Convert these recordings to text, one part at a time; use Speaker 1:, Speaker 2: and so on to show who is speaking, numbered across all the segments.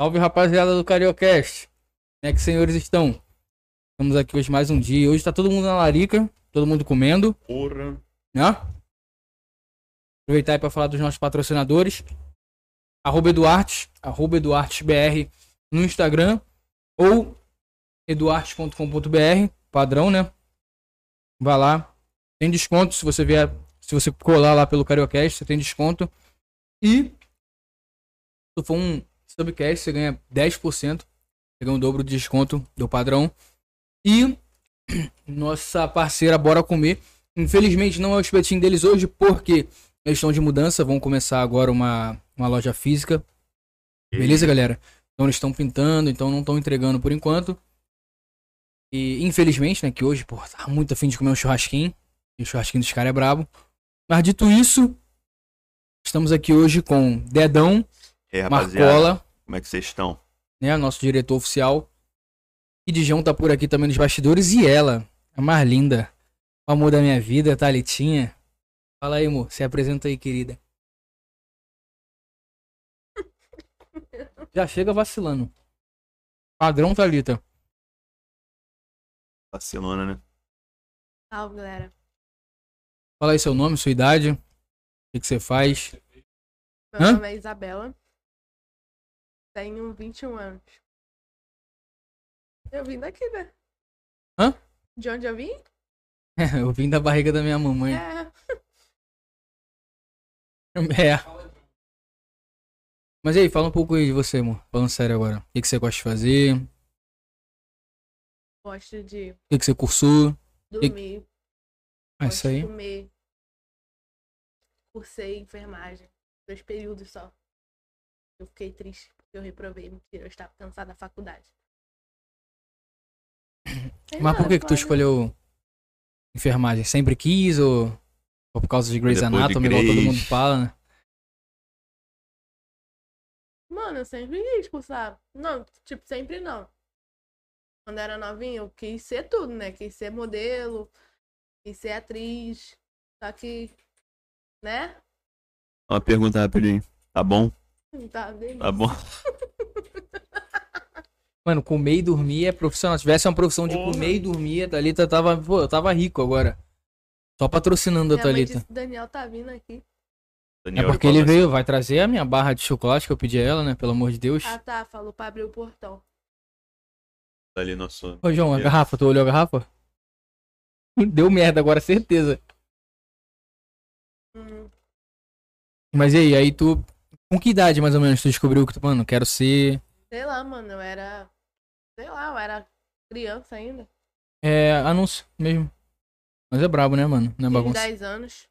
Speaker 1: Salve rapaziada do Cariocast. Como é que senhores estão? Estamos aqui hoje mais um dia. Hoje tá todo mundo na larica, todo mundo comendo,
Speaker 2: Porra.
Speaker 1: né? Aproveitar aí pra falar dos nossos patrocinadores. Arroba Eduartes, arroba EduartesBR no Instagram ou eduartes.com.br, padrão, né? Vai lá. Tem desconto se você vier, se você colar lá pelo Cariocast, você tem desconto. E se for um subcast, você ganha 10%. Você ganha o dobro de desconto do padrão. E nossa parceira Bora Comer. Infelizmente não é o espetinho deles hoje, porque eles estão de mudança. Vão começar agora uma, uma loja física. Beleza, galera? Então eles estão pintando, então não estão entregando por enquanto. E infelizmente, né, que hoje, pô, tá muito afim de comer um churrasquinho. E o churrasquinho dos caras é brabo. Mas dito isso, estamos aqui hoje com Dedão,
Speaker 2: E aí, rapaziada,
Speaker 1: Marcola,
Speaker 2: como é que vocês estão?
Speaker 1: né, nosso diretor oficial. E Dijão tá por aqui também nos bastidores. E ela, a mais linda, o amor da minha vida, Thalitinha. Fala aí, amor, se apresenta aí, querida. Já chega vacilando. Padrão tá, Thalita.
Speaker 2: Barcelona, né?
Speaker 3: Salve, galera.
Speaker 1: Fala aí seu nome, sua idade, o que, que você faz.
Speaker 3: Meu
Speaker 1: Hã?
Speaker 3: nome é Isabela. Tenho 21 anos. Eu vim daqui, né?
Speaker 1: Hã?
Speaker 3: De onde eu vim?
Speaker 1: Eu vim da barriga da minha mamãe.
Speaker 3: É.
Speaker 1: É. Mas e aí, fala um pouco aí de você, amor. Falando sério agora. O que, que você gosta de fazer? O
Speaker 3: Gosto de
Speaker 1: que, que você cursou?
Speaker 3: dormir.
Speaker 1: É
Speaker 3: gosto
Speaker 1: isso aí.
Speaker 3: de comer. Cursei enfermagem. Dois períodos só. Eu fiquei triste porque eu reprovei. Mentira, eu estava cansada da faculdade. Sei
Speaker 1: Mas
Speaker 3: lá,
Speaker 1: por que que tu
Speaker 3: foda.
Speaker 1: escolheu enfermagem? Sempre quis ou, ou por causa de Grey's
Speaker 2: Depois de
Speaker 1: Anatomy, igual todo
Speaker 2: Grey's.
Speaker 1: mundo fala, né?
Speaker 3: Mano, eu sempre quis cursar. Não, tipo, sempre não. Quando era novinha, eu quis ser tudo, né? Quis ser modelo, quis ser atriz. Só que, né?
Speaker 2: Uma pergunta rapidinho. Tá bom?
Speaker 3: Não tá bem.
Speaker 2: Tá bom?
Speaker 1: Mano, comer e dormir é profissional. Se tivesse uma profissão de
Speaker 2: Porra.
Speaker 1: comer e dormir, a Thalita tava. Pô, eu tava rico agora. Só patrocinando a
Speaker 3: Minha mãe
Speaker 1: Thalita.
Speaker 3: disse, Daniel tá vindo aqui.
Speaker 1: É
Speaker 2: Daniel
Speaker 1: porque
Speaker 2: fala
Speaker 1: ele
Speaker 2: assim,
Speaker 1: veio, vai trazer a minha barra de chocolate que eu pedi a ela, né? Pelo amor de Deus.
Speaker 3: Ah, tá, falou pra abrir o portão.
Speaker 2: tá ali nosso...
Speaker 1: Ô, João, a
Speaker 2: É.
Speaker 1: garrafa, tu olhou a garrafa? Deu merda agora, certeza.
Speaker 3: Hum,
Speaker 1: Mas e aí, aí tu. Com que idade mais ou menos tu descobriu que tu, mano, quero ser.
Speaker 3: sei lá, mano, eu era. Sei lá, eu era criança ainda.
Speaker 1: É. anúncio mesmo. Mas é brabo, né, mano? Não é
Speaker 3: Tinha uns
Speaker 1: bagunça.
Speaker 3: 10 anos.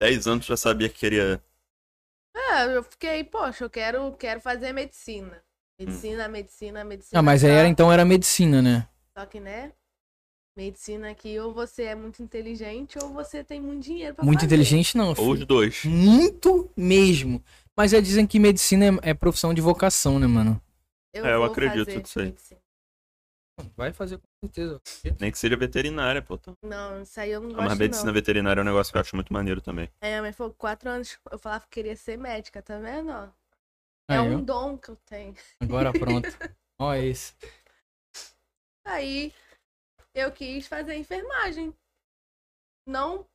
Speaker 2: 10 anos já sabia que queria...
Speaker 3: É, eu fiquei, poxa, eu quero, quero fazer medicina. Medicina, medicina, medicina.
Speaker 1: Ah, Hum. mas aí
Speaker 3: só-
Speaker 1: era, então era medicina, né?
Speaker 3: Só que, né? Medicina aqui, ou você é muito inteligente, ou você tem muito dinheiro pra
Speaker 1: Muito
Speaker 3: fazer.
Speaker 1: inteligente não,
Speaker 2: Ou os
Speaker 1: filho.
Speaker 2: dois.
Speaker 1: Muito mesmo. Mas já dizem que medicina é, é profissão de vocação, né, mano?
Speaker 3: Eu,
Speaker 2: É, eu
Speaker 3: vou
Speaker 2: acredito
Speaker 3: fazer
Speaker 2: nisso aí.
Speaker 3: medicina.
Speaker 1: Vai fazer com certeza.
Speaker 2: Nem que seja veterinária, pô. Tá.
Speaker 3: Não, isso aí eu não gosto,
Speaker 2: Mas medicina
Speaker 3: não.
Speaker 2: veterinária é um negócio que eu acho muito maneiro também.
Speaker 3: Aí minha mãe falou, quatro anos, tipo, eu falava que queria ser médica, tá vendo? ó?
Speaker 1: Aí,
Speaker 3: É
Speaker 1: ó,
Speaker 3: um dom que eu tenho.
Speaker 1: Agora pronto. Ó, é isso.
Speaker 3: Aí, eu quis fazer enfermagem. Não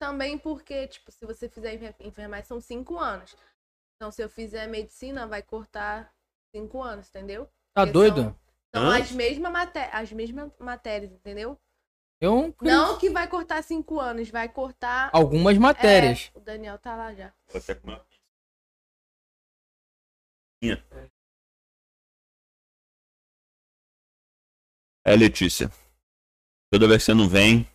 Speaker 3: também porque, tipo, se você fizer enfer- enfermagem, são cinco anos. Então, se eu fizer medicina, vai cortar cinco anos, entendeu?
Speaker 1: Tá
Speaker 3: Porque
Speaker 1: doido?
Speaker 3: são- São
Speaker 2: Hã?
Speaker 3: as mesmas, maté as mesmas matérias, entendeu?
Speaker 1: Eu
Speaker 3: um- Não que vai cortar cinco anos, vai cortar.
Speaker 1: algumas matérias.
Speaker 3: É, o Daniel tá lá já.
Speaker 2: Vou até comer uma- É, Letícia. Toda vez que você não vem...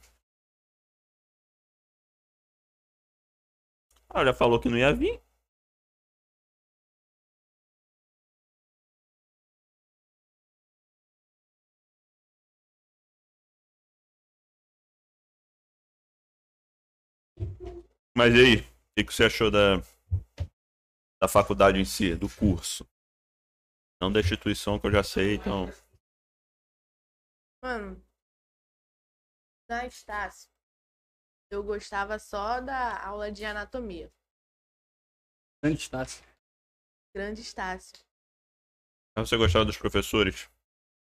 Speaker 2: Ah, já falou que não ia vir. Mas e aí, o que, que você achou da, da faculdade em si, do curso? Não da instituição que eu já sei, então.
Speaker 3: Mano. Na Estácio, eu gostava só da aula de anatomia. É.
Speaker 1: Grande Estácio.
Speaker 3: Grande Estácio.
Speaker 2: Mas você gostava dos professores?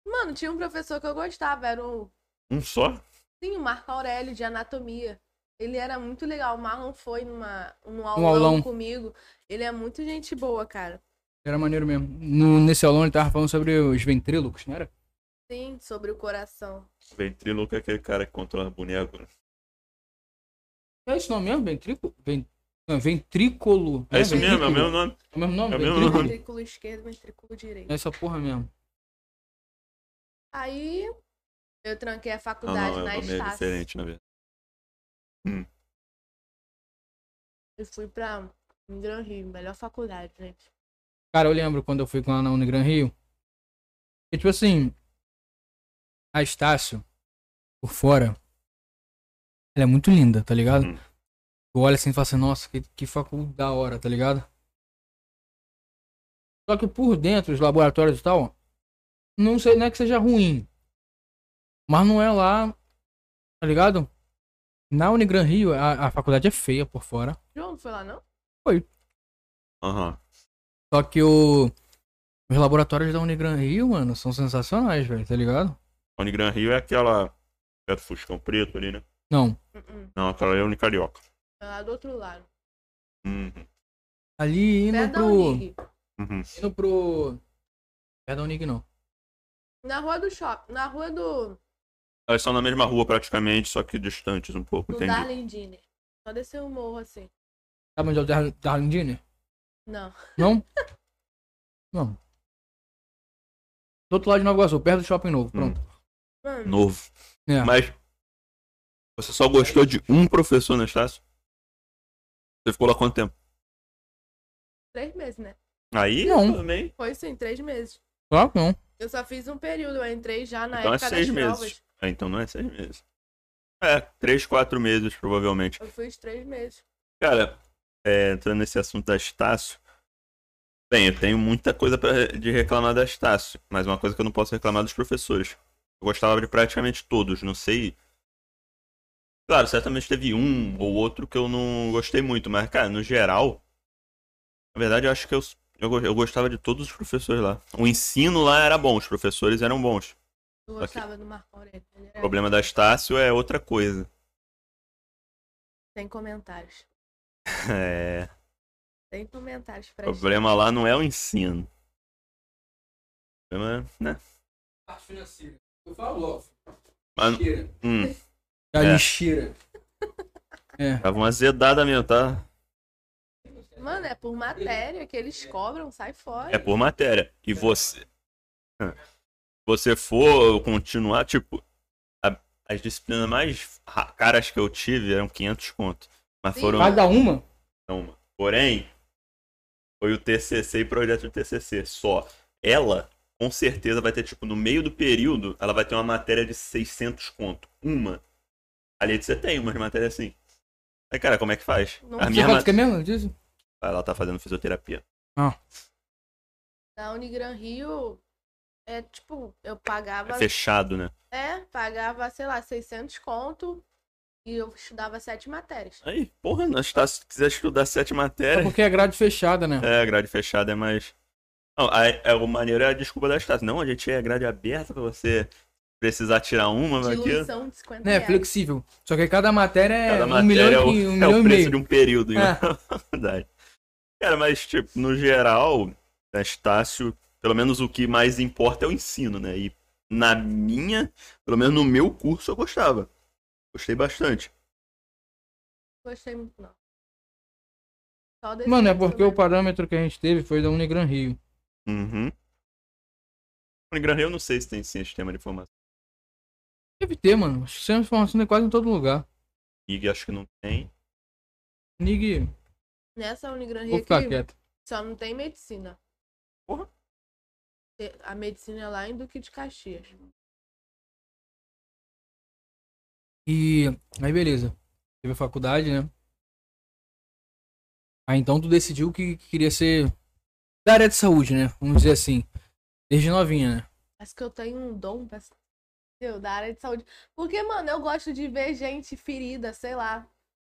Speaker 3: Mano, tinha um professor que eu gostava, era o,
Speaker 2: Um só?
Speaker 3: sim, o Marco Aurélio, de anatomia. Ele era muito legal. O Marlon foi numa, num aulão,
Speaker 1: Um aulão.
Speaker 3: comigo. Ele é muito gente boa, cara.
Speaker 1: Era maneiro mesmo. No, nesse aulão ele tava falando sobre os ventrílocos, não era?
Speaker 3: Sim, sobre o coração.
Speaker 2: Ventríloco é aquele cara que controla boneco. né?
Speaker 1: É esse nome mesmo? Ventrico? Ven... Não, ventrículo.
Speaker 2: É isso mesmo, é
Speaker 1: ventrículo.
Speaker 2: o mesmo nome.
Speaker 1: É o mesmo nome?
Speaker 2: É o mesmo
Speaker 1: ventrículo?
Speaker 2: nome.
Speaker 3: Ventrículo esquerdo, ventrículo direito.
Speaker 1: É essa porra mesmo.
Speaker 3: Aí eu tranquei a
Speaker 2: Não,
Speaker 3: faculdade
Speaker 2: não, é
Speaker 3: na
Speaker 2: um nome é
Speaker 3: Estácio.
Speaker 2: diferente, na verdade.
Speaker 3: Eu fui pra Gran Rio, melhor faculdade, né? gente.
Speaker 1: Cara, eu lembro quando eu fui lá na Unigran Rio. E tipo assim, a Estácio, por fora, ela é muito linda, tá ligado?
Speaker 2: Hum.
Speaker 1: Tu olha assim e fala assim, nossa, que, que faculdade da hora, tá ligado? Só que por dentro, os laboratórios e tal, não sei, não é que seja ruim. Mas não é lá, tá ligado? Na Unigran Rio, a, a faculdade é feia por fora.
Speaker 3: João não foi lá, não?
Speaker 2: Aham.
Speaker 1: Só que o... os laboratórios da Unigran Rio, mano, são sensacionais, velho, tá ligado?
Speaker 2: Unigran Rio é aquela. Perto do Fuscão Preto ali, né?
Speaker 1: Não,
Speaker 3: Uh-uh.
Speaker 2: Não, aquela é a Unicarioca.
Speaker 3: Foi lá do outro lado.
Speaker 2: Uhum.
Speaker 1: ali
Speaker 3: Pé
Speaker 1: indo
Speaker 3: da
Speaker 1: pro.
Speaker 3: Unig.
Speaker 2: Uhum.
Speaker 1: Indo pro. Pé da Unig, não.
Speaker 3: Na rua do shopping. Na rua do,
Speaker 2: Elas são na mesma rua praticamente, só que distantes um pouco,
Speaker 3: do
Speaker 2: entendi.
Speaker 3: Darling Dinner. Só descer o morro assim.
Speaker 1: Sabe onde é o Dar- Darling Dinner?
Speaker 3: Não.
Speaker 1: Não? não. Do outro lado de Nova Iguaçu, perto do shopping novo, pronto.
Speaker 3: Mano,
Speaker 2: Novo.
Speaker 1: É.
Speaker 2: Hum. Ah. Mas você só gostou de um professor, Anastácio? Você ficou lá quanto tempo?
Speaker 3: três meses, né?
Speaker 2: Aí
Speaker 1: Não.
Speaker 2: eu também.
Speaker 3: Foi sim, três meses.
Speaker 1: Claro que não.
Speaker 3: Eu só fiz um período, eu entrei já na
Speaker 2: Então é
Speaker 3: época
Speaker 2: seis
Speaker 3: das
Speaker 2: meses.
Speaker 3: provas.
Speaker 2: Ah, então não é seis meses. É, três, quatro meses, provavelmente.
Speaker 3: Eu fiz três meses.
Speaker 2: Cara, é, entrando nesse assunto da Estácio. Bem, eu tenho muita coisa pra, de reclamar da Estácio, mas uma coisa que eu não posso reclamar é dos professores. Eu gostava de praticamente todos, não sei. Claro, certamente teve um ou outro que eu não gostei muito, mas, cara, no geral. Na verdade, eu acho que eu, eu, go- eu gostava de todos os professores lá. O ensino lá era bom, os professores eram bons.
Speaker 3: Eu
Speaker 2: Aqui.
Speaker 3: gostava do Marco Aurélio. Ele
Speaker 2: O
Speaker 3: era
Speaker 2: problema da Estácio é outra coisa.
Speaker 3: sem comentários.
Speaker 2: É,
Speaker 3: Sem comentários
Speaker 2: o
Speaker 3: pra gente.
Speaker 2: problema lá não é o ensino. O problema é. Né?
Speaker 1: Parte financeira. Eu falo logo.
Speaker 2: Mas- hum.
Speaker 1: A
Speaker 2: É.
Speaker 1: lixeira. É.
Speaker 2: Tava uma azedada mesmo, tá?
Speaker 3: Mano, é por matéria que eles cobram, sai fora.
Speaker 2: É por matéria. E você. Você for continuar, tipo. a- as disciplinas mais ra- caras que eu tive eram 500 conto. Mas
Speaker 3: Sim.
Speaker 2: foram
Speaker 1: Cada uma?
Speaker 2: uma. Porém, foi o TCC e projeto de TCC só. Ela, com certeza, vai ter, tipo, no meio do período, ela vai ter uma matéria de 600 conto. Uma. Ali você tem umas matérias assim. Aí, cara, como é que faz?
Speaker 3: Não
Speaker 2: A
Speaker 3: sei.
Speaker 1: Você
Speaker 2: minha
Speaker 1: sabe
Speaker 2: mat...
Speaker 1: que é mesmo? Diz.
Speaker 2: Ela tá fazendo fisioterapia.
Speaker 3: Na Unigran Rio, é tipo, eu
Speaker 2: É
Speaker 3: pagava,
Speaker 2: fechado, né?
Speaker 3: é, pagava, sei lá, 600 conto e eu estudava sete matérias.
Speaker 2: Aí, porra, nós tá, se quiser estudar sete
Speaker 1: Só
Speaker 2: matérias.
Speaker 1: porque é grade fechada, né?
Speaker 2: É, grade fechada é mais. Não, a, a, o maneiro é a desculpa da Estácio. Não, a gente é grade aberta pra você precisar tirar uma, mas aqui.
Speaker 3: Diluição de 50
Speaker 1: Né,
Speaker 3: reais.
Speaker 1: flexível. Só que cada matéria é
Speaker 2: Cada
Speaker 1: um
Speaker 2: matéria é
Speaker 1: milhão,
Speaker 2: o,
Speaker 1: e, um
Speaker 2: é o
Speaker 1: milhão e
Speaker 2: preço
Speaker 1: meio.
Speaker 2: de um período,
Speaker 1: É.
Speaker 2: é. verdade. Cara, mas, tipo, no geral, a Estácio, pelo menos o que mais importa é o ensino, né? E na minha, pelo menos no meu curso, eu gostava. Gostei bastante.
Speaker 3: Gostei muito, não. Só desse
Speaker 1: Mano, é
Speaker 3: jeito
Speaker 1: porque o
Speaker 3: mesmo.
Speaker 1: parâmetro que a gente teve foi da Unigran Rio.
Speaker 2: Uhum. Unigran, eu não sei se tem sistema de formação.
Speaker 1: Deve ter, mano. Acho que Sistema de informação é quase em todo lugar.
Speaker 2: IG acho que não tem.
Speaker 1: Nig,
Speaker 3: Nessa Unigran Rio
Speaker 1: vou ficar
Speaker 3: aqui,
Speaker 1: quieto.
Speaker 3: só não tem medicina.
Speaker 2: Porra.
Speaker 3: Te- A medicina é lá em Duque de Caxias.
Speaker 1: E aí, beleza. Teve a faculdade, né? Aí então tu decidiu que que queria ser da área de saúde, né? Vamos dizer assim. Desde novinha, né?
Speaker 3: Acho que eu tenho um dom pra ser- entendeu? da área de saúde. Porque, mano, eu gosto de ver gente ferida, sei lá.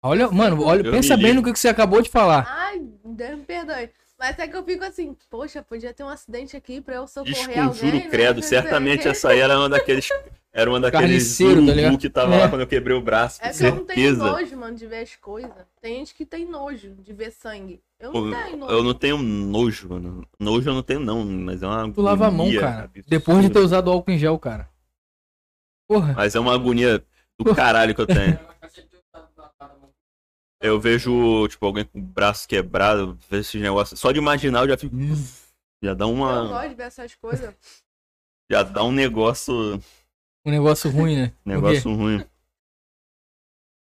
Speaker 1: Olha, mano, olha,
Speaker 2: Eu
Speaker 1: pensa
Speaker 2: me
Speaker 1: bem
Speaker 2: ligo.
Speaker 1: no que que você acabou de falar.
Speaker 3: Ai, Deus me perdoe. Mas é que eu fico assim, poxa, podia ter um acidente aqui pra eu socorrer alguém.
Speaker 2: Desconjuro
Speaker 3: né?
Speaker 2: credo,
Speaker 3: Não sei o
Speaker 2: certamente
Speaker 3: quê.
Speaker 2: essa aí era uma daqueles. Era uma daqueles
Speaker 1: Carniceiro, tá
Speaker 2: urubu
Speaker 1: ligado?
Speaker 2: que tava lá
Speaker 1: É.
Speaker 2: quando eu quebrei o braço,
Speaker 3: É
Speaker 2: com
Speaker 3: que eu não tenho
Speaker 2: certeza.
Speaker 3: nojo, mano, de ver as coisas. Tem gente que tem nojo de ver sangue. Eu não
Speaker 2: Pô,
Speaker 3: tenho nojo.
Speaker 2: Eu não tenho nojo, mano. Nojo eu não tenho, não, mas é uma.
Speaker 1: Tu lava a mão,
Speaker 2: agonia
Speaker 1: cara.
Speaker 2: absurda.
Speaker 1: Depois de ter usado álcool em gel, cara. Porra.
Speaker 2: Mas é uma agonia do caralho que eu tenho. Eu vejo, tipo, alguém com o braço quebrado, vejo esse negócio. Só de imaginar eu já fico. Já dá
Speaker 3: Eu não
Speaker 2: uma.
Speaker 3: gosto de ver essas coisas.
Speaker 2: Já dá um negócio.
Speaker 1: Um negócio ruim, né?
Speaker 2: Negócio ruim.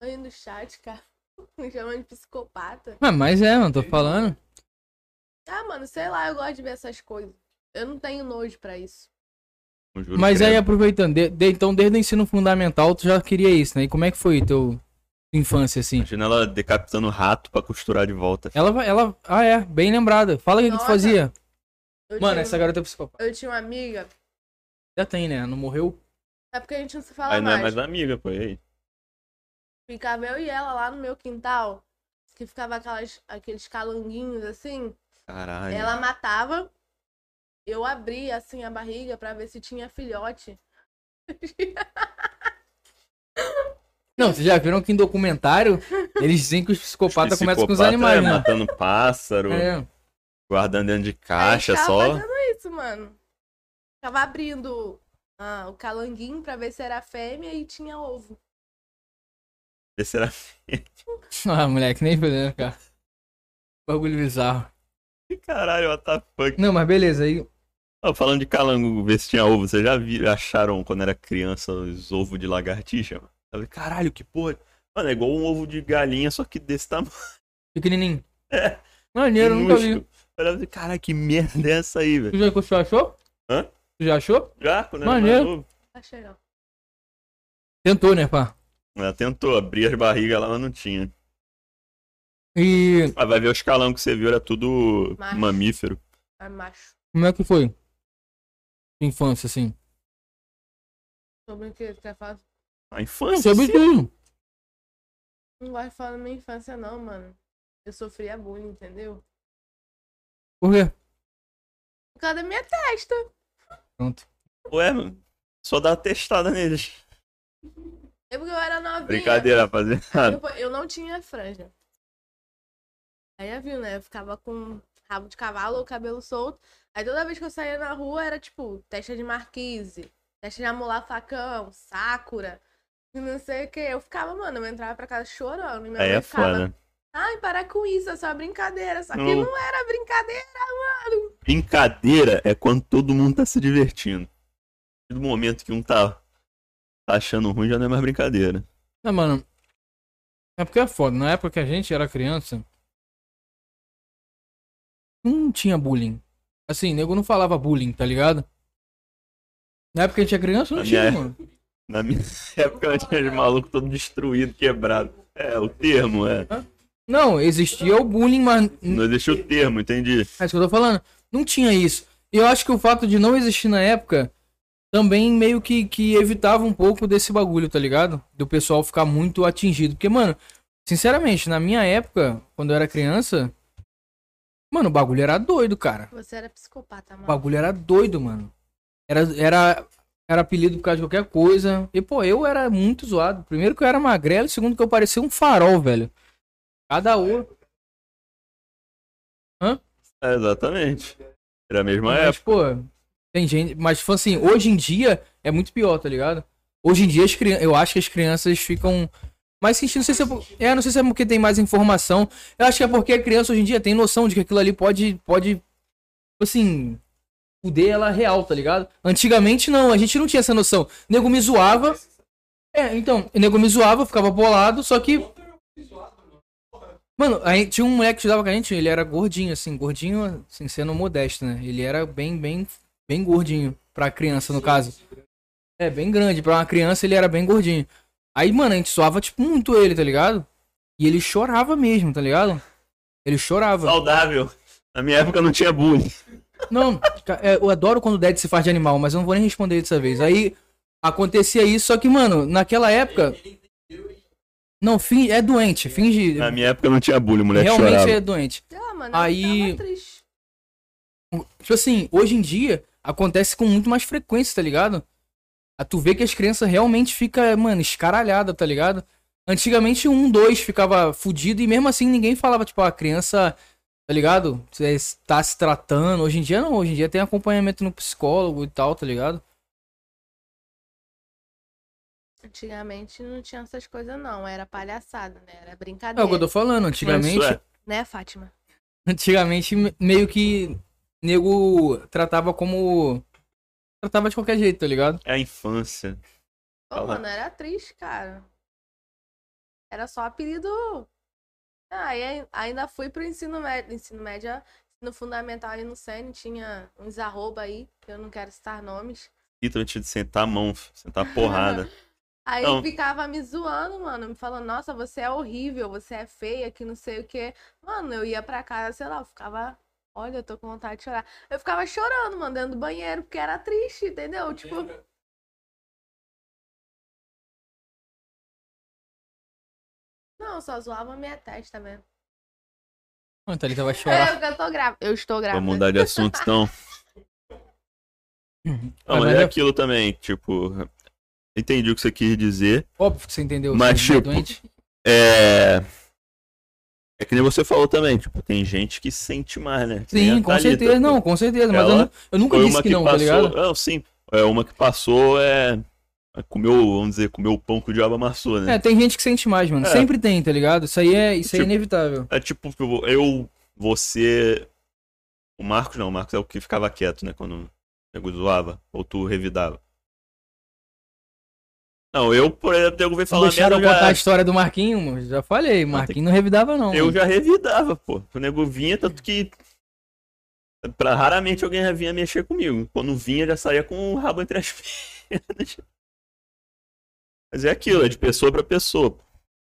Speaker 3: Aí no chat, cara. Me chamando de psicopata.
Speaker 1: Ah, mas é, mano, tô falando.
Speaker 3: Ah, mano, sei lá, eu gosto de ver essas coisas. Eu não tenho nojo pra isso.
Speaker 2: Conjuro
Speaker 1: Mas aí,
Speaker 2: credo.
Speaker 1: aproveitando, de- de- então desde o ensino fundamental tu já queria isso, né? E como é que foi teu infância, assim?
Speaker 2: Imagina ela decapitando o rato pra costurar de volta.
Speaker 1: Ela, vai- ela, ah é, bem lembrada. Fala o que, que tu
Speaker 3: Nossa.
Speaker 1: fazia.
Speaker 3: Eu
Speaker 1: Mano,
Speaker 3: tinha- um,
Speaker 1: essa garota é psicopata.
Speaker 3: Eu tinha uma amiga.
Speaker 1: Já tem, né? Não morreu?
Speaker 3: É porque a gente não se fala
Speaker 2: Aí não é
Speaker 3: mais.
Speaker 2: mais amiga, pô. E aí?
Speaker 3: Ficava eu e ela lá no meu quintal. Que ficava aquelas, aqueles calanguinhos assim.
Speaker 2: Caralho.
Speaker 3: Ela matava. Eu abria assim a barriga pra ver se tinha filhote.
Speaker 1: Não, vocês já viram que em documentário eles dizem que os psicopatas
Speaker 2: Os
Speaker 1: começam com os
Speaker 2: psicopata é
Speaker 1: animais, né?
Speaker 2: Matando pássaro,
Speaker 1: É.
Speaker 2: guardando dentro de
Speaker 3: Aí
Speaker 2: caixa
Speaker 3: ficava
Speaker 2: só.
Speaker 3: fazendo isso, mano. Ficava abrindo ah, o calanguinho pra ver se era fêmea e tinha ovo.
Speaker 2: Esse era...
Speaker 1: Ah, moleque, nem fazendo, cara. Bagulho bizarro.
Speaker 2: Caralho, what the fuck?
Speaker 1: Não, mas beleza, aí.
Speaker 2: Ó, falando de calango, ver se tinha ovo. Vocês já vi- acharam quando era criança os ovos de lagartixa? mano? Eu falei, caralho, que porra. Mano, é igual um ovo de galinha, só que desse tamanho.
Speaker 1: Pequenininho.
Speaker 2: É.
Speaker 1: Maneiro, eu nunca vi.
Speaker 2: minúsculo. Eu falei, caralho, que merda é essa aí, velho? né,
Speaker 1: Tu já, tu já achou?
Speaker 2: Hã?
Speaker 1: Tu já achou?
Speaker 2: Já, quando era mais
Speaker 1: Maneiro.
Speaker 2: novo.
Speaker 3: Achei não.
Speaker 1: Tentou, né, pá?
Speaker 2: Ela tentou abrir as barrigas lá, mas não tinha.
Speaker 1: E
Speaker 2: Ah, vai ver os calangos que você viu, era tudo
Speaker 3: Macho.
Speaker 2: mamífero.
Speaker 3: É macho.
Speaker 1: como é que foi? Tua Infância, assim.
Speaker 3: Sobre o que você quer falar?
Speaker 2: A infância.
Speaker 1: Sobre
Speaker 2: sim.
Speaker 1: tudo.
Speaker 3: Não gosto de falar da minha infância, não, mano. Eu sofria bullying, entendeu?
Speaker 1: Por quê?
Speaker 3: Por causa da minha testa.
Speaker 1: Pronto.
Speaker 2: Ué, mano, só dá uma testada neles.
Speaker 3: É porque eu era novinha.
Speaker 2: Brincadeira, rapaziada.
Speaker 3: é. Eu, Tipo, eu não tinha franja. Aí já viu, né? Eu ficava com rabo de cavalo ou cabelo solto. Aí toda vez que eu saía na rua era tipo testa de marquise, testa de amolar facão, Sakura, e não sei o que. Eu ficava, mano, eu entrava pra casa chorando. E minha
Speaker 2: Aí
Speaker 3: mãe
Speaker 2: é
Speaker 3: ficava,
Speaker 2: foda.
Speaker 3: ai, para com isso, é só brincadeira. Só que
Speaker 2: Não.
Speaker 3: não, era brincadeira.
Speaker 2: Brincadeira é quando todo mundo tá se divertindo. Do momento que um tá, tá achando ruim, já não é mais brincadeira.
Speaker 1: Não, mano. É porque é foda. Na época que a gente era criança. Não tinha bullying. Assim, nego não falava bullying, tá ligado? Na época que a gente era criança, não
Speaker 2: Na
Speaker 1: tinha,
Speaker 2: minha-
Speaker 1: mano.
Speaker 2: Na minha época, eu tinha os malucos todo destruído, quebrado. É, o termo, é.
Speaker 1: Não, existia o bullying, mas.
Speaker 2: Não existe o termo, entendi.
Speaker 1: É isso que eu tô falando. Não tinha isso. E eu acho que o fato de não existir na época também meio que, que evitava um pouco desse bagulho, tá ligado? Do pessoal ficar muito atingido. Porque, mano, sinceramente, na minha época, quando eu era criança, mano, o bagulho era doido, cara.
Speaker 3: Você era psicopata,
Speaker 1: O
Speaker 3: mano.
Speaker 1: bagulho era doido, mano. Era, era, era apelido por causa de qualquer coisa. E, pô, eu era muito zoado. Primeiro que eu era magrelo, e segundo que eu parecia um farol, velho. Cada um.
Speaker 2: É, exatamente. Era a mesma
Speaker 1: Mas,
Speaker 2: época.
Speaker 1: pô, tem gente. Mas, tipo assim, hoje em dia é muito pior, tá ligado? Hoje em dia, as crianças, eu acho que as crianças ficam. mais sentindo, não sei se é, por- é, não sei se é porque tem mais informação. Eu acho que é porque a criança hoje em dia tem noção de que aquilo ali pode. pode tipo assim. Fuder ela real, tá ligado? Antigamente não, a gente não tinha essa noção. O nego me zoava. É, então, o nego me zoava, eu ficava bolado, só que. Mano, aí tinha um moleque que estudava com a gente, ele era gordinho, assim, gordinho, assim, sendo modesto, né? Ele era bem, bem, bem gordinho, pra criança, no caso. É, bem grande, pra uma criança ele era bem gordinho. Aí, mano, a gente zoava, tipo, muito ele, tá ligado? E ele chorava mesmo, tá ligado? Ele chorava.
Speaker 2: Saudável. Na minha época não tinha bullying.
Speaker 1: Não, ca- é, eu adoro quando o Dad se faz de animal, mas eu não vou nem responder dessa vez. Aí acontecia isso, só que, mano, naquela época. Não, fin... é doente, finge.
Speaker 2: Na minha época não tinha bullying, moleque
Speaker 1: Realmente
Speaker 2: chorava.
Speaker 1: é doente.
Speaker 3: Sei lá, mano.
Speaker 1: Aí-
Speaker 3: Eu tava triste.
Speaker 1: Tipo assim, hoje em dia acontece com muito mais frequência, tá ligado? A tu vê que as crianças realmente fica, mano, escaralhada, tá ligado? Antigamente um, dois ficava fudido e mesmo assim ninguém falava, tipo, a criança, tá ligado? Você Tá se tratando. Hoje em dia não, hoje em dia tem acompanhamento no psicólogo e tal, tá ligado?
Speaker 3: Antigamente não tinha essas coisas, não. Era palhaçada, né? Era
Speaker 1: É o que eu
Speaker 3: brincadeira.
Speaker 1: tô falando, antigamente.
Speaker 2: Isso é.
Speaker 3: Né, Fátima?
Speaker 1: Antigamente, me- meio que nego tratava como. Tratava de qualquer jeito, tá ligado?
Speaker 2: É a infância.
Speaker 3: Pô,
Speaker 2: Fala.
Speaker 3: mano, era atriz, cara. Era só apelido. Ah, e aí- ainda fui pro ensino médio. Ensino médio, ó, ensino fundamental e no SENI tinha uns arroba aí, que eu não quero citar nomes.
Speaker 2: E também Então, tinha de sentar a mão, f- sentar a porrada.
Speaker 3: Aí
Speaker 1: Então
Speaker 2: Não.
Speaker 3: ficava me zoando, mano, me falando, nossa, você é horrível, você é feia, que não sei o quê. Mano, eu ia pra casa, sei lá, eu ficava. Olha, eu tô com vontade de chorar. Eu ficava chorando, mano, dentro do banheiro, porque era triste, entendeu? Tipo. Não, só zoava a minha testa mesmo.
Speaker 1: Mano, tá ali tava
Speaker 3: É,
Speaker 1: chorando.
Speaker 3: porque eu tô grávida. Eu estou grávida.
Speaker 2: Vamos mudar de assunto então.
Speaker 1: Uhum.
Speaker 2: Não, mas é aquilo também, tipo. Entendi o que você quis dizer.
Speaker 1: Óbvio que você entendeu.
Speaker 2: é Mas,
Speaker 1: você não é
Speaker 2: tipo,
Speaker 1: doente.
Speaker 2: É. É que nem você falou também, tipo, tem gente que sente mais, né? Que nem
Speaker 1: Sim,
Speaker 2: a
Speaker 1: com
Speaker 2: Thalita,
Speaker 1: certeza.
Speaker 2: pô.
Speaker 1: Não, com certeza. Mas
Speaker 2: Ela
Speaker 1: eu, nu- eu nunca
Speaker 2: Foi
Speaker 1: disse
Speaker 2: uma
Speaker 1: que
Speaker 2: que,
Speaker 1: não, tá
Speaker 2: passou.
Speaker 1: ligado?
Speaker 2: não, sim. É uma que passou, é. Comeu, vamos dizer, comeu o pão que o diabo amassou, né?
Speaker 1: É, tem gente que sente mais, mano.
Speaker 2: É.
Speaker 1: Sempre tem, tá ligado? Isso aí é, isso aí é
Speaker 2: Tipo-
Speaker 1: inevitável.
Speaker 2: É, tipo, eu, você. O Marcos não, o Marcos é o que ficava quieto, né? Quando o nego zoava, ou tu revidava. Não, eu, por exemplo, o nego veio
Speaker 1: Não
Speaker 2: falar merda,
Speaker 1: deixaram
Speaker 2: eu
Speaker 1: eu contar a
Speaker 2: já,
Speaker 1: história do Marquinho, mano. Já falei,
Speaker 2: Não, tem
Speaker 1: Marquinho não revidava, não.
Speaker 2: eu
Speaker 1: mano.
Speaker 2: já revidava, pô. O nego vinha, tanto que. Pra, raramente alguém já vinha mexer comigo. Quando vinha, já saía com o rabo entre as pernas. Mas é aquilo, é de pessoa pra pessoa.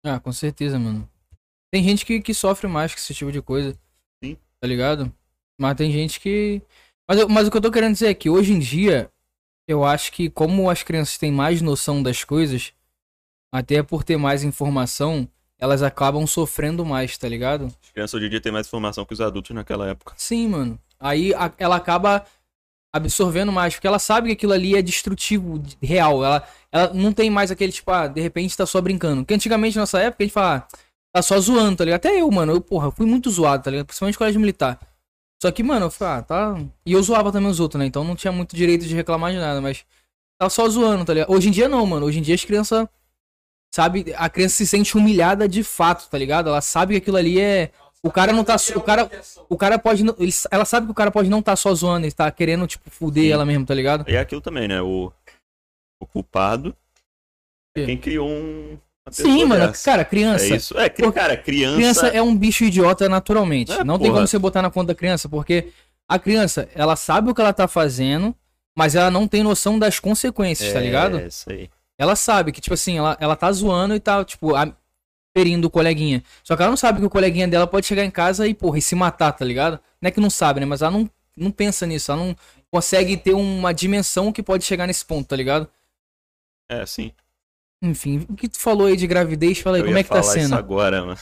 Speaker 1: Ah, com certeza, mano. Tem gente que, que sofre mais com esse tipo de coisa.
Speaker 2: Sim.
Speaker 1: Tá ligado? Mas tem gente que. Mas, eu- mas o que eu tô querendo dizer é que hoje em dia, eu acho que como as crianças têm mais noção das coisas, até por ter mais informação, elas acabam sofrendo mais, tá ligado?
Speaker 2: As crianças hoje em dia têm mais informação que os adultos naquela época.
Speaker 1: Sim, mano. Aí a- ela acaba absorvendo mais, porque ela sabe que aquilo ali é destrutivo, de- real. Ela, ela não tem mais aquele tipo, ah, de repente tá só brincando. Porque antigamente, na nossa época, a gente fala, ah, tá só zoando, tá ligado? Até eu, mano, eu, porra, fui muito zoado, tá ligado? Principalmente colégio militar. Só que, mano, eu falei, ah, tá. E eu zoava também os outros, né? Então não tinha muito direito de reclamar de nada, mas tá só zoando, tá ligado? Hoje em dia não, mano. Hoje em dia as crianças. Sabe, a criança se sente humilhada de fato, tá ligado? Ela sabe que aquilo ali é. O cara não tá. su- O cara, o cara pode. não- ele- ela sabe que o cara pode não tá só zoando, ele tá querendo, tipo, fuder
Speaker 2: Sim.
Speaker 1: ela mesmo, tá ligado?
Speaker 2: E é aquilo também, né? O, o culpado é
Speaker 1: Quê?
Speaker 2: quem criou um. uma pessoa
Speaker 1: Sim, mano.
Speaker 2: dessa.
Speaker 1: Cara, criança.
Speaker 2: É isso. É, cri-
Speaker 1: Porque
Speaker 2: cara, criança.
Speaker 1: Criança é um bicho idiota naturalmente.
Speaker 2: É,
Speaker 1: não tem
Speaker 2: porra.
Speaker 1: como você botar na conta da criança, porque a criança, ela sabe o que ela tá fazendo, mas ela não tem noção das consequências, tá ligado?
Speaker 2: É isso aí.
Speaker 1: Ela sabe que, tipo assim, ela, ela tá zoando e tá, tipo, a- ferindo o coleguinha. Só que ela não sabe que o coleguinha dela pode chegar em casa e, porra, e se matar, tá ligado? Não é que não sabe, né? Mas ela não, não pensa nisso, ela não consegue ter uma dimensão que pode chegar nesse ponto, tá ligado?
Speaker 2: É, sim.
Speaker 1: Enfim, o que tu falou aí de gravidez? Fala aí,
Speaker 2: Eu
Speaker 1: como
Speaker 2: ia
Speaker 1: é que tá
Speaker 2: falar isso
Speaker 1: sendo?
Speaker 2: agora, mano.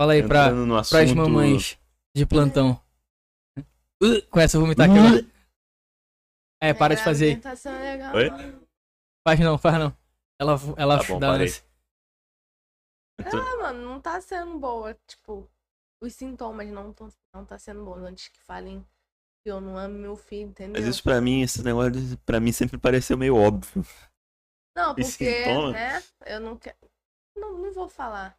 Speaker 1: Fala aí pra,
Speaker 2: Entrando no assunto...
Speaker 1: pras mamães de plantão. Uh, Com essa eu vou vomitar aqui. ó. É, para de fazer. aí.
Speaker 3: Alimentação é legal.
Speaker 2: Oi?
Speaker 1: Faz não, faz não. Ela, ela
Speaker 2: Tá bom,
Speaker 1: dá
Speaker 2: parei.
Speaker 1: nessa.
Speaker 2: Entrando-
Speaker 3: Ah, mano, não tá sendo boa. Tipo, os sintomas não, tão, não tá sendo bons. Antes que falem que eu não amo meu filho, entendeu?
Speaker 2: Mas isso pra mim, esse negócio de- pra mim sempre pareceu meio óbvio.
Speaker 3: Não,
Speaker 2: e
Speaker 3: porque,
Speaker 2: sintoma?
Speaker 3: né? Eu não quero. Não, não vou falar.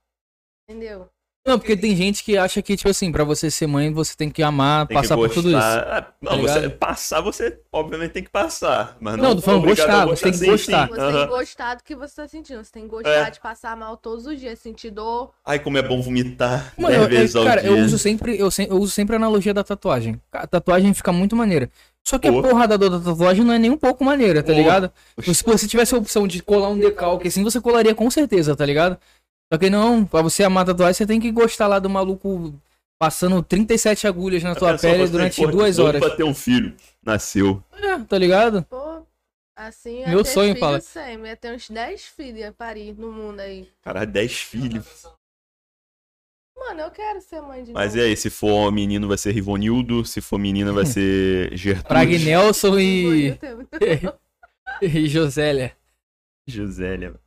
Speaker 3: Entendeu?
Speaker 1: Não, porque tem gente que acha que, tipo assim, pra você ser mãe, você tem que amar,
Speaker 2: Tem
Speaker 1: passar
Speaker 2: que
Speaker 1: por
Speaker 2: gostar.
Speaker 1: tudo isso.
Speaker 2: Ah, não,
Speaker 1: Tá
Speaker 2: você
Speaker 1: ligado?
Speaker 2: passar, você obviamente tem que passar. Mas
Speaker 1: Não,
Speaker 2: não,
Speaker 1: tô falando
Speaker 2: obrigado
Speaker 1: gostar,
Speaker 2: a
Speaker 1: você tem que
Speaker 2: sim, sim.
Speaker 1: gostar.
Speaker 3: Você tem
Speaker 2: Aham.
Speaker 3: que gostar do que você tá sentindo. Você tem que gostar
Speaker 2: É.
Speaker 3: de passar mal todos os dias, sentir dor.
Speaker 2: Ai, como é bom vomitar
Speaker 1: Mano,
Speaker 2: dez
Speaker 1: eu-
Speaker 2: vezes
Speaker 1: eu,
Speaker 2: ao
Speaker 1: cara,
Speaker 2: dia.
Speaker 1: eu uso sempre, eu, sem- eu uso sempre a analogia da tatuagem. A tatuagem fica muito maneira. Só que
Speaker 2: Pô.
Speaker 1: a porra da dor da tatuagem não é nem um pouco maneira, tá
Speaker 2: Pô.
Speaker 1: ligado? Se você tivesse a opção de colar um decalque assim, você colaria com certeza, tá ligado? Só que não, pra você amar a tatuagem, você tem que gostar lá do maluco passando 37 agulhas na
Speaker 2: A
Speaker 1: tua
Speaker 2: pessoa
Speaker 1: pele
Speaker 2: fala assim,
Speaker 1: durante
Speaker 2: "Pô,
Speaker 1: duas
Speaker 2: doido
Speaker 1: horas.
Speaker 2: pra ter um filho. Nasceu.
Speaker 1: É, tá ligado?
Speaker 3: Pô, assim, eu
Speaker 1: Meu
Speaker 3: ia ter
Speaker 1: sonho,
Speaker 3: filho
Speaker 1: fala.
Speaker 3: sempre. Ia ter uns 10 filhos a parir no mundo aí.
Speaker 2: Caralho, dez filhos.
Speaker 3: Mano, eu quero ser mãe de
Speaker 2: Mas é e
Speaker 3: novo.
Speaker 2: aí, se for menino vai ser Rivonildo, se for menina vai ser Gertrude.
Speaker 1: Prague Nelson
Speaker 3: Engoliu
Speaker 1: e,
Speaker 3: o tempo.
Speaker 1: e Josélia.
Speaker 2: Josélia.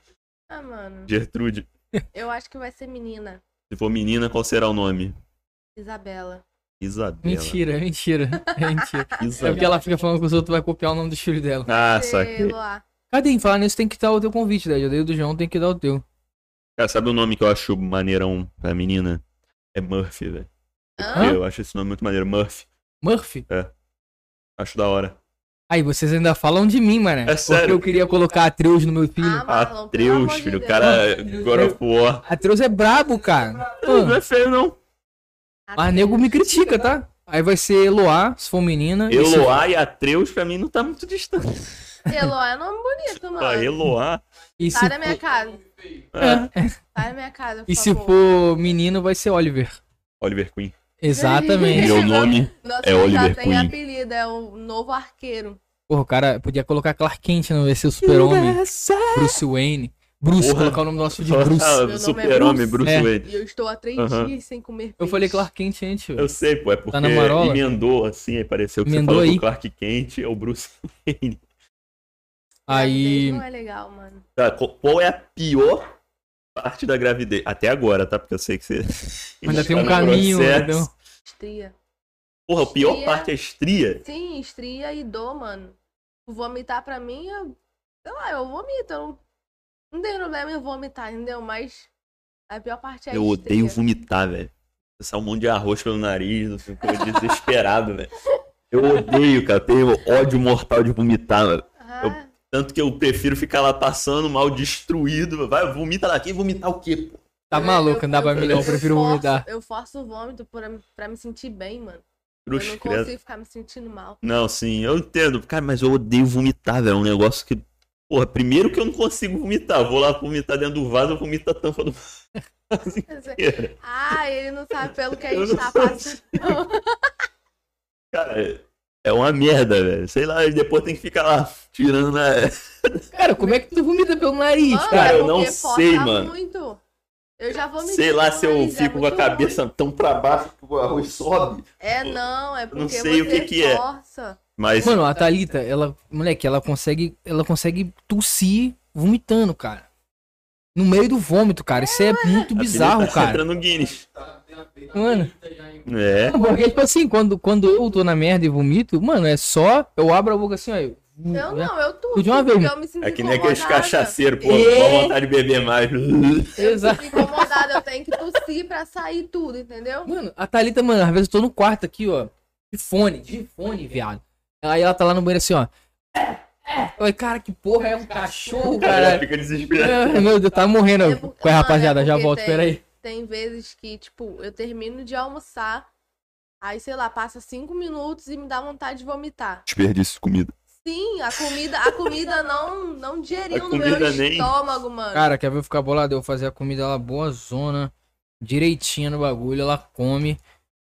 Speaker 3: Ah, mano.
Speaker 2: Gertrude.
Speaker 3: Eu acho que vai ser menina.
Speaker 2: Se for menina, qual será o nome?
Speaker 3: Isabela.
Speaker 2: Isabela.
Speaker 1: Mentira, mentira. É mentira. É porque
Speaker 2: Isabela.
Speaker 1: ela fica falando que os outros vai copiar o nome dos filhos dela.
Speaker 2: Ah,
Speaker 3: Sei
Speaker 2: saquei.
Speaker 3: lá.
Speaker 1: Cadê? Em falar nisso, tem que dar o teu convite, né? Eu dei o do João, tem que dar o teu.
Speaker 2: Cara, sabe o nome que eu acho maneirão pra menina? É Murphy, velho.
Speaker 3: Hã?
Speaker 2: Eu acho esse nome muito maneiro. Murphy.
Speaker 1: Murphy?
Speaker 2: Acho da hora.
Speaker 1: Aí, vocês ainda falam de mim, mano. Porque
Speaker 2: É sério?
Speaker 1: eu queria colocar Atreus no meu filho.
Speaker 3: Ah, Marlon, pelo amor
Speaker 2: Atreus,
Speaker 3: de
Speaker 2: filho. O
Speaker 3: Deus.
Speaker 2: cara é God of War.
Speaker 1: Atreus é brabo, cara. Pô,
Speaker 2: Não é feio, não.
Speaker 1: mas Ah, nego me critica, tá? Aí vai ser Eloá, se for menina. e se-
Speaker 2: Eloá e Atreus pra mim não tá muito distante.
Speaker 3: Eloá é nome bonito, mano.
Speaker 2: Ah, Eloá.
Speaker 1: E se,
Speaker 3: Sai da minha casa.
Speaker 2: Ah,
Speaker 3: Sai da minha casa, por
Speaker 1: e se
Speaker 3: favor.
Speaker 1: for menino, vai ser Oliver.
Speaker 2: Oliver Queen.
Speaker 1: Exatamente.
Speaker 2: Meu nome
Speaker 3: Nossa,
Speaker 2: é
Speaker 3: já
Speaker 2: Oliver
Speaker 3: tem
Speaker 2: Queen.
Speaker 3: apelido, é o novo arqueiro.
Speaker 1: Porra, o cara podia colocar Clark Kent no VC Super-Homem. Bruce Wayne. Bruce,
Speaker 2: Porra.
Speaker 1: colocar o nome nosso de Bruce.
Speaker 3: nome é
Speaker 2: Super-Homem,
Speaker 3: Bruce.
Speaker 2: Bruce
Speaker 1: É.
Speaker 2: Wayne.
Speaker 3: E eu estou há três
Speaker 2: Aham.
Speaker 3: dias sem comer peixe.
Speaker 1: Eu falei Clark Kent antes, velho.
Speaker 2: Eu sei, pô, é porque
Speaker 1: Tá na marola?
Speaker 2: emendou assim, aí pareceu que
Speaker 1: Emendou
Speaker 2: você falou
Speaker 1: aí.
Speaker 2: do Clark Kent é o Bruce Wayne.
Speaker 1: Aí.
Speaker 3: Não é legal, mano.
Speaker 2: Tá, qual- qual é a pior parte da gravidez? Até agora, tá? Porque eu sei que você.
Speaker 1: Ainda tem
Speaker 2: tá
Speaker 1: um
Speaker 2: no
Speaker 1: caminho,
Speaker 2: processo.
Speaker 1: entendeu?
Speaker 3: Estria.
Speaker 2: Porra, a pior
Speaker 3: Estria.
Speaker 2: parte é estria.
Speaker 3: Sim, estria e dor, mano. Vomitar pra mim, eu... sei lá, eu vomito. Eu não... não tem problema em vomitar, entendeu? Mas a pior parte é a
Speaker 2: Eu odeio
Speaker 3: estria.
Speaker 2: vomitar, velho. Passar um monte de arroz pelo nariz, eu fico desesperado, velho. Eu odeio, cara. Eu tenho ódio mortal de vomitar, velho.
Speaker 3: Ah,
Speaker 2: Tanto que eu prefiro ficar lá passando mal, destruído. Vai, vomita lá. Quem vomitar o quê, pô?
Speaker 3: é,
Speaker 1: Tá maluco, não dá pra mim não, eu prefiro
Speaker 3: forço-
Speaker 1: vomitar.
Speaker 3: Eu forço o vômito pra, pra me sentir bem, mano. eu
Speaker 2: Cruz
Speaker 3: não
Speaker 2: credo.
Speaker 3: consigo ficar me sentindo mal.
Speaker 2: Não, sim, eu entendo. Cara, mas eu odeio vomitar, velho. É um negócio que. Porra, primeiro que eu não consigo vomitar. Eu Vou lá vomitar dentro do vaso, eu vomito a tampa do vaso inteira.
Speaker 3: Ah, ele não sabe pelo que a
Speaker 2: Eu
Speaker 3: gente
Speaker 2: não
Speaker 3: tá
Speaker 2: sei.
Speaker 3: passando.
Speaker 2: Cara, é- é uma merda, velho. Sei lá, e depois tem que ficar lá tirando né? a.
Speaker 1: Cara, como é que tu vomita pelo nariz,
Speaker 3: Mano, é
Speaker 2: Cara,
Speaker 1: cara?
Speaker 2: eu não
Speaker 3: porque força
Speaker 2: sei, mano.
Speaker 3: Muito. Eu já vou
Speaker 2: Sei lá se eu fico com a cabeça tão pra baixo que o arroz sobe.
Speaker 3: É, não, é porque
Speaker 2: não sei o
Speaker 3: você
Speaker 2: que que é.
Speaker 3: força.
Speaker 2: Mas.
Speaker 1: Mano, a Thalita, ela, moleque, ela consegue, ela consegue tossir vomitando, cara. No meio do vômito, cara. Isso é muito
Speaker 2: a
Speaker 1: bizarro,
Speaker 2: Felipe tá
Speaker 1: cara.
Speaker 2: entrando no Guinness.
Speaker 1: Mano,
Speaker 2: É.
Speaker 1: porque, tipo assim, quando, quando eu tô na merda e vomito, mano, é só. Eu abro a boca assim, ó. Eu,
Speaker 3: Eu
Speaker 1: né?
Speaker 3: não, eu tudo.
Speaker 1: Tudo de uma vez.
Speaker 3: porque eu me sinto
Speaker 2: É que nem aqueles
Speaker 3: incomodada.
Speaker 2: cachaceiros, pô.
Speaker 1: É.
Speaker 2: Dá vontade de beber mais.
Speaker 3: Eu me
Speaker 1: Exato.
Speaker 3: sinto incomodada, eu tenho que tossir pra sair tudo, entendeu?
Speaker 1: Mano, a Thalita, mano, às vezes eu tô no quarto aqui, ó. De fone, de fone, viado. Aí ela tá lá no banheiro assim, ó. Eu falei, cara, que porra, é um cachorro,
Speaker 2: Cara, já
Speaker 1: cara.
Speaker 2: fica desesperado.
Speaker 1: Ah, Meu Deus, tá morrendo.
Speaker 3: É porque-
Speaker 1: Qual é,
Speaker 3: mano,
Speaker 1: rapaziada?
Speaker 3: é
Speaker 1: Já
Speaker 3: porque
Speaker 1: volto,
Speaker 3: tem-
Speaker 1: peraí.
Speaker 3: Tem vezes que, tipo, eu termino de almoçar, aí, sei lá, passa cinco minutos e me dá vontade de vomitar.
Speaker 2: Desperdício de comida.
Speaker 3: Sim, a comida, a comida não, não
Speaker 2: A
Speaker 3: digeriu no
Speaker 2: comida
Speaker 3: meu
Speaker 2: nem-
Speaker 3: estômago, mano.
Speaker 1: Cara, quer ver eu ficar bolado? Eu fazer a comida ela boa zona, direitinha no bagulho, ela come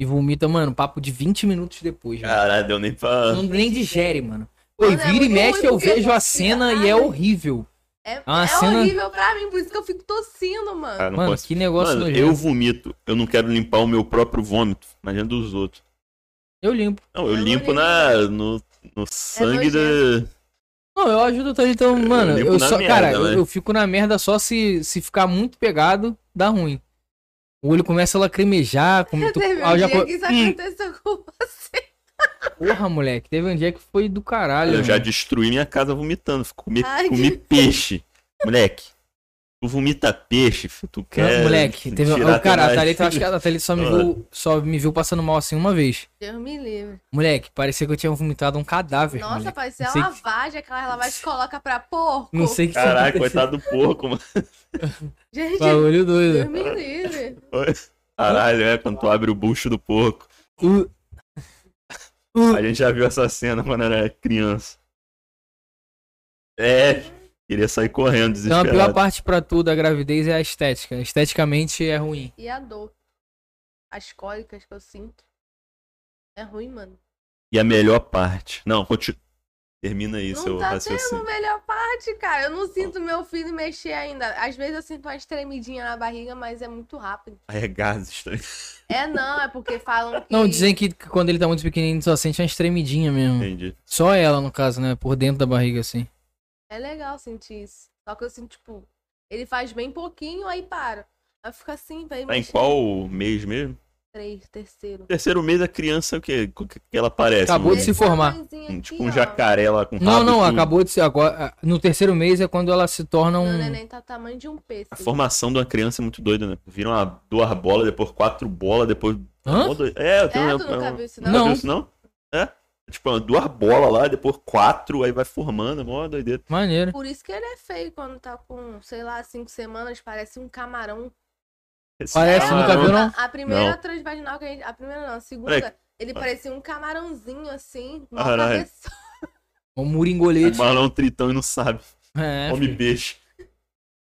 Speaker 1: e vomita, mano, papo de 20 minutos depois, mano.
Speaker 2: Caralho, deu nem pra.
Speaker 1: Não nem digere, mano. Pô, e
Speaker 3: Mano, é
Speaker 1: vira e
Speaker 3: muito
Speaker 1: mexe,
Speaker 3: ruim
Speaker 1: eu
Speaker 3: porque eu
Speaker 1: vejo a
Speaker 3: consigo-
Speaker 1: cena e é
Speaker 3: Ai.
Speaker 1: horrível.
Speaker 3: é
Speaker 1: uma
Speaker 3: é
Speaker 1: cena-
Speaker 3: horrível pra mim, por isso que eu fico tossindo, mano.
Speaker 2: Ah, não
Speaker 1: Mano,
Speaker 2: posso.
Speaker 1: que negócio
Speaker 2: Mano,
Speaker 1: nojento.
Speaker 2: eu vomito. Eu não quero limpar o meu próprio vômito. Imagina dos outros.
Speaker 1: Eu limpo.
Speaker 2: Não, eu,
Speaker 3: Eu não
Speaker 2: limpo na, no,
Speaker 3: É
Speaker 2: no sangue da.
Speaker 1: Não, eu ajudo também, então, mano,
Speaker 2: limpo
Speaker 1: eu
Speaker 2: na
Speaker 1: só,
Speaker 2: merda,
Speaker 1: cara, eu,
Speaker 2: né?
Speaker 1: eu fico na merda só se, se ficar muito pegado, dá ruim. O olho começa a lacrimejar, como tu,
Speaker 3: Teve
Speaker 1: ah,
Speaker 3: um
Speaker 1: eu já
Speaker 3: dia
Speaker 1: co-
Speaker 3: que isso
Speaker 1: Hum,
Speaker 3: aconteceu com você.
Speaker 1: porra, moleque, teve um dia que foi do caralho.
Speaker 2: Eu já
Speaker 1: mano.
Speaker 2: destruí minha casa vomitando. Fui Comi,
Speaker 3: Ai,
Speaker 2: comi
Speaker 3: que-
Speaker 2: peixe. Moleque, tu vomita peixe, fi, tu
Speaker 1: Não,
Speaker 2: quer.
Speaker 1: moleque, teve
Speaker 2: tirar
Speaker 1: o cara, a
Speaker 2: teu
Speaker 1: Thalita, eu acho que
Speaker 2: nariz?
Speaker 1: a Thalita só me,
Speaker 2: Mano.
Speaker 1: viu, só me viu passando mal assim uma vez.
Speaker 3: Deus me livre.
Speaker 1: Moleque, parecia que eu tinha vomitado um cadáver.
Speaker 3: Nossa,
Speaker 1: moleque.
Speaker 3: parecia
Speaker 1: Não
Speaker 3: uma
Speaker 1: sei que-
Speaker 3: lavagem, aquela lavagem que coloca pra porco.
Speaker 1: Não sei o que tinha
Speaker 2: Caralho,
Speaker 1: acontecido.
Speaker 2: coitado do porco, mano.
Speaker 3: Gente,
Speaker 1: Bagulho é
Speaker 3: Deus
Speaker 1: doido.
Speaker 3: me livre.
Speaker 2: Caralho, é quando tu abre o bucho do porco.
Speaker 1: Uh, uh,
Speaker 2: A gente já viu essa cena quando era criança. É, queria sair correndo,
Speaker 1: Então a pior
Speaker 2: desesperado.
Speaker 1: parte pra tudo da gravidez é a estética. Esteticamente é ruim.
Speaker 3: E a dor. As cólicas que eu sinto. É ruim, mano.
Speaker 2: E a melhor parte. Não, continua. Termina aí
Speaker 3: não
Speaker 2: seu
Speaker 3: tá tendo
Speaker 2: raciocínio.
Speaker 3: melhor parte, cara. Eu não sinto meu filho mexer ainda. Às vezes eu sinto uma tremidinha na barriga, mas é muito rápido.
Speaker 2: Aí é gases, tá?
Speaker 3: É não, é porque falam que...
Speaker 1: Não, dizem que quando ele tá muito pequenininho só sente uma estremidinha mesmo.
Speaker 2: Entendi.
Speaker 1: Só ela, no caso, né? Por dentro da barriga, assim.
Speaker 3: É legal sentir isso. Só que eu sinto, tipo, ele faz bem pouquinho, aí para. Aí fica assim, vai
Speaker 2: Tá em
Speaker 3: mexer.
Speaker 2: qual mês mesmo?
Speaker 3: Três, terceiro.
Speaker 2: Terceiro mês a criança, o quê? O que que ela parece?
Speaker 1: Acabou
Speaker 2: Um-
Speaker 1: de se formar.
Speaker 3: tamanhozinho
Speaker 2: um-
Speaker 3: aqui,
Speaker 2: Tipo um
Speaker 3: ó.
Speaker 2: jacaré lá com
Speaker 1: Não,
Speaker 2: rabo e
Speaker 1: não,
Speaker 2: tudo.
Speaker 1: acabou de ser. Agora, no terceiro mês é quando ela se torna
Speaker 2: Hum.
Speaker 3: Meu
Speaker 1: um.
Speaker 3: neném tá tamanho de um pêssego.
Speaker 2: A formação de uma criança é muito doida, né? Viram uma, duas bolas, depois quatro bolas, depois.
Speaker 1: Hã?
Speaker 2: Mó doido. É, eu tenho
Speaker 3: É,
Speaker 2: uma-
Speaker 3: tu nunca viu isso,
Speaker 2: Nunca
Speaker 3: não?
Speaker 1: Não.
Speaker 2: viu isso, não? É? Tipo, duas bolas lá, depois quatro, aí vai formando, mó doideira.
Speaker 1: Maneiro.
Speaker 3: Por isso que ele é feio quando tá com, sei lá, cinco semanas, parece um camarão.
Speaker 2: Esse
Speaker 1: Parece,
Speaker 2: camarão-
Speaker 1: nunca viu, não?
Speaker 3: A primeira
Speaker 2: Ah, Não. Ah.
Speaker 3: transvaginal que a gente. A primeira não, a segunda,
Speaker 2: Moleque.
Speaker 3: ele parecia um camarãozinho assim, uma
Speaker 2: Caralho.
Speaker 3: cabeça.
Speaker 1: Um muringolete.
Speaker 2: O Marlon é um tritão e não sabe.
Speaker 1: É,
Speaker 2: Homem
Speaker 1: filho.
Speaker 2: peixe.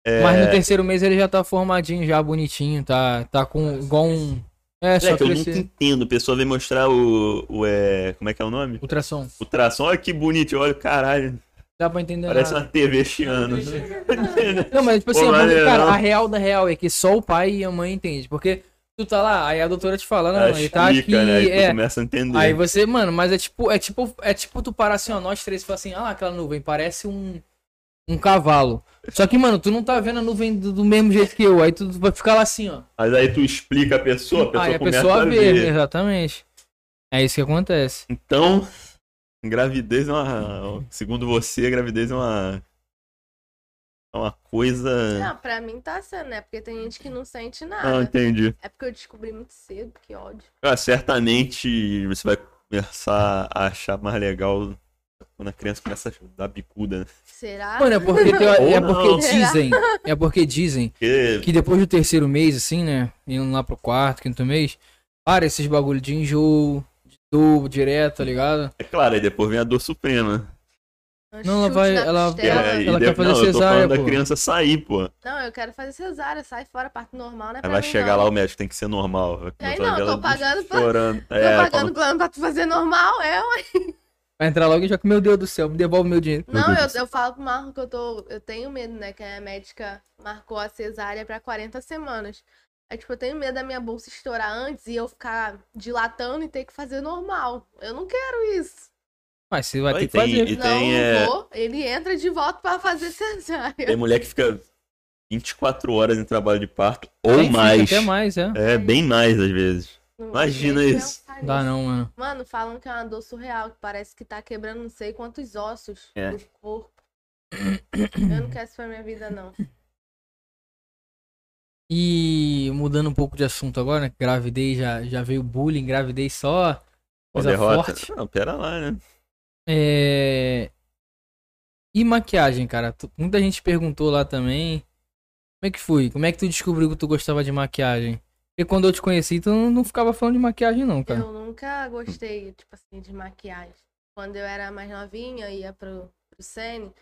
Speaker 1: Mas
Speaker 2: É.
Speaker 1: no terceiro mês ele já tá formadinho, já bonitinho, tá, tá com igual um. É, só
Speaker 2: Moleque, eu nunca
Speaker 1: crescer.
Speaker 2: entendo. A pessoa vem mostrar o. o é... Como é que é o nome?
Speaker 1: Ultrassom.
Speaker 2: O tração. Olha que bonito, olha, caralho.
Speaker 1: Dá pra entender
Speaker 2: Parece
Speaker 1: nada.
Speaker 2: uma TV chiana.
Speaker 1: Não, mas tipo assim,
Speaker 2: Pô, né?
Speaker 1: é bom que,
Speaker 2: maneirão.
Speaker 1: cara, a real da real é que só o pai e a mãe entendem. Porque tu tá lá, aí a doutora te fala, não, ele tá aqui.
Speaker 2: né? Aí tu
Speaker 1: é.
Speaker 2: começa a entender.
Speaker 1: Aí você, mano, mas é tipo, é tipo, é tipo tu parar assim, ó, nós três e falar assim, ah lá, aquela nuvem, parece um, um cavalo. Só que, mano, tu não tá vendo a nuvem do, do mesmo jeito que eu. Aí tu vai ficar lá assim, ó.
Speaker 2: Mas aí tu explica a pessoa, a pessoa
Speaker 1: Aí a
Speaker 2: começa
Speaker 1: pessoa
Speaker 2: a
Speaker 1: vê, né?
Speaker 2: ver.
Speaker 1: exatamente. É isso que acontece.
Speaker 2: Então, gravidez é uma. Segundo você, gravidez é uma. É Ah. uma coisa.
Speaker 3: Não, pra mim tá sendo, né? Porque tem gente que não sente nada.
Speaker 2: Não, entendi.
Speaker 3: É porque eu descobri muito cedo, que ódio.
Speaker 2: Ah, certamente você vai começar a achar mais legal quando a criança começa a dar bicuda, né?
Speaker 3: Será?
Speaker 1: Mano, é porque, teo-
Speaker 2: Ou
Speaker 1: é
Speaker 2: não.
Speaker 1: porque dizem, é porque dizem
Speaker 2: Porque
Speaker 1: que depois do terceiro mês, assim, né, indo lá pro quarto, quinto mês, para esses bagulho de enjoo, de dor direto, tá ligado?
Speaker 2: É claro, aí depois vem a dor suprema.
Speaker 3: Um
Speaker 1: Não, ela
Speaker 3: chute
Speaker 1: vai-
Speaker 3: na
Speaker 1: ela-
Speaker 2: É,
Speaker 3: costela.
Speaker 1: ela
Speaker 2: e
Speaker 1: quer fazer
Speaker 2: não, eu tô
Speaker 1: cesárea,
Speaker 2: falando da
Speaker 1: pô.
Speaker 2: criança sair, pô. Aí
Speaker 3: Não, eu quero fazer cesárea, sai fora, parte normal, né?
Speaker 2: vai chegar lá, o médico tem que ser normal. vai
Speaker 3: Aí
Speaker 2: começar
Speaker 3: não,
Speaker 2: a ver
Speaker 3: eu tô
Speaker 2: ela
Speaker 3: pagando pra-
Speaker 2: chorando.
Speaker 3: Tô
Speaker 2: É,
Speaker 3: pagando plano pra tu fazer normal, é, ué.
Speaker 1: Vai entrar logo e já que, meu Deus do céu, me devolve meu dinheiro.
Speaker 3: Não,
Speaker 2: Deus
Speaker 3: eu, eu falo pro Marco que eu tô. Eu tenho medo, né? Que a médica marcou a cesárea pra 40 semanas. Aí, tipo, eu tenho medo da minha bolsa estourar antes e eu ficar dilatando e ter que fazer normal. Eu não quero isso.
Speaker 1: Mas você vai
Speaker 2: Aí
Speaker 1: ter que
Speaker 2: tem-
Speaker 1: fazer.
Speaker 2: E
Speaker 3: não,
Speaker 2: tem,
Speaker 3: não
Speaker 2: é-
Speaker 3: vou. Ele entra de volta pra fazer cesárea.
Speaker 2: Tem mulher que fica 24 horas em trabalho de parto ou
Speaker 1: Nem fica,
Speaker 2: mais.
Speaker 1: Até mais, é.
Speaker 2: É, bem mais às vezes.
Speaker 3: Não-
Speaker 2: imagina
Speaker 3: nem
Speaker 2: isso.
Speaker 3: pensar
Speaker 1: Não dá
Speaker 3: nisso.
Speaker 1: não, mano.
Speaker 3: Mano, falam que é uma dor surreal, que parece que tá quebrando não sei quantos ossos
Speaker 2: É.
Speaker 3: do corpo. Eu não quero isso pra minha vida, não.
Speaker 1: E mudando um pouco de assunto agora, né? Gravidez já, já veio bullying, gravidez só.
Speaker 2: Ou
Speaker 1: Coisa
Speaker 2: derrota.
Speaker 1: forte.
Speaker 2: Não, pera lá, né?
Speaker 1: É... E maquiagem, cara? Tu- Muita gente perguntou lá também. Como é que foi? Como é que tu descobriu que tu gostava de maquiagem? Porque quando eu te conheci, tu não, não ficava falando de maquiagem, não, cara.
Speaker 3: Eu nunca gostei, tipo assim, de maquiagem. Quando eu era mais novinha, eu ia pro, pro Sene. Não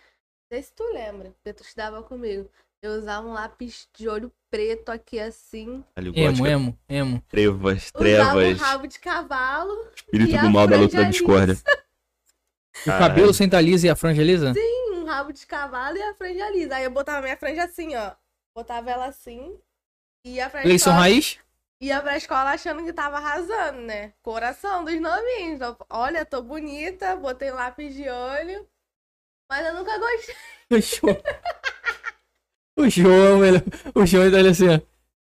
Speaker 3: sei se tu lembra, porque tu estudava comigo. Eu usava um lápis de olho preto aqui assim.
Speaker 2: Ali o
Speaker 1: Emo,
Speaker 2: gótico,
Speaker 1: emo, emo.
Speaker 2: Trevas,
Speaker 3: Usava um
Speaker 2: trevas.
Speaker 3: rabo de cavalo.
Speaker 2: Espírito
Speaker 3: e
Speaker 2: do
Speaker 3: a
Speaker 2: mal da luta da
Speaker 3: franja
Speaker 1: E
Speaker 2: discórdia.
Speaker 1: o
Speaker 2: Caralho.
Speaker 1: cabelo senta lisa e a franja lisa? Sim.
Speaker 3: lisa, Um rabo de cavalo e a franja lisa. Aí eu botava minha franja assim, ó. Botava ela assim. E ia pra
Speaker 1: Gleison
Speaker 3: escola-
Speaker 1: Raiz?
Speaker 3: Ia pra escola achando que tava arrasando, né? Coração dos novinhos. Eu, Olha, tô bonita, botei lápis de olho. Mas eu nunca gostei.
Speaker 1: O João. o João, ele... O João tá ali assim, ó.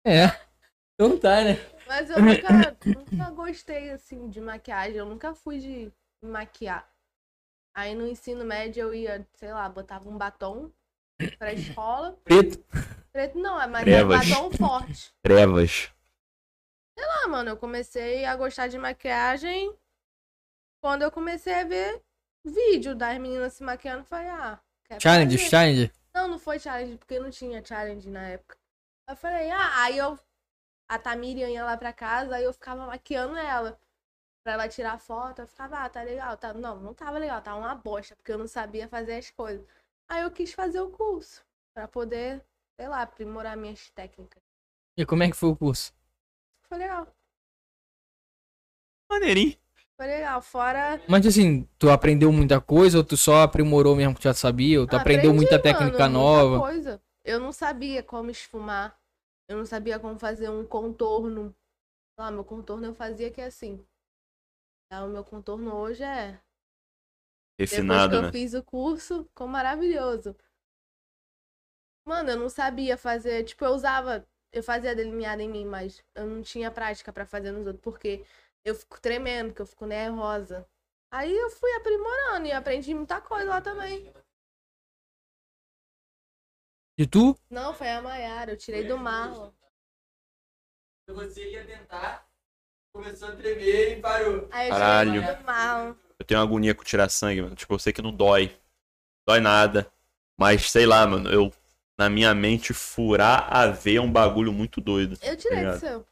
Speaker 1: É. Então tá, né?
Speaker 3: Mas eu nunca, nunca gostei, assim, de maquiagem. Eu nunca fui de me maquiar. Aí no ensino médio eu ia, sei lá, botava um batom pra escola.
Speaker 1: Preto.
Speaker 3: Preto não, é mas é
Speaker 2: Trevas.
Speaker 3: batom forte.
Speaker 2: Trevas.
Speaker 3: Ah, mano, eu comecei a gostar de maquiagem quando eu comecei a ver vídeo das meninas se maquiando. Eu Falei, ah, quero
Speaker 1: Challenge,
Speaker 3: fazer.
Speaker 1: challenge.
Speaker 3: Não, não foi challenge, porque não tinha challenge na época. Eu falei, ah, aí eu. A Tamirian ia lá pra casa, aí eu ficava maquiando ela. Pra ela tirar foto, eu ficava, ah, tá legal, tá. Não, não tava legal, tava uma bosta, porque eu não sabia fazer as coisas. Aí eu quis fazer o curso, pra poder, sei lá, aprimorar minhas técnicas.
Speaker 1: E como é que foi o curso?
Speaker 3: Foi legal.
Speaker 2: Maneirinho.
Speaker 3: Foi legal. Fora.
Speaker 1: Mas assim, tu aprendeu muita coisa ou tu só aprimorou mesmo que tu já sabia? Ou tu
Speaker 3: Ah,
Speaker 1: aprendeu
Speaker 3: aprendi,
Speaker 1: muita
Speaker 3: mano,
Speaker 1: técnica
Speaker 3: muita
Speaker 1: nova?
Speaker 3: coisa. Eu não sabia como esfumar. Eu não sabia como fazer um contorno. Sei lá, meu contorno eu fazia que é assim. Tá, o meu contorno hoje é. Depois que
Speaker 2: Refinado,
Speaker 3: eu
Speaker 2: né?
Speaker 3: fiz o curso, ficou maravilhoso. Mano, eu não sabia fazer. Tipo, eu usava. Eu fazia delineado em mim, mas eu não tinha prática pra fazer nos outros, porque eu fico tremendo, que eu fico nervosa. Aí eu fui aprimorando e aprendi muita coisa lá também.
Speaker 1: E tu?
Speaker 3: Não, foi a Maiara, eu tirei do Marlon.
Speaker 4: Você ia tentar, começou a tremer e parou.
Speaker 3: Aí eu
Speaker 2: Caralho.
Speaker 3: tirei do Marlon.
Speaker 2: Eu tenho uma agonia com tirar sangue, mano. Tipo, eu sei que não dói. Dói nada. Mas sei lá, mano, eu. Na minha mente, furar a veia é um bagulho muito doido.
Speaker 3: Eu tirei do
Speaker 2: Obrigado.
Speaker 3: seu.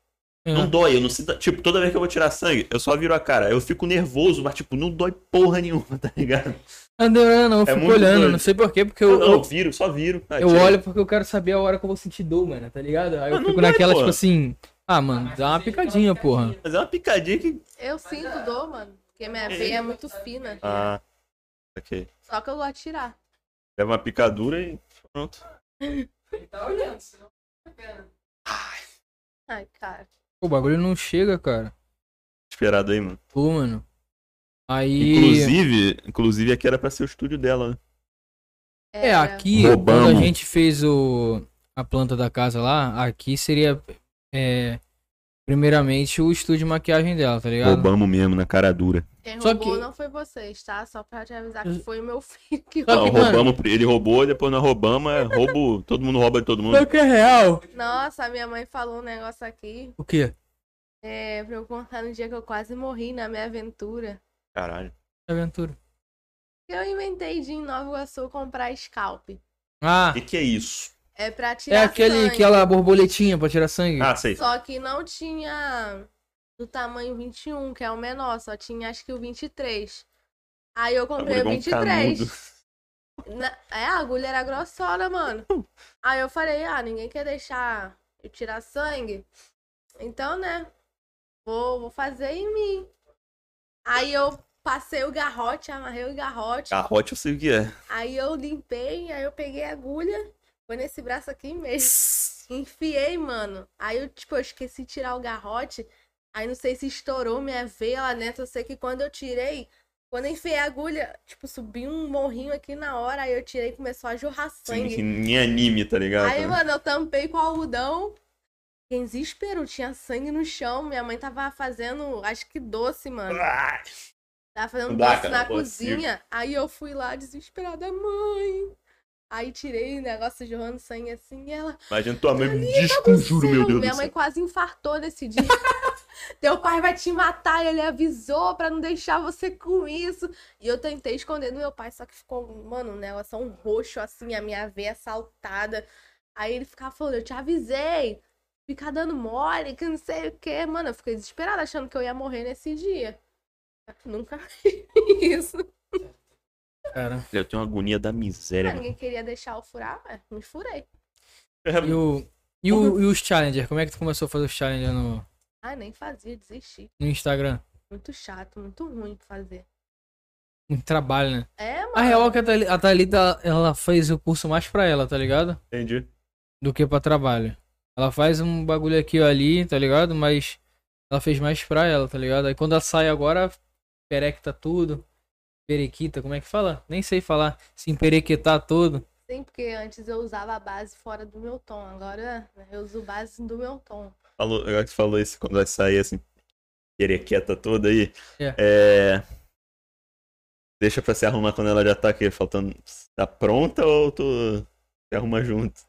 Speaker 1: Ah.
Speaker 2: Não dói, eu não sinto. Tipo, toda vez que eu vou tirar sangue, eu só viro a cara. Eu fico nervoso, mas, tipo, não dói porra nenhuma, tá ligado?
Speaker 1: Ah, não, não, não, eu fico
Speaker 2: É muito
Speaker 1: olhando,
Speaker 2: doido.
Speaker 1: não sei porquê, porque
Speaker 2: Eu,
Speaker 1: eu,
Speaker 2: não, eu viro, só viro. Ah,
Speaker 1: eu
Speaker 2: tira.
Speaker 1: olho porque eu quero saber a hora que eu vou sentir dor, mano, tá ligado? Aí eu
Speaker 2: Mas não
Speaker 1: fico
Speaker 2: dói,
Speaker 1: naquela,
Speaker 2: porra.
Speaker 1: tipo assim, ah, mano, dá uma picadinha, porra.
Speaker 2: Mas é uma picadinha que.
Speaker 3: Eu sinto dor, mano. Porque minha veia é muito fina.
Speaker 2: Ah. Ok.
Speaker 3: Só que eu gosto de tirar.
Speaker 2: Leva uma picadura e pronto.
Speaker 4: Ele tá olhando, senão não tá vale a pena.
Speaker 3: Ai, cara.
Speaker 1: Pô, o bagulho não chega, cara.
Speaker 2: Esperado aí, mano.
Speaker 1: Pô, mano. Aí.
Speaker 2: Inclusive, inclusive aqui era pra ser o estúdio dela, né?
Speaker 1: É,
Speaker 3: Era-
Speaker 1: aqui,
Speaker 2: Roubamos.
Speaker 1: quando a gente fez o, a planta da casa lá, aqui seria, é, primeiramente, o estúdio de maquiagem dela, tá ligado?
Speaker 2: Roubamos mesmo, na cara dura.
Speaker 3: Quem
Speaker 1: Só
Speaker 3: roubou
Speaker 1: que-
Speaker 3: não foi vocês, tá? Só pra te avisar que foi o meu filho que
Speaker 1: Só
Speaker 2: Não,
Speaker 1: que,
Speaker 3: roubou.
Speaker 1: mano-
Speaker 2: roubamos, pra- ele roubou, depois nós roubamos, é roubo, todo mundo rouba de todo mundo.
Speaker 1: que é real.
Speaker 3: Nossa, minha mãe falou um negócio aqui.
Speaker 1: O quê?
Speaker 3: É, pra eu contar no dia que eu quase morri na minha aventura.
Speaker 2: Caralho.
Speaker 1: Aventura.
Speaker 3: Eu inventei de ir em Nova Iguaçu comprar scalp.
Speaker 1: Ah,
Speaker 2: O que, que é isso?
Speaker 3: É pra tirar
Speaker 1: é aquele,
Speaker 3: sangue.
Speaker 1: aquela borboletinha pra tirar sangue.
Speaker 2: Ah, sei.
Speaker 3: Só que não tinha do tamanho 21, que é o menor. Só tinha acho que o 23. Aí eu comprei
Speaker 2: Agulha
Speaker 3: o
Speaker 2: igual um
Speaker 3: 23.
Speaker 2: canudo.
Speaker 3: Na- É, a agulha era grossona, mano. Aí eu falei, ah, ninguém quer deixar eu tirar sangue. Então, né? Vou, vou fazer em mim. Aí eu passei o garrote, amarrei o garrote.
Speaker 2: Garrote eu sei o que é.
Speaker 3: Aí eu limpei, aí eu peguei a agulha. Foi nesse braço aqui mesmo. Enfiei, mano. Aí eu, tipo, eu esqueci de tirar o garrote. Aí não sei se estourou minha veia lá dentro. Eu sei que quando eu tirei, quando eu enfiei a agulha, tipo, subiu um morrinho aqui na hora. Aí eu tirei e começou a jorrar
Speaker 2: Sim,
Speaker 3: sangue.
Speaker 2: que nem anime, tá ligado?
Speaker 3: Aí, mano, eu tampei com algodão. Quem desespero, tinha sangue no chão. Minha mãe tava fazendo, acho que doce, mano.
Speaker 2: Ah,
Speaker 3: Tava fazendo
Speaker 2: Não dá,
Speaker 3: doce
Speaker 2: cara,
Speaker 3: na
Speaker 2: não é consigo.
Speaker 3: cozinha. Aí eu fui lá, desesperada, mãe. Aí tirei o negócio jorrando sangue assim e ela.
Speaker 2: Imagina tua mãe,
Speaker 3: "Meu
Speaker 2: desculpa,
Speaker 3: Deus do
Speaker 2: juro,
Speaker 3: céu,
Speaker 2: meu Deus
Speaker 3: tá Minha
Speaker 2: do
Speaker 3: mãe
Speaker 2: céu.
Speaker 3: quase infartou nesse dia. Teu pai vai te matar, ele avisou pra não deixar você com isso. E eu tentei esconder do meu pai, só que ficou, mano, um negócio um roxo assim, a minha veia saltada. Aí ele ficava falando, eu te avisei. Ficar dando mole, que não sei o que. Mano, eu fiquei desesperada achando que eu ia morrer nesse dia. Nunca vi isso.
Speaker 1: Cara.
Speaker 2: Eu tenho uma agonia da miséria,
Speaker 3: Ah,
Speaker 2: mano.
Speaker 3: ninguém queria deixar eu furar, mas me furei.
Speaker 2: é
Speaker 1: E, o, e, o- e os challengers? Como é que tu começou a fazer os challengers no,
Speaker 3: Ah, nem fazia, desisti.
Speaker 1: no Instagram?
Speaker 3: Muito chato, muito ruim de fazer.
Speaker 1: Muito trabalho, né?
Speaker 3: É, mano.
Speaker 1: A real é que a Thali- a Thalita, ela fez o curso mais pra ela, tá ligado?
Speaker 2: Entendi.
Speaker 1: do que pra trabalho. Ela faz um bagulho aqui ou ali, tá ligado? Mas ela fez mais pra ela, tá ligado? Aí quando ela sai agora, perecta tudo. Perequita, como é que fala? Nem sei falar. Se emperequetar todo.
Speaker 3: Sim, porque antes eu usava a base fora do meu tom. Agora eu uso base do meu tom.
Speaker 2: Falou, agora que tu falou isso, quando vai sair assim, perequeta toda aí.
Speaker 1: É.
Speaker 2: É. Deixa pra se arrumar quando ela já tá aqui, faltando. Tá pronta ou tu se arruma junto?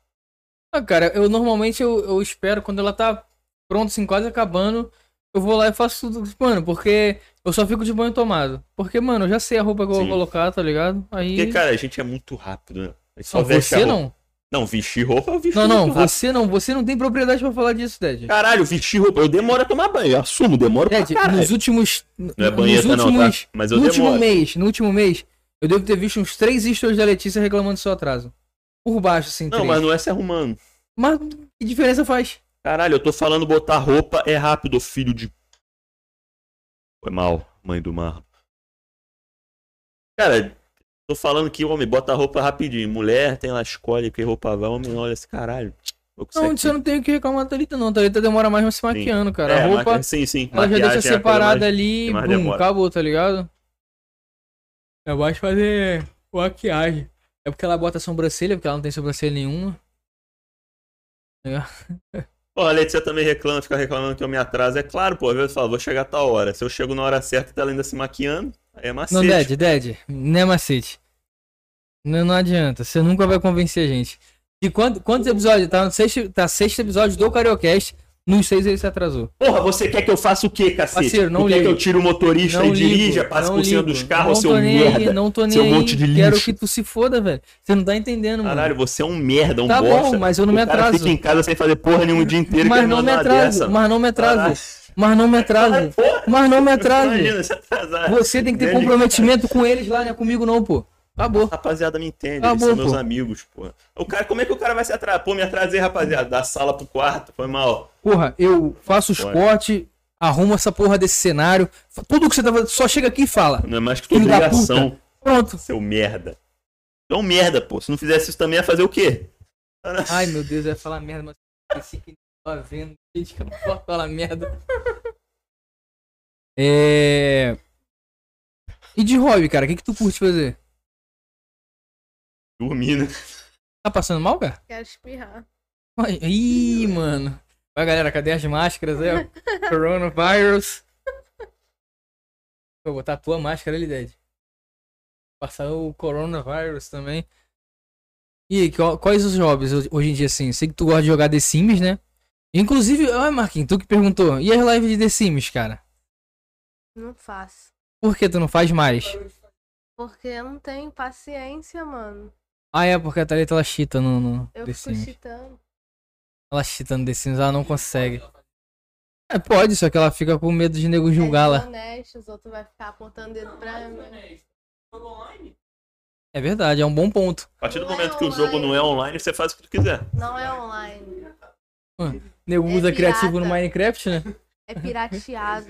Speaker 1: Ah, cara, eu normalmente eu, eu espero quando ela tá pronta, assim, quase acabando. Eu vou lá e faço tudo, mano, porque eu só fico de banho tomado. Porque, mano, eu já sei a roupa que eu
Speaker 2: Sim.
Speaker 1: vou colocar, tá ligado? Aí.
Speaker 2: Porque, cara, a gente é muito rápido, né? A gente só
Speaker 1: não,
Speaker 2: veste a
Speaker 1: você
Speaker 2: roupa.
Speaker 1: não.
Speaker 2: Não, vestir roupa eu visto
Speaker 1: Não,
Speaker 2: muito
Speaker 1: não,
Speaker 2: rápido.
Speaker 1: você não. Você não tem propriedade pra falar disso, Ted.
Speaker 2: Caralho, vestir roupa. Eu demoro a tomar banho. Eu assumo, demoro pra
Speaker 1: Ted,
Speaker 2: caralho.
Speaker 1: nos últimos.
Speaker 2: Não é
Speaker 1: nos
Speaker 2: banheta não, tá?
Speaker 1: últimos-
Speaker 2: Mas eu
Speaker 1: No último
Speaker 2: demoro.
Speaker 1: mês, no último mês, eu devo ter visto uns três stories da Letícia reclamando do seu atraso. Por baixo, assim,
Speaker 2: Não,
Speaker 1: três.
Speaker 2: mas não é se arrumando.
Speaker 1: Mas que diferença faz?
Speaker 2: Caralho, eu tô falando botar roupa é rápido, filho de. Foi mal. Mãe do Marlon. Cara, tô falando que homem bota a roupa rapidinho. Mulher tem lá, escolhe que roupa vai. Homem olha esse caralho. Vou com isso
Speaker 1: Não,
Speaker 2: aqui.
Speaker 1: você não tem o que reclamar da Thalita, não. A Thalita demora mais mas se maquiando, cara.
Speaker 2: É,
Speaker 1: a roupa,
Speaker 2: maqui- Sim, sim.
Speaker 1: ela já
Speaker 2: Maquiagem
Speaker 1: deixa
Speaker 2: é a coisa
Speaker 1: separada
Speaker 2: mais-
Speaker 1: ali e
Speaker 2: que mais
Speaker 1: bum,
Speaker 2: demora.
Speaker 1: acabou, tá ligado? Eu gosto de É fazer maquiagem. É porque ela bota sobrancelha, porque ela não tem sobrancelha nenhuma.
Speaker 2: Pô, a Letícia também reclama, fica reclamando que eu me atraso. É claro, pô, às vezes eu falo, vou chegar a tal hora. Se eu chego na hora certa e tá ela ainda se maquiando, aí é
Speaker 1: Não,
Speaker 2: macete.
Speaker 1: Ded, Ded, não é macete. Não, não adianta, você nunca vai convencer a gente. E quanto, quantos episódios? Tá no sexto, tá sexto episódio do Cariocast, nos seis ele se atrasou.
Speaker 2: Porra, você quer que eu faça o quê, cacete?
Speaker 1: Parceiro, não
Speaker 2: tu quer que
Speaker 1: ligo.
Speaker 2: eu tire o motorista e
Speaker 1: ligo,
Speaker 2: dirija, passe
Speaker 1: não
Speaker 2: por cima
Speaker 1: ligo.
Speaker 2: dos carros, seu
Speaker 1: tô nem aí,
Speaker 2: merda?
Speaker 1: não tô nem
Speaker 2: seu
Speaker 1: aí.
Speaker 2: monte de
Speaker 1: Quero
Speaker 2: lixo.
Speaker 1: que tu se foda, velho. Você não tá entendendo, mano.
Speaker 2: Caralho, você é um merda, um
Speaker 1: Tá bom,
Speaker 2: bosta.
Speaker 1: mas eu não
Speaker 2: O
Speaker 1: me
Speaker 2: cara
Speaker 1: atraso.
Speaker 2: fica em casa sem fazer porra nenhum o dia inteiro que
Speaker 1: mas
Speaker 2: ele
Speaker 1: não me
Speaker 2: manda uma
Speaker 1: atraso,
Speaker 2: dessa.
Speaker 1: mas não me
Speaker 2: Caralho.
Speaker 1: atraso, mas não me atraso, mas não me atraso.
Speaker 2: Imagina se atrasar.
Speaker 1: Você tem que ter
Speaker 2: Ele-
Speaker 1: comprometimento com eles lá, né? Comigo não, pô. Acabou.
Speaker 2: Rapaziada, me entende,
Speaker 1: Tá
Speaker 2: eles
Speaker 1: bom,
Speaker 2: são meus
Speaker 1: pô.
Speaker 2: amigos, porra. O cara, como é que o cara vai se atrasar? Pô, me atrasei, rapaziada, da sala pro quarto, foi mal.
Speaker 1: Porra, eu faço os
Speaker 2: Pode.
Speaker 1: cortes, arrumo essa porra desse cenário. fa- Tudo que você tava. Só chega aqui e fala.
Speaker 2: Não é mais que tua
Speaker 1: Filho da
Speaker 2: obrigação,
Speaker 1: Pronto.
Speaker 2: seu merda. Tu é um merda, pô. Se não fizesse isso também, ia fazer o quê?
Speaker 1: Ai, meu Deus, eu ia falar merda, mas esqueci que tá vendo. Gente, que eu não posso falar merda. É. E de hobby, cara, o que, que tu curte fazer?
Speaker 2: Dormindo.
Speaker 1: Tá passando mal, cara?
Speaker 3: Quero espirrar.
Speaker 1: Ai, Ih, mano. Vai, galera, cadê as máscaras aí? ó? Coronavirus. Vou botar a tua máscara ali, Ded. Passar o coronavírus também. E aí, qual- quais os hobbies ho- hoje em dia, assim? Sei que tu gosta de jogar The Sims, né? Inclusive, ah, Marquinhos, tu que perguntou. E as lives de The Sims, cara?
Speaker 3: Não faço.
Speaker 1: Por que tu não faz mais?
Speaker 3: Porque eu não tenho paciência, mano.
Speaker 1: Ah, é, porque a Thalita, ela chita no, no
Speaker 3: Eu
Speaker 1: The
Speaker 3: fico
Speaker 1: Sims.
Speaker 3: chitando.
Speaker 1: Ela chita no The Sims, ela não consegue. É, pode, só que ela fica com medo de nego
Speaker 3: É,
Speaker 1: julgá-la.
Speaker 3: Honesto, os outros vão ficar apontando dedo pra mim.
Speaker 4: Jogo online?
Speaker 1: É verdade, é um bom ponto.
Speaker 2: A partir do
Speaker 3: Não é
Speaker 2: momento que o
Speaker 3: online.
Speaker 2: jogo não é online, você faz o que tu quiser.
Speaker 3: Não é online.
Speaker 1: Nego
Speaker 3: É
Speaker 1: usa criativo
Speaker 3: pirata.
Speaker 1: no Minecraft, né?
Speaker 3: É pirateado.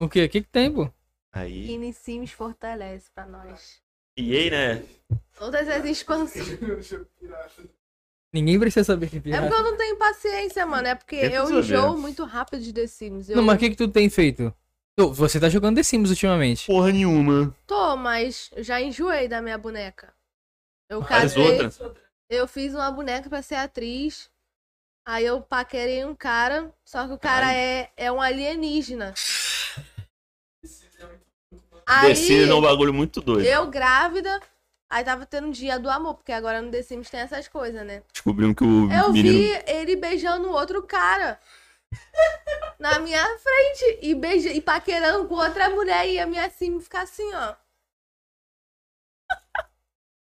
Speaker 1: O quê? O que que tem, pô?
Speaker 2: Aí.
Speaker 3: E nem Sims fortalece pra nós.
Speaker 2: E aí, né?
Speaker 3: Todas as expansões.
Speaker 1: Ninguém precisa saber que é
Speaker 3: É porque
Speaker 1: pirata.
Speaker 3: eu não tenho paciência, mano. É porque
Speaker 2: Tenta
Speaker 3: eu
Speaker 2: saber.
Speaker 3: enjoo muito rápido de The Sims. Eu
Speaker 1: Não, mas o que que tu tem feito? Tu- Você tá jogando The Sims ultimamente.
Speaker 2: Porra nenhuma.
Speaker 3: tô, mas já enjoei da minha boneca. Eu
Speaker 2: Faz
Speaker 3: casei.
Speaker 2: Ah, outra.
Speaker 3: Eu fiz uma boneca pra ser atriz. Aí eu paquerei um cara, só que o cara é, é um alienígena. Aí
Speaker 2: Descida é um bagulho muito doido.
Speaker 3: eu grávida, aí tava tendo dia do amor, porque agora no The Sims tem essas coisas, né?
Speaker 2: Descobrimos que o
Speaker 3: Eu
Speaker 2: menino.
Speaker 3: vi ele beijando outro cara na minha frente e, beija, e paquerando com outra mulher e a minha sim ficar assim, ó.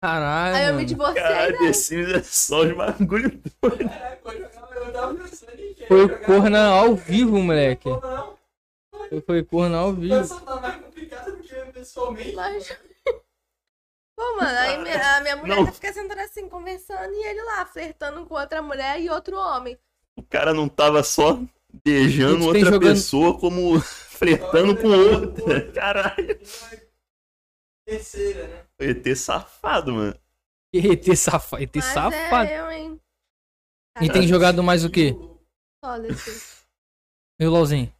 Speaker 1: Caralho,
Speaker 3: Aí eu me
Speaker 1: mano.
Speaker 3: divorciei.
Speaker 2: Caralho,
Speaker 3: né?
Speaker 2: The Sims é só os bagulhos doidos.
Speaker 4: Caraca, eu jogava, eu tava pensando em quem?
Speaker 1: Foi
Speaker 4: Eu jogava-
Speaker 1: corna ao vivo, moleque.
Speaker 4: Não, não.
Speaker 1: Foi corno ao vivo.
Speaker 4: Eu sou tá mais complicado do que pessoalmente.
Speaker 3: Mas... Pô, mano, aí me- a minha mulher
Speaker 2: Não.
Speaker 3: tá fica sentada assim, conversando, e ele lá, flertando com outra mulher e outro homem.
Speaker 2: O cara não tava só beijando
Speaker 1: Gente, vem
Speaker 2: outra
Speaker 1: jogando-
Speaker 2: pessoa, como flertando com outra. Caralho.
Speaker 4: Terceira, né?
Speaker 2: ET safado, mano.
Speaker 1: ET safado. ET
Speaker 3: Mas
Speaker 1: safado.
Speaker 3: é eu, hein?
Speaker 1: E tem jogado mais o quê?
Speaker 3: Só desse.
Speaker 1: E o LOLzinho?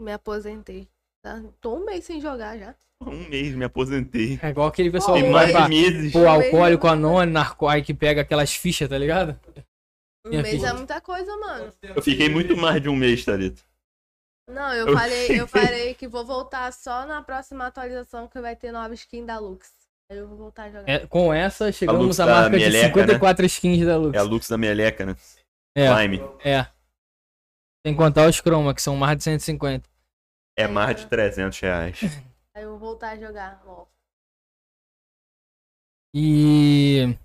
Speaker 3: Me aposentei. Tá? Tô um mês sem jogar já.
Speaker 2: Um mês, me aposentei.
Speaker 1: É igual aquele pessoal
Speaker 3: Pô,
Speaker 2: Tem
Speaker 1: que
Speaker 3: Oi.
Speaker 2: mais
Speaker 1: vai pra...
Speaker 2: de meses.
Speaker 1: Pô, alcoólico, anônimo, narco... Aí que pega aquelas fichas, tá ligado?
Speaker 3: Um
Speaker 1: Minha
Speaker 3: mês
Speaker 1: filha.
Speaker 3: é muita coisa, mano.
Speaker 2: Eu fiquei muito mais de um mês, Thalita.
Speaker 3: Não, eu
Speaker 2: Eu
Speaker 3: falei, eu falei que vou voltar só na próxima atualização que vai ter nova skin da Lux. Aí eu vou voltar a jogar.
Speaker 1: É, com essa, chegamos
Speaker 2: Lux
Speaker 1: à
Speaker 2: tá
Speaker 1: marca de
Speaker 2: meleca, né?
Speaker 1: 54 skins da Lux.
Speaker 2: É a Lux da meleca, né?
Speaker 1: É.
Speaker 2: Slime.
Speaker 1: É. Sem contar os croma, que são mais de 150.
Speaker 2: É mais de 300 reais.
Speaker 3: Aí eu vou voltar a jogar. ó.
Speaker 1: E.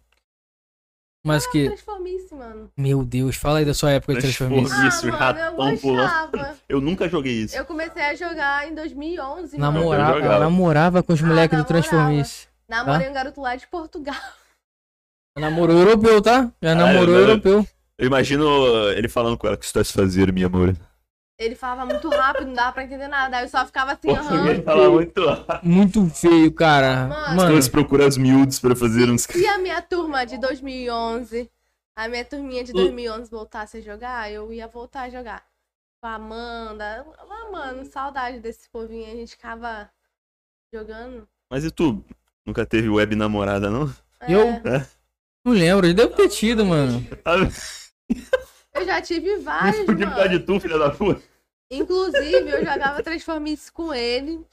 Speaker 1: Mas que.
Speaker 3: Transformice, mano.
Speaker 1: Meu Deus, fala aí da sua época de
Speaker 2: Transformice.
Speaker 1: transformismo.
Speaker 2: Isso,
Speaker 3: ah,
Speaker 2: ratão
Speaker 3: mano, eu
Speaker 2: pulando.
Speaker 3: gostava.
Speaker 2: Eu nunca joguei isso.
Speaker 3: Eu comecei a jogar em 2011, mano.
Speaker 1: Namorava,
Speaker 2: Eu jogava.
Speaker 1: namorava com os
Speaker 3: Ah,
Speaker 1: moleques do
Speaker 3: namorava.
Speaker 1: Transformice.
Speaker 3: Namorei um garoto lá de Portugal.
Speaker 1: Namorou europeu, tá? Já
Speaker 2: Caralho,
Speaker 1: namorou
Speaker 2: mano.
Speaker 1: europeu.
Speaker 2: Eu imagino ele falando com ela, o que estás fazendo, minha amor?
Speaker 3: Ele falava muito rápido, não dava pra entender nada. Aí eu só ficava assim, aham.
Speaker 2: Português fala muito rápido.
Speaker 1: Muito feio, cara.
Speaker 3: Mano.
Speaker 1: Mano,
Speaker 5: Eles procuram as miúdas pra fazer uns.
Speaker 3: Se a minha turma de 2011, a minha turminha de 2011 voltasse a jogar, eu ia voltar a jogar. Com a Amanda. Ah, mano, saudade desse povinho. A gente ficava jogando.
Speaker 2: Mas e tu? Nunca teve web namorada, não?
Speaker 3: É,
Speaker 1: Eu? não lembro. Ele deve ter tido, mano.
Speaker 2: Ah,
Speaker 3: eu já tive vários,
Speaker 2: Por que tá de
Speaker 3: mano.
Speaker 2: tu, filha da puta?
Speaker 3: Inclusive, eu jogava Transformice com ele. O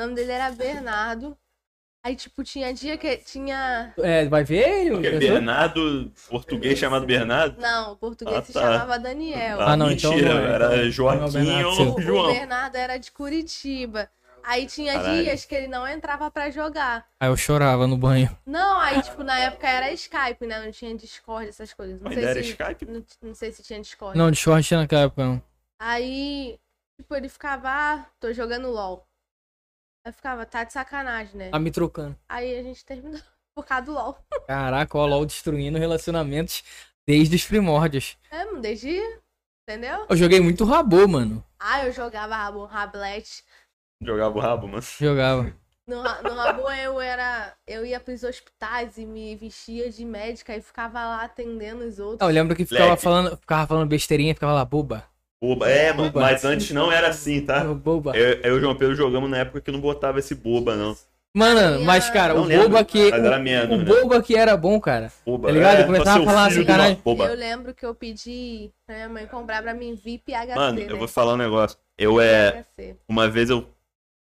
Speaker 3: nome dele era Bernardo. Aí, tipo, tinha dia que tinha.
Speaker 1: É, vai ver ele?
Speaker 2: Porque
Speaker 1: pensou?
Speaker 2: Bernardo, português chamado Bernardo?
Speaker 3: Não, o português
Speaker 2: Ah,
Speaker 3: se
Speaker 2: tá.
Speaker 3: chamava Daniel.
Speaker 1: Ah, não, então
Speaker 2: mentira,
Speaker 1: não é, então.
Speaker 2: era
Speaker 1: Não é o
Speaker 2: Joaquim
Speaker 1: Bernardo,
Speaker 2: ou
Speaker 1: sim.
Speaker 3: O- O
Speaker 2: João.
Speaker 3: Bernardo era de Curitiba. Aí tinha
Speaker 2: Caralho.
Speaker 3: dias que ele não entrava pra jogar.
Speaker 1: Aí Ah, eu chorava no banho.
Speaker 3: Não, aí, tipo, na época era Skype, né? Não tinha Discord, essas coisas. Não
Speaker 2: Mas
Speaker 3: sei
Speaker 2: ainda era
Speaker 3: se.
Speaker 2: Skype?
Speaker 3: Não, não sei se tinha Discord.
Speaker 1: Não, de short tinha naquela época, não.
Speaker 3: Aí, tipo, ele ficava, ah, tô jogando LOL. Aí ficava, tá de sacanagem, né?
Speaker 1: Tá me trocando.
Speaker 3: Aí a gente terminou por causa do LOL.
Speaker 1: Caraca, ó, LOL destruindo relacionamentos desde os primórdios.
Speaker 3: É, mano, desde. Entendeu?
Speaker 1: Eu joguei muito rabô, mano.
Speaker 3: Ah, eu jogava rabo, rablete.
Speaker 2: Jogava o rabo, mano.
Speaker 1: Jogava.
Speaker 3: No, ra- no rabo eu era. Eu ia pros hospitais e me vestia de médica e ficava lá atendendo os outros.
Speaker 1: Ah, eu lembro que ficava
Speaker 2: Leque.
Speaker 1: falando, ficava falando besteirinha, ficava lá, boba.
Speaker 2: Boba. É, mano,
Speaker 1: Boba.
Speaker 2: mas antes não era assim, tá?
Speaker 1: Boba.
Speaker 2: Eu, eu e o João Pedro jogamos na época que não botava esse boba, não.
Speaker 1: Mano, mas cara,
Speaker 2: Não
Speaker 1: o
Speaker 2: lembro,
Speaker 1: boba que.
Speaker 2: mas era
Speaker 1: o-
Speaker 2: menos,
Speaker 1: O
Speaker 2: né?
Speaker 1: boba que era bom, cara.
Speaker 2: Boba.
Speaker 1: Tá ligado?
Speaker 2: É,
Speaker 1: Começava
Speaker 2: só seu
Speaker 1: a falar assim,
Speaker 2: filho, não,
Speaker 1: caralho.
Speaker 2: Boba.
Speaker 3: Eu lembro que eu pedi pra minha mãe comprar pra mim VIP HC,
Speaker 2: Mano,
Speaker 3: né?
Speaker 2: eu vou falar um negócio. Eu é.
Speaker 3: HC.
Speaker 2: Uma vez eu,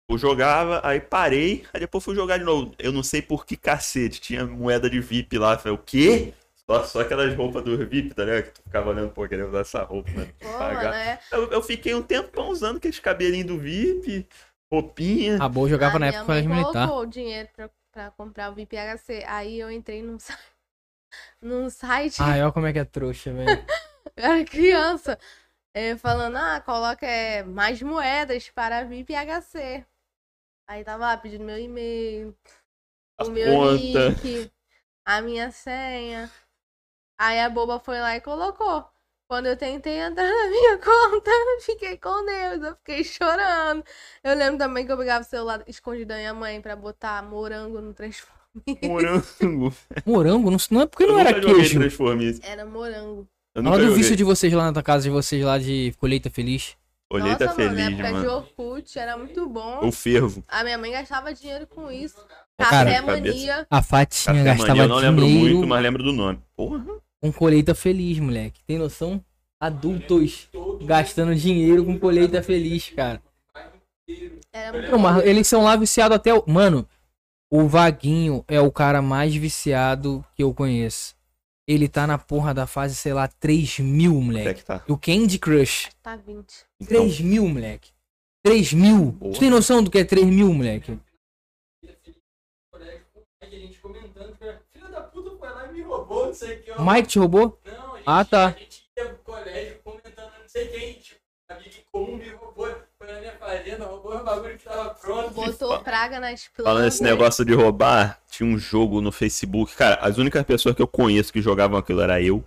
Speaker 2: eu jogava, aí parei, aí depois fui jogar de novo. Eu não sei por que cacete, tinha moeda de VIP lá. Falei, o quê? Só, só aquelas roupas do VIP, tá ligado? Que tu ficava olhando, pô, querendo usar essa roupa, né?
Speaker 3: Pô,
Speaker 2: Pagar.
Speaker 3: mano, é.
Speaker 2: Eu, eu fiquei um tempão usando aqueles cabelinhos do VIP, roupinha.
Speaker 1: Rabô eu jogava
Speaker 3: Ah,
Speaker 1: na
Speaker 3: minha
Speaker 1: época quando
Speaker 3: mãe
Speaker 1: era militar.
Speaker 3: colocou o dinheiro pra, pra comprar o VIP HC. Aí eu entrei num site. Num site.
Speaker 1: Ai, olha como é que é trouxa, velho.
Speaker 3: Eu era criança. eh, falando, ah, coloca eh, mais moedas para VIP HC. Aí tava lá pedindo meu e-mail,
Speaker 2: A
Speaker 3: Ah, o meu
Speaker 2: conta.
Speaker 3: nick, a minha senha. Aí a boba foi lá e colocou. Quando eu tentei entrar na minha conta, eu fiquei com Deus, eu fiquei chorando. Eu lembro também que eu pegava o celular escondido da minha mãe pra botar morango no transforme.
Speaker 2: Morango.
Speaker 1: Morango? Não, não é porque
Speaker 2: Eu
Speaker 1: não
Speaker 2: nunca
Speaker 1: era
Speaker 2: joguei
Speaker 1: queijo.
Speaker 2: Transformice.
Speaker 3: Era morango.
Speaker 2: Eu
Speaker 1: Fala
Speaker 2: nunca
Speaker 1: do
Speaker 2: joguei.
Speaker 1: vício de vocês lá na casa de vocês lá de colheita feliz.
Speaker 2: Olheita
Speaker 3: Nossa, mano, na
Speaker 2: tá feliz,
Speaker 3: época
Speaker 2: mano.
Speaker 3: de Orkut era muito bom.
Speaker 2: O fervo.
Speaker 3: A minha mãe gastava dinheiro com isso.
Speaker 1: Cara,
Speaker 3: Café
Speaker 2: É cabeça.
Speaker 3: mania.
Speaker 1: A Fatinha
Speaker 2: Café
Speaker 1: gastava
Speaker 2: Mania, eu não lembro
Speaker 1: dinheiro
Speaker 2: muito, mas lembro do nome. Porra.
Speaker 1: com colheita feliz, moleque. Tem noção? Adultos gastando dinheiro com colheita feliz, cara.
Speaker 3: Era muito
Speaker 1: Não, mas eles são lá viciados até o. Mano, o Vaguinho é o cara mais viciado que eu conheço. Ele tá na porra da fase, sei lá, 3 mil,
Speaker 2: Até
Speaker 1: moleque.
Speaker 2: que tá.
Speaker 1: E o Candy Crush.
Speaker 3: tá 20.
Speaker 2: Então,
Speaker 1: 3 mil, moleque. 3 mil.
Speaker 2: Boa.
Speaker 1: Tu tem noção do que é 3 mil, moleque?
Speaker 4: né? Aí é a gente comentando que era, filha da puta foi lá e me roubou, não sei o que. ó."
Speaker 1: Mike te roubou?
Speaker 4: Não, a gente,
Speaker 1: Ah, tá.
Speaker 4: a gente ia pro colégio comentando não sei quem, tipo, amigo em comum me roubou, foi na minha fazenda, roubou o bagulho que tava pronto.
Speaker 3: Botou praga nas plantas.
Speaker 2: Falando esse negócio de roubar, tinha um jogo no Facebook. Cara, as únicas pessoas que eu conheço que jogavam aquilo era eu,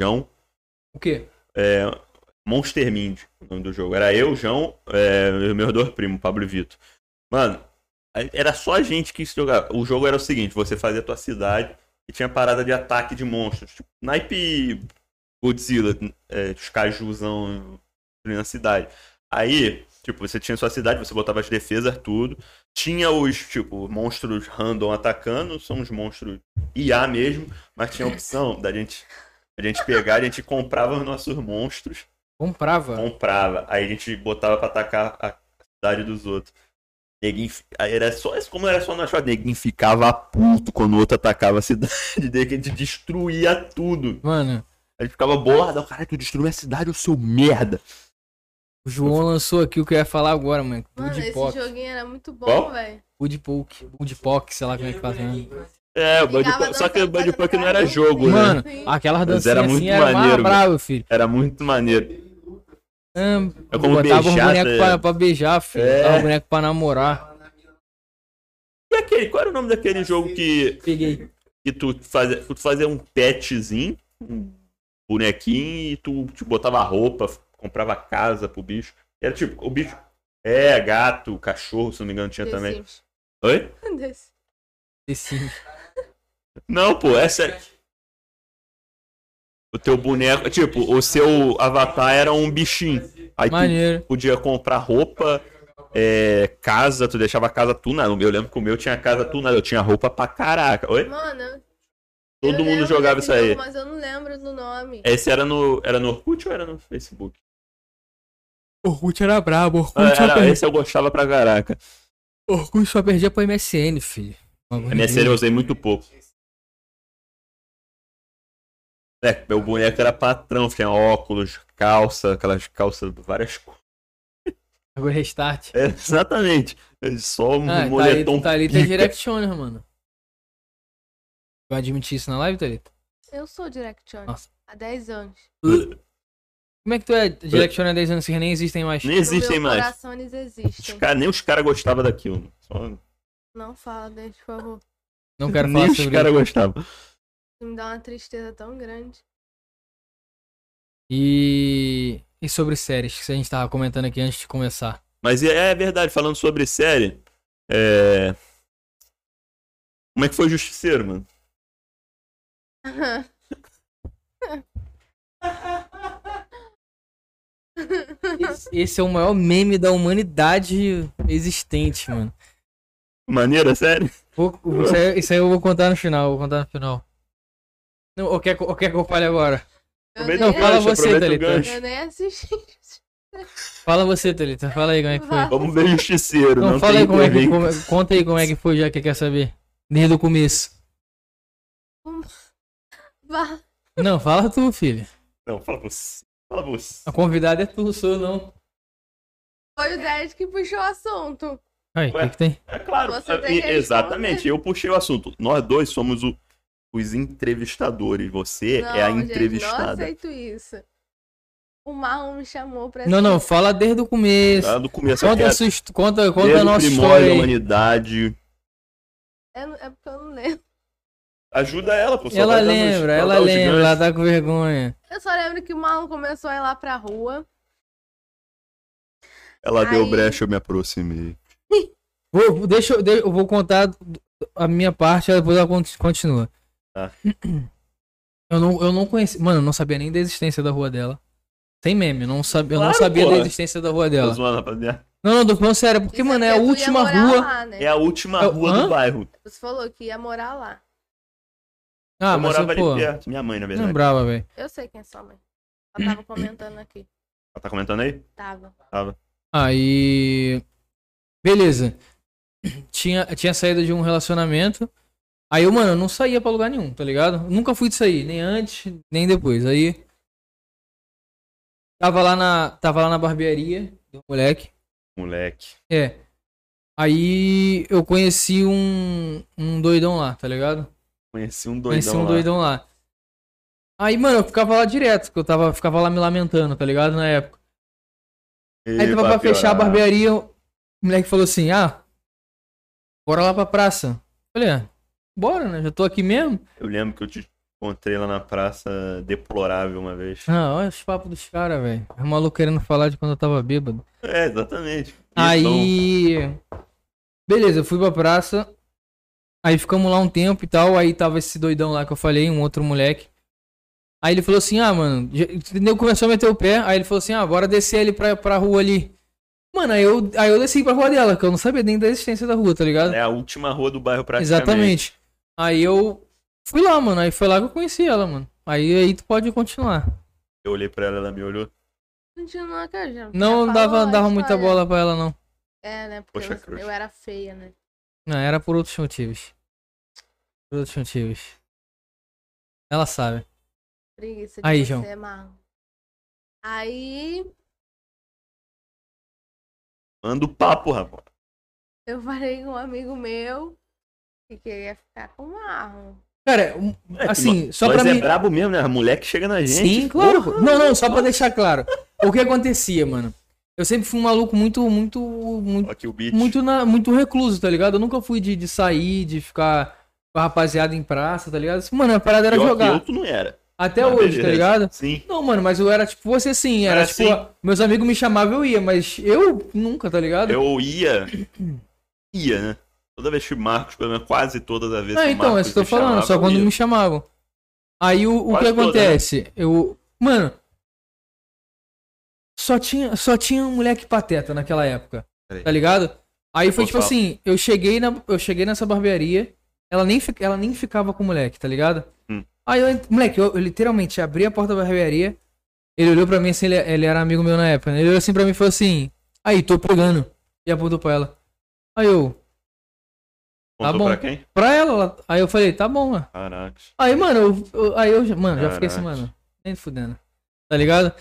Speaker 2: João,
Speaker 1: O quê?
Speaker 2: é, Monster Mind, o nome do jogo. Era eu, João, é, e meus dois primos, Pablo e Vitor. Mano, aí era só a gente que jogava. O jogo era o seguinte: você fazia a tua cidade e tinha parada de ataque de monstros. Tipo, naipe Godzilla, é, os cajuzão na cidade. Aí, tipo, você tinha sua cidade, você botava as defesas, tudo. Tinha os, tipo, monstros random atacando, são os monstros IA mesmo, mas tinha a opção da gente, a gente pegar, a gente comprava os nossos monstros,
Speaker 1: Comprava.
Speaker 2: comprava, aí a gente botava pra atacar a cidade dos outros. Neguinho, fi- aí era só, como era só nós, neguinho ficava puto quando o outro atacava a cidade, daí que a gente destruía tudo.
Speaker 1: Mano,
Speaker 2: A gente ficava boladão, caralho, tu destruiu a cidade, ô seu merda.
Speaker 1: o João lançou aqui o que eu ia falar agora, mano.
Speaker 3: Mano,
Speaker 1: Wood
Speaker 3: esse
Speaker 1: Pock.
Speaker 3: joguinho era muito bom,
Speaker 2: Qual?
Speaker 3: velho.
Speaker 1: Wood Pock. Wood Pock, sei lá como é que fala. né?
Speaker 2: É, o Bud
Speaker 3: Ficava
Speaker 2: Pop- só que o
Speaker 3: dançando,
Speaker 2: Bud Punk não
Speaker 3: fazendo
Speaker 2: era jogo, né?
Speaker 1: Mano,
Speaker 3: Sim.
Speaker 1: aquelas
Speaker 2: Mas
Speaker 1: dancinhas
Speaker 2: era
Speaker 1: assim
Speaker 2: muito
Speaker 1: era mais
Speaker 2: maneiro,
Speaker 1: bravo, filho.
Speaker 2: Era muito maneiro.
Speaker 1: Hum,
Speaker 2: É como
Speaker 1: botava um
Speaker 2: beijar,
Speaker 1: boneco
Speaker 2: né?
Speaker 1: pra, pra beijar, filho.
Speaker 2: É.
Speaker 1: Botava um boneco pra namorar.
Speaker 2: E aquele, qual era o nome daquele jogo que,
Speaker 1: Peguei.
Speaker 2: que tu fazia tu fazia um petzinho, um bonequinho, e tu te tipo, botava a roupa, comprava casa pro bicho. Era tipo, o bicho. É, gato, cachorro, se não me engano, tinha
Speaker 3: The
Speaker 2: também.
Speaker 3: Sims.
Speaker 2: Oi?
Speaker 3: The Sims.
Speaker 1: The Sims.
Speaker 2: Não, pô, é sério. O teu boneco. Tipo, o seu avatar era um bichinho. Aí tu
Speaker 1: Maneiro.
Speaker 2: podia comprar roupa, é, casa, tu deixava a casa tunada. Eu lembro que o meu tinha casa tunada, eu tinha roupa pra caraca. Oi?
Speaker 3: Mano, eu- eu
Speaker 2: Todo mundo
Speaker 3: lembro
Speaker 2: jogava
Speaker 3: desse
Speaker 2: isso aí. É.
Speaker 3: jogo, Mas eu não lembro do nome.
Speaker 2: Esse era no, era no Orkut ou era no Facebook?
Speaker 1: Orkut era brabo. Orkut,
Speaker 2: Ah,
Speaker 1: só
Speaker 2: era,
Speaker 1: perdi-
Speaker 2: esse eu gostava pra caraca.
Speaker 1: Orkut só perdia pro MSN, filho.
Speaker 2: A minha série eu usei muito pouco. É, meu boneco era patrão, tinha óculos, calça, aquelas calças, várias cores.
Speaker 1: Agora restart.
Speaker 2: É, exatamente. É Só um
Speaker 1: Ah,
Speaker 2: moletom
Speaker 1: Thalita, Thalita é
Speaker 2: pica.
Speaker 1: Directioner, mano. Vai admitir isso na live, Thalita?
Speaker 3: Eu sou Directioner.
Speaker 1: Nossa.
Speaker 3: Há 10 anos.
Speaker 2: Uh.
Speaker 1: Como é que tu é Directioner há 10 anos que nem existem mais?
Speaker 2: Nem existem
Speaker 3: no meu
Speaker 2: mais.
Speaker 3: coração eles
Speaker 2: Os
Speaker 3: existem.
Speaker 2: cara- nem os caras gostavam daquilo. Só-
Speaker 3: Não fala deles, por favor.
Speaker 1: Não quero
Speaker 2: nem
Speaker 1: falar
Speaker 2: os
Speaker 1: sobre
Speaker 2: caras
Speaker 1: isso.
Speaker 2: gostavam.
Speaker 3: Isso me dá uma tristeza tão grande.
Speaker 1: E... e sobre séries que a gente tava comentando aqui antes de começar.
Speaker 2: Mas é, é verdade, falando sobre série. É. Como é que foi o Justiceiro, mano?
Speaker 1: Esse, esse é o maior meme da humanidade existente, mano.
Speaker 2: Maneira, sério?
Speaker 1: Vou- isso, aí, isso aí eu vou contar no final, vou contar no final. Não, ou quer, que- ou quer que eu fale agora?
Speaker 3: Eu
Speaker 2: Aproveita
Speaker 3: nem,
Speaker 1: Não, fala
Speaker 2: gancho,
Speaker 1: você,
Speaker 2: aproveita o
Speaker 1: Thalita.
Speaker 2: gancho.
Speaker 3: eu nem assisti.
Speaker 1: Fala você, Thalita. Fala aí como é que foi.
Speaker 3: Vai.
Speaker 2: Vamos ver o Justiceiro.
Speaker 1: Não,
Speaker 2: Não,
Speaker 1: fala aí
Speaker 2: tem
Speaker 1: como é que,
Speaker 2: erro, hein?
Speaker 1: como- conta aí como é que foi, já que quer saber. Desde o começo.
Speaker 3: Vá.
Speaker 1: Não, fala tu, filho.
Speaker 2: Não, fala você. Fala você.
Speaker 1: A convidada é tu, sou eu não.
Speaker 3: Foi o 10 que puxou o assunto.
Speaker 1: Aí, o que, que tem?
Speaker 2: É claro,
Speaker 3: Você tem
Speaker 2: e-
Speaker 3: que
Speaker 2: exatamente.
Speaker 3: responder.
Speaker 2: Eu puxei o assunto. Nós dois somos o- os entrevistadores. Você
Speaker 3: não,
Speaker 2: é a
Speaker 3: Gente, não
Speaker 2: entrevistada.
Speaker 3: aceito isso. O Marlon me chamou pra
Speaker 1: Não, não,
Speaker 3: assistir.
Speaker 1: fala desde o começo.
Speaker 2: Lá Tá? do começo
Speaker 1: Conta
Speaker 2: eu
Speaker 1: a,
Speaker 2: quero-
Speaker 1: sua, hist- conta, conta
Speaker 2: desde
Speaker 1: a
Speaker 2: o
Speaker 1: nossa
Speaker 2: primórdio
Speaker 1: história
Speaker 2: da
Speaker 1: aí.
Speaker 2: humanidade.
Speaker 3: É, é porque eu não lembro.
Speaker 2: Ajuda ela, pô. só
Speaker 1: Ela
Speaker 2: vai dando-
Speaker 1: lembra, ela
Speaker 2: dá os
Speaker 1: lembra,
Speaker 2: ganchos.
Speaker 1: ela tá com vergonha.
Speaker 3: Eu só lembro que o Marlon começou a ir lá pra rua.
Speaker 2: Ela deu
Speaker 3: Aí-
Speaker 2: brecha, eu me aproximei.
Speaker 1: Vou, vou- deixa, eu- de- eu vou contar do- a minha parte, aí depois ela cont- continua.
Speaker 2: Tá.
Speaker 1: Eu não, eu não conheci. Mano, eu não sabia nem da existência da rua dela. Sem meme, eu não sabia, eu não
Speaker 2: Claro,
Speaker 1: sabia da
Speaker 2: porra.
Speaker 1: existência da rua
Speaker 2: Tô
Speaker 1: dela.
Speaker 2: zoando, rapaziada.
Speaker 1: Não, não, tô falando sério, porque,
Speaker 3: Isso
Speaker 1: mano, é a
Speaker 3: porque tu ia
Speaker 1: última
Speaker 3: morar
Speaker 1: rua.
Speaker 3: Lá, né?
Speaker 2: É a última
Speaker 1: Eu-
Speaker 2: rua
Speaker 1: hã?
Speaker 2: do bairro.
Speaker 3: Você falou que ia morar lá.
Speaker 1: Ah, mas
Speaker 2: eu morava
Speaker 1: eu, pô,
Speaker 2: ali perto. né? Minha mãe, na verdade.
Speaker 1: lembrava, velho.
Speaker 3: Eu sei quem é sua mãe. Ela tava comentando aqui.
Speaker 2: Ela tá comentando aí?
Speaker 3: Tava.
Speaker 1: Aí. Beleza. Tinha, tinha saído de um relacionamento. Aí eu, mano, eu não saía pra lugar nenhum, tá ligado? Nunca fui de sair, nem antes, nem depois. Aí. Tava lá na, tava lá na barbearia do moleque.
Speaker 2: Moleque.
Speaker 1: É. Aí eu conheci um, um doidão lá, tá ligado?
Speaker 2: Conheci um doidão.
Speaker 1: Conheci um
Speaker 2: lá.
Speaker 1: doidão lá. Aí, mano, eu ficava lá direto, que eu tava, ficava lá me lamentando, tá ligado? Na época. Aí
Speaker 2: Ih,
Speaker 1: tava pra
Speaker 2: vai
Speaker 1: fechar a
Speaker 2: piorar.
Speaker 1: barbearia, o moleque falou assim, ah, bora lá pra praça. Falei, ah, bora, né? Já tô aqui mesmo.
Speaker 2: Eu lembro que eu te encontrei lá na praça deplorável uma vez.
Speaker 1: Ah, olha os papos dos caras, velho. O maluco querendo falar de quando eu tava bêbado.
Speaker 2: É, exatamente. Então,
Speaker 1: Aí. Beleza, eu fui pra praça. Aí ficamos lá um tempo e tal. Aí tava esse doidão lá que eu falei, um outro moleque. Aí ele falou assim: Ah, mano, já- entendeu? Começou a meter o pé. Aí ele falou assim: Ah, bora descer ali pra, pra rua ali. Mano, aí eu, aí eu desci pra rua dela, que eu não sabia nem da existência da rua, tá ligado?
Speaker 2: é a última rua do bairro praticamente.
Speaker 1: Exatamente. Aí eu fui lá, mano. Aí foi lá que eu conheci ela, mano. Aí, aí tu pode continuar.
Speaker 2: Eu olhei pra ela, ela me olhou.
Speaker 3: Continua que eu já.
Speaker 1: Não
Speaker 3: já falou
Speaker 1: dava,
Speaker 3: a
Speaker 1: dava muita
Speaker 3: história.
Speaker 1: bola pra ela, não.
Speaker 3: É, né? Porque
Speaker 2: Poxa,
Speaker 3: eu-
Speaker 2: Cruz.
Speaker 3: eu era feia, né?
Speaker 1: Não, era por outros motivos. Por outros motivos. Ela sabe.
Speaker 3: Preguiça de
Speaker 1: Aí,
Speaker 3: você,
Speaker 1: João.
Speaker 3: Marlon. Aí
Speaker 2: Manda o papo, rapaz.
Speaker 3: eu falei com um amigo meu que queria ficar com o Marlon.
Speaker 1: Cara, um-
Speaker 2: É que
Speaker 1: assim,
Speaker 2: nó-
Speaker 1: só
Speaker 2: nós
Speaker 1: pra
Speaker 2: é
Speaker 1: mim.
Speaker 2: brabo mesmo, né? A mulher que chega na gente.
Speaker 1: Sim, claro. pô. Não, não, só pra deixar claro. O que acontecia, mano? Eu sempre fui um maluco muito, muito, muito,
Speaker 2: Aqui o beat.
Speaker 1: muito, na- muito recluso, tá ligado? Eu nunca fui de, de sair, de ficar com a rapaziada em praça, tá ligado? Mano, a parada era
Speaker 2: Pior que
Speaker 1: jogar.
Speaker 2: eu, tu não era.
Speaker 1: Até
Speaker 2: Mas
Speaker 1: hoje, tá
Speaker 2: beleza.
Speaker 1: ligado?
Speaker 2: Sim.
Speaker 1: Não, mano, mas eu era tipo você assim, era
Speaker 2: Era
Speaker 1: tipo,
Speaker 2: assim?
Speaker 1: meus amigos me chamavam eu ia, mas eu nunca, tá ligado?
Speaker 2: Eu ia. Ia, né? Toda vez que o Marcos, pelo menos quase todas as vezes.
Speaker 1: Não,
Speaker 2: que o
Speaker 1: então, é
Speaker 2: Marcos
Speaker 1: isso que eu
Speaker 2: me
Speaker 1: tô falando,
Speaker 2: chamava,
Speaker 1: só
Speaker 2: eu
Speaker 1: quando
Speaker 2: ia.
Speaker 1: me chamavam. Aí o, o que
Speaker 2: Quase toda, né?
Speaker 1: acontece? Eu. Mano. Só tinha, só tinha um moleque pateta naquela época.
Speaker 2: Peraí.
Speaker 1: Tá ligado? Aí foi
Speaker 2: Pô,
Speaker 1: tipo
Speaker 2: fala.
Speaker 1: assim, eu cheguei, na, eu cheguei nessa barbearia, ela nem, fi- ela nem ficava com o moleque, tá ligado?
Speaker 2: Hum.
Speaker 1: Aí eu, ent- moleque, eu, eu literalmente abri a porta da barbearia, ele olhou pra mim assim, ele, ele era amigo meu na época, né? Ele olhou assim pra mim e falou assim, aí, tô pegando. E apontou pra ela. Aí eu, Tá
Speaker 2: Contou
Speaker 1: bom.
Speaker 2: pra quem?
Speaker 1: pra ela, ela- aí eu falei, tá bom, mano.
Speaker 2: Caraca.
Speaker 1: Aí, mano, eu, eu- aí eu, já- mano, já fiquei assim,
Speaker 2: Caraca.
Speaker 1: mano, nem fudendo. Tá ligado?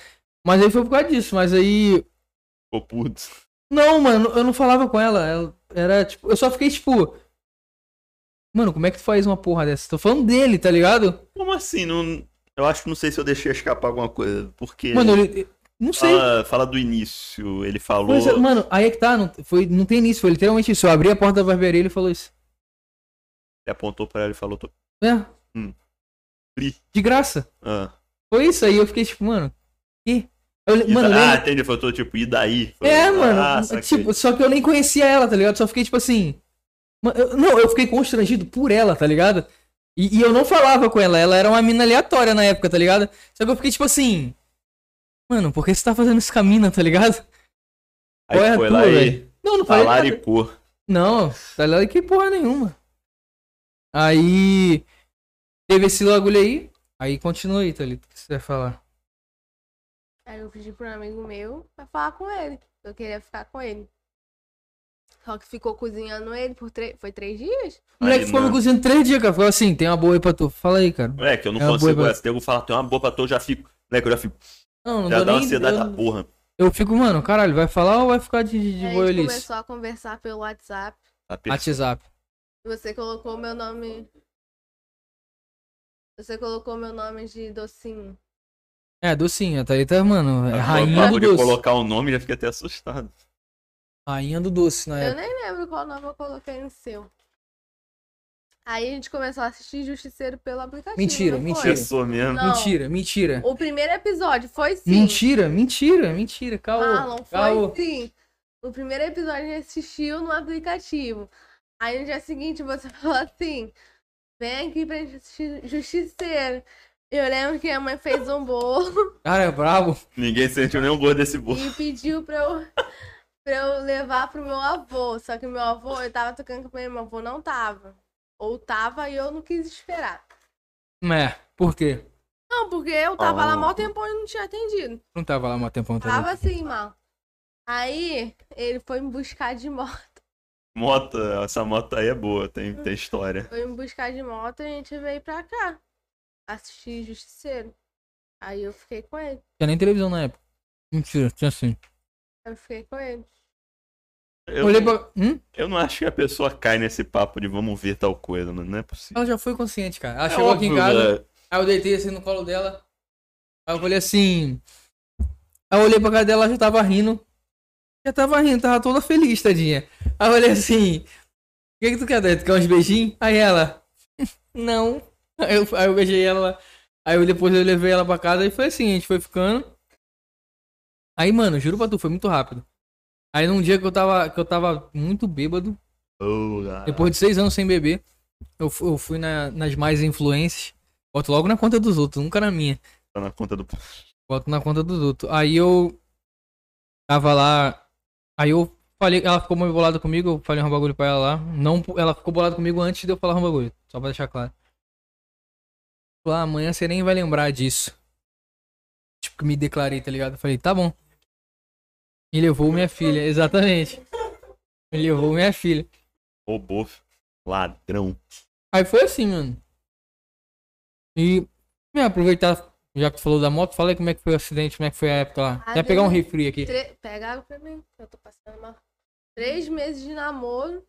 Speaker 1: Mas aí foi por causa disso, mas aí.
Speaker 2: Ficou puto.
Speaker 1: Não, mano, eu não falava com ela. ela era tipo. Eu só fiquei tipo. Mano, como é que tu faz uma porra dessa? Tô falando dele, tá ligado?
Speaker 2: Como assim? Não... Eu acho que não sei se eu deixei escapar alguma coisa. Porque.
Speaker 1: Mano, ele. Não sei.
Speaker 2: fala, fala do início. Ele falou.
Speaker 1: Pois é, mano, aí é que tá, não, foi, não tem início, foi literalmente isso. Eu abri a porta da barbearia e ele falou isso.
Speaker 2: Ele apontou pra ela e falou. Tô...
Speaker 1: É.
Speaker 2: Hum. Free.
Speaker 1: De graça.
Speaker 2: Ah,
Speaker 1: Foi isso aí, eu fiquei tipo, mano. Que? Eu,
Speaker 2: e
Speaker 1: mano,
Speaker 2: da-
Speaker 1: lembra-
Speaker 2: ah entendi. Faltou tipo, e daí? Falou,
Speaker 1: É, mano.
Speaker 2: ah, saquei.
Speaker 1: tipo, só que eu nem conhecia ela, tá ligado? Só fiquei tipo assim. ma- eu- Não, eu fiquei constrangido por ela, tá ligado? E, e eu não falava com ela, ela era uma mina aleatória na época, tá ligado? Só que eu fiquei tipo assim. Mano, por que você tá fazendo isso com a mina, tá ligado?
Speaker 2: Aí
Speaker 1: qual é a
Speaker 2: foi
Speaker 1: tua,
Speaker 2: lá e
Speaker 1: velho? Não, não falei. nada.
Speaker 2: talaricou.
Speaker 1: Não, tá ligado? Que porra nenhuma. Aí. Teve esse bagulho aí. Aí continua aí, Thalita, o que você vai falar?
Speaker 3: Aí eu pedi pra um amigo meu pra falar com ele. que Eu queria ficar com ele. Só que ficou cozinhando ele por três. Foi três dias?
Speaker 1: O moleque ficou me
Speaker 2: não.
Speaker 1: cozinhando três dias, cara. Falou assim: tem uma boa aí pra tu. Fala aí, cara.
Speaker 2: Moleque, eu não
Speaker 1: É uma
Speaker 2: consigo.
Speaker 1: boa,
Speaker 2: essa. Se eu falar, tem uma boa pra tu, eu já fico. Moleque, eu já fico.
Speaker 1: Não, não
Speaker 2: Já
Speaker 1: dou
Speaker 2: dá uma
Speaker 1: nem-
Speaker 2: ansiedade
Speaker 1: eu-
Speaker 2: da porra.
Speaker 1: Eu fico, mano, caralho, vai falar ou vai ficar de, de, de
Speaker 3: Aí É, a gente
Speaker 1: boilice?
Speaker 3: começou a conversar pelo WhatsApp.
Speaker 2: Tá per-
Speaker 1: WhatsApp.
Speaker 3: Você colocou meu nome. Você colocou meu nome de docinho.
Speaker 1: É, docinho, a Thalita, mano, é
Speaker 2: Agora,
Speaker 1: rainha
Speaker 2: papo
Speaker 1: do
Speaker 2: de
Speaker 1: doce.
Speaker 2: colocar o nome, já fiquei até assustado.
Speaker 1: Rainha do doce na
Speaker 3: Eu
Speaker 1: época.
Speaker 3: nem lembro qual nome eu coloquei no seu. Aí a gente começou a assistir Justiceiro pelo aplicativo.
Speaker 1: Mentira,
Speaker 3: não
Speaker 1: mentira.
Speaker 3: foi?
Speaker 2: Pensou mesmo.
Speaker 3: Não.
Speaker 1: Mentira, mentira.
Speaker 3: O primeiro episódio foi sim.
Speaker 1: Mentira, mentira, mentira. Caô,
Speaker 3: Marlon,
Speaker 1: caô.
Speaker 3: Ah, foi sim. O primeiro episódio a gente assistiu no aplicativo. Aí no dia seguinte você falou assim: vem aqui pra gente assistir Justiceiro. Eu lembro que a mãe fez um bolo
Speaker 1: Cara, é brabo.
Speaker 2: Ninguém sentiu nenhum gosto desse bolo.
Speaker 3: e pediu pra eu, pra eu levar pro meu avô. Só que meu avô, eu tava tocando com ele, meu avô não tava. Ou tava e eu não quis esperar.
Speaker 1: É, por quê?
Speaker 3: Não, porque eu tava lá
Speaker 2: Oh.
Speaker 3: mal tempão e não tinha atendido.
Speaker 1: Não tava lá há um tempão também.
Speaker 3: Tava assim, mal. Aí ele foi me buscar de moto.
Speaker 2: Moto, essa moto aí é boa, tem, tem história.
Speaker 3: Foi me buscar de moto e a gente veio pra cá. Assistir Justiceiro. Aí eu fiquei com ele.
Speaker 1: Tinha nem televisão na época. Mentira, tinha sim.
Speaker 3: Eu fiquei com ele.
Speaker 2: Eu,
Speaker 1: Olhei pra. Hum?
Speaker 2: eu não acho que a pessoa cai nesse papo de vamos ver tal coisa, mano. Não é possível.
Speaker 1: Ela já foi consciente, cara. Ela
Speaker 2: É
Speaker 1: chegou aqui em
Speaker 2: óbvio,
Speaker 1: casa.
Speaker 2: velho.
Speaker 1: Aí eu deitei assim no colo dela. Aí eu falei assim. Aí eu olhei pra cara dela, ela já tava rindo. Já tava rindo, tava toda feliz, tadinha. Aí eu olhei assim. O que, que tu quer, Dani? Tu quer uns beijinhos? Aí ela. Não. Aí eu, aí eu beijei ela. Aí eu, depois eu levei ela pra casa e foi assim, a gente foi ficando. Aí, mano, juro pra tu, foi muito rápido. Aí num dia que eu tava, que eu tava muito bêbado,
Speaker 2: Oh, cara.
Speaker 1: né? depois de seis anos sem beber, eu, fu- eu fui na- nas mais influências. Boto logo na conta dos outros, nunca na minha.
Speaker 2: Tá na conta do.
Speaker 1: Boto na conta dos outros. Aí eu tava lá. Aí eu falei, ela ficou meio bolada comigo, eu falei um bagulho pra ela lá. Não, ela ficou bolada comigo antes de eu falar um bagulho, só pra deixar claro. Falou, ah, amanhã você nem vai lembrar disso. Tipo, que me declarei, tá ligado? Eu falei, tá bom. E levou minha filha, exatamente. Ele levou minha filha.
Speaker 2: Robô. Ladrão.
Speaker 1: Aí foi assim, mano. E me aproveitar, já que tu falou da moto, fala aí como é que foi o acidente, como é que foi a época lá.
Speaker 3: Ah,
Speaker 1: Até pegar um
Speaker 3: beleza.
Speaker 1: refri aqui.
Speaker 3: Tre- Pega água pra mim, que eu tô passando mal. Três meses de namoro.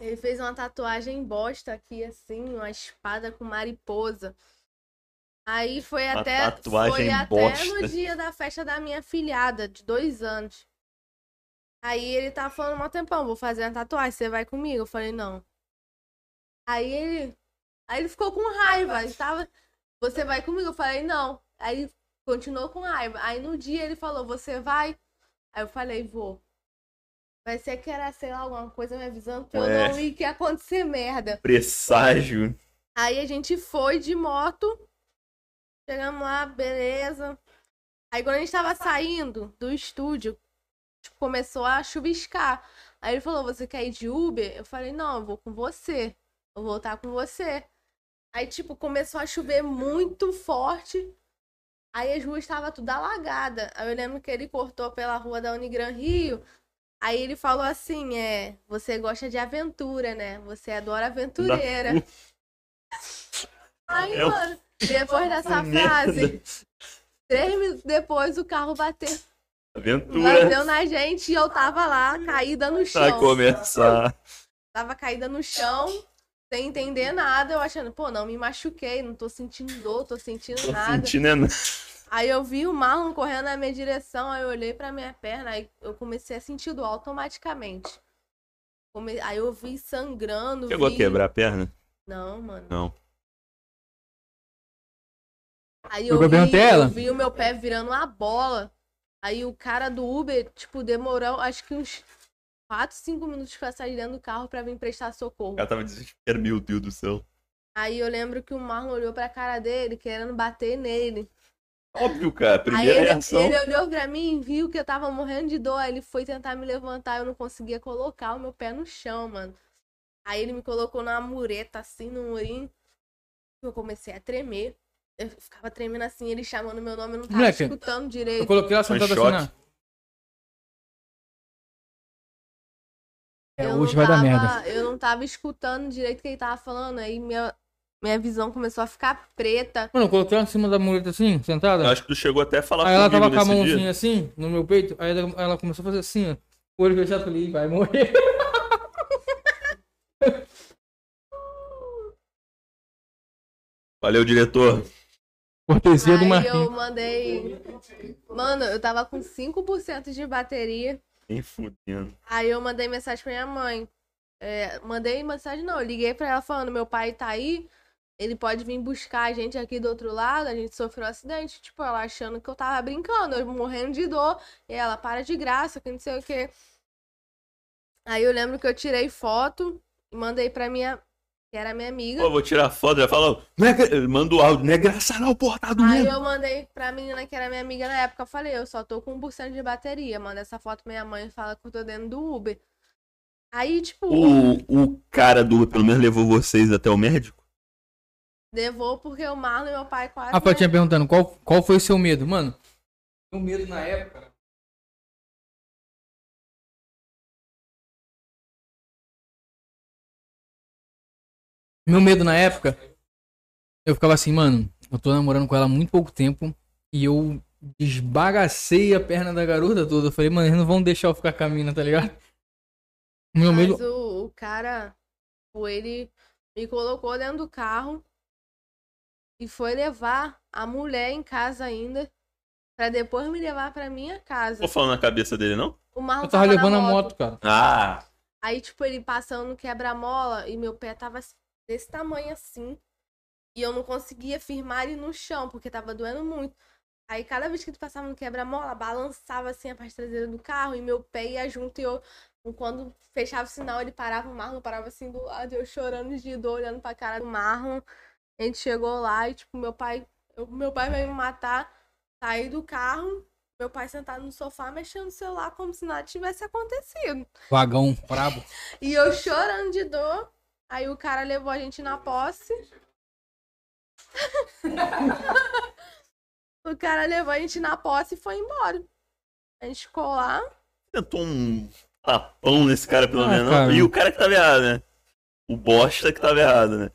Speaker 3: Ele fez uma tatuagem bosta aqui, assim, uma espada com mariposa. Aí foi
Speaker 2: Uma
Speaker 3: até.
Speaker 2: tatuagem
Speaker 3: foi até
Speaker 2: bosta.
Speaker 3: no dia da festa da minha filhada, de dois anos. Aí ele tá falando mal tempão, vou fazer uma tatuagem, você vai comigo? Eu falei, não. Aí ele. Aí ele ficou com raiva. Ele tava, você vai comigo? Eu falei, não. Aí ele continuou com raiva. Aí no dia ele falou, você vai? Aí eu falei, vou. Vai ser que era, sei lá, alguma coisa me avisando que eu
Speaker 2: É.
Speaker 3: não ia que ia acontecer merda.
Speaker 2: Presságio.
Speaker 3: Aí a gente foi de moto. Chegamos lá, beleza. Aí quando a gente tava saindo do estúdio, tipo, começou a chuviscar. Aí ele falou, você quer ir de Uber? Eu falei, não, eu vou com você. Eu vou voltar com você. Aí, tipo, começou a chover muito forte. Aí as ruas estavam tudo alagadas. Aí eu lembro que ele cortou pela rua da Unigran Rio. Aí ele falou assim, é, você gosta de aventura, né? Você adora aventureira. Aí,
Speaker 2: É o-
Speaker 3: mano, depois dessa
Speaker 2: né?
Speaker 3: frase, três minutos depois o carro bateu,
Speaker 2: Aventura.
Speaker 3: bateu na gente e eu tava lá, caída no
Speaker 2: Vai
Speaker 3: chão.
Speaker 2: começar.
Speaker 3: Tava caída no chão, sem entender nada, eu achando, pô, não me machuquei, não tô sentindo dor, tô sentindo
Speaker 2: Tô
Speaker 3: nada.
Speaker 2: sentindo é enorme.
Speaker 3: Aí eu vi o Marlon correndo na minha direção, aí eu olhei pra minha perna, aí eu comecei a sentir dor automaticamente. Come- Aí eu vi sangrando.
Speaker 2: Chegou a
Speaker 3: vi-
Speaker 2: quebrar a perna?
Speaker 3: Não, mano.
Speaker 2: Não.
Speaker 3: Aí
Speaker 1: Eu
Speaker 3: eu,
Speaker 1: comprei
Speaker 3: vi,
Speaker 1: uma tela.
Speaker 3: eu vi o meu pé virando uma bola. Aí o cara do Uber, tipo, demorou acho que uns 4, 5 minutos pra sair dentro do carro pra vir prestar socorro.
Speaker 2: O cara tava desesperado. Meu Deus do céu.
Speaker 3: Aí eu lembro que o Marlon olhou pra cara dele, querendo bater nele.
Speaker 2: Óbvio, cara.
Speaker 3: Aí
Speaker 2: Primeira
Speaker 3: ele,
Speaker 2: reação.
Speaker 3: ele olhou pra mim, viu que eu tava morrendo de dor. Aí ele foi tentar me levantar, eu não conseguia colocar o meu pé no chão, mano. Aí ele me colocou numa mureta, assim, no murinho. Eu comecei a tremer. Eu ficava tremendo assim, ele chamando meu nome, eu não tava
Speaker 1: Moleque,
Speaker 3: escutando direito.
Speaker 1: Eu coloquei ela
Speaker 2: Foi
Speaker 1: sentada assim
Speaker 2: choque.
Speaker 1: na... É,
Speaker 3: eu
Speaker 1: hoje
Speaker 3: não
Speaker 1: vai dar
Speaker 3: tava-
Speaker 1: merda.
Speaker 3: Eu não tava escutando direito o que ele tava falando, aí minha, minha visão começou a ficar preta.
Speaker 1: Mano, eu coloquei ela em cima da muleta assim, sentada.
Speaker 2: Eu Acho que tu chegou até a falar
Speaker 1: Aí ela
Speaker 2: comigo
Speaker 1: tava com a
Speaker 2: nesse
Speaker 1: mãozinha
Speaker 2: dia.
Speaker 1: assim, no meu peito, aí ela, ela começou a fazer assim, ó. O olho fechado, eu falei, "Ih, vai morrer.
Speaker 2: Valeu, diretor.
Speaker 1: Cortesia é do
Speaker 3: Aí
Speaker 1: Marquinhos.
Speaker 3: eu mandei. Mano, eu tava com 5% de bateria.
Speaker 2: Nem fudendo.
Speaker 3: Aí eu mandei mensagem pra minha mãe. É, mandei mensagem, não. eu Liguei pra ela falando: meu pai tá aí, ele pode vir buscar a gente aqui do outro lado. A gente sofreu um acidente. Tipo, ela achando que eu tava brincando, eu morrendo de dor. E ela para de graça, que não sei o quê. Aí eu lembro que eu tirei foto e mandei pra minha. que era minha amiga.
Speaker 2: Pô, vou tirar foto, já fala. Não é gra- Manda o áudio, não é graça não, porra, tá
Speaker 3: Aí
Speaker 2: doendo.
Speaker 3: eu mandei pra menina que era minha amiga na época, eu falei, eu só tô com 1% de bateria, manda essa foto pra minha mãe e fala que eu tô dentro do Uber. Aí, tipo,
Speaker 2: O, o cara do Uber, pelo menos, levou vocês até o médico?
Speaker 3: levou porque o Marlon e meu pai quase...
Speaker 1: A Patinha
Speaker 3: né?
Speaker 1: perguntando, qual, qual foi o seu medo? Mano, meu medo na época... Meu medo na época, eu ficava assim, mano, eu tô namorando com ela há muito pouco tempo e eu desbagacei a perna da garota toda. Eu falei, mano, eles não vão deixar eu ficar com a mina, tá ligado? Meu
Speaker 3: Mas
Speaker 1: medo...
Speaker 3: o, o cara, tipo, ele me colocou dentro do carro e foi levar a mulher em casa ainda, pra depois me levar pra minha casa.
Speaker 2: Vou falando na cabeça dele, não?
Speaker 3: O Marlon
Speaker 1: Eu tava
Speaker 3: na
Speaker 1: levando a moto, cara.
Speaker 2: Ah,
Speaker 3: Aí, tipo, ele passando no quebra-mola e meu pé tava desse tamanho assim. E eu não conseguia firmar ele no chão, porque tava doendo muito. Aí, cada vez que ele passava no quebra-mola, balançava assim a parte traseira do carro e meu pé ia junto. E eu, quando fechava o sinal, ele parava o Marlon, parava assim do lado, eu chorando de dor, olhando pra cara do Marlon. A gente chegou lá e, tipo, meu pai, eu- meu pai veio me matar. Saí do carro, meu pai sentado no sofá, mexendo no celular como se nada tivesse acontecido.
Speaker 1: Vagão, brabo.
Speaker 3: E eu chorando de dor. Aí o cara levou a gente na posse. o cara levou a gente na posse e foi embora. A gente ficou lá.
Speaker 2: tentou um tapão nesse cara, pelo
Speaker 1: Ah,
Speaker 2: menos. não?
Speaker 1: cara.
Speaker 2: E o cara que tava errado, né? O bosta que tava errado, né?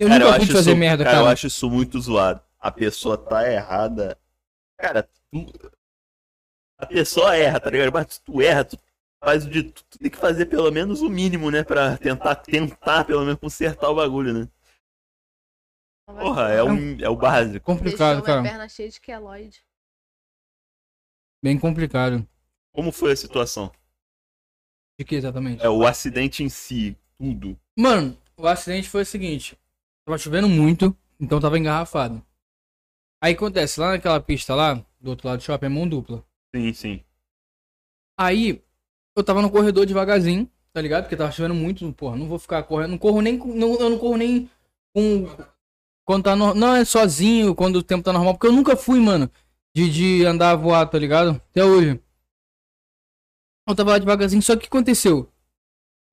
Speaker 1: Eu
Speaker 2: cara,
Speaker 1: nunca fui fazer
Speaker 2: isso,
Speaker 1: merda,
Speaker 2: cara,
Speaker 1: cara.
Speaker 2: eu acho isso muito zoado. A pessoa tá errada. Cara, tu... A pessoa erra, tá ligado? Mas tu erra, tu faz o de tu, tu tem que fazer pelo menos o mínimo, né? Pra tentar, tentar pelo menos consertar o bagulho, né? Porra, é o, é o básico.
Speaker 1: Complicado,
Speaker 3: Deixou
Speaker 1: cara.
Speaker 3: minha perna cheia de queloide.
Speaker 1: Bem complicado.
Speaker 2: Como foi a situação?
Speaker 1: De que exatamente?
Speaker 2: É o acidente em si, tudo.
Speaker 1: Mano, o acidente foi o seguinte: tava chovendo muito, então tava engarrafado. Aí acontece, lá naquela pista lá, do outro lado do shopping, é mão dupla.
Speaker 2: Sim, sim.
Speaker 1: Aí, eu tava no corredor devagarzinho, tá ligado? Porque tava chovendo muito, porra, não vou ficar correndo, não corro nem, com- não, eu não corro nem com, quando tá no, não é sozinho, quando o tempo tá normal, porque eu nunca fui, mano, de, de andar voar, tá ligado? Até hoje. Eu tava lá devagarzinho, só que o que aconteceu?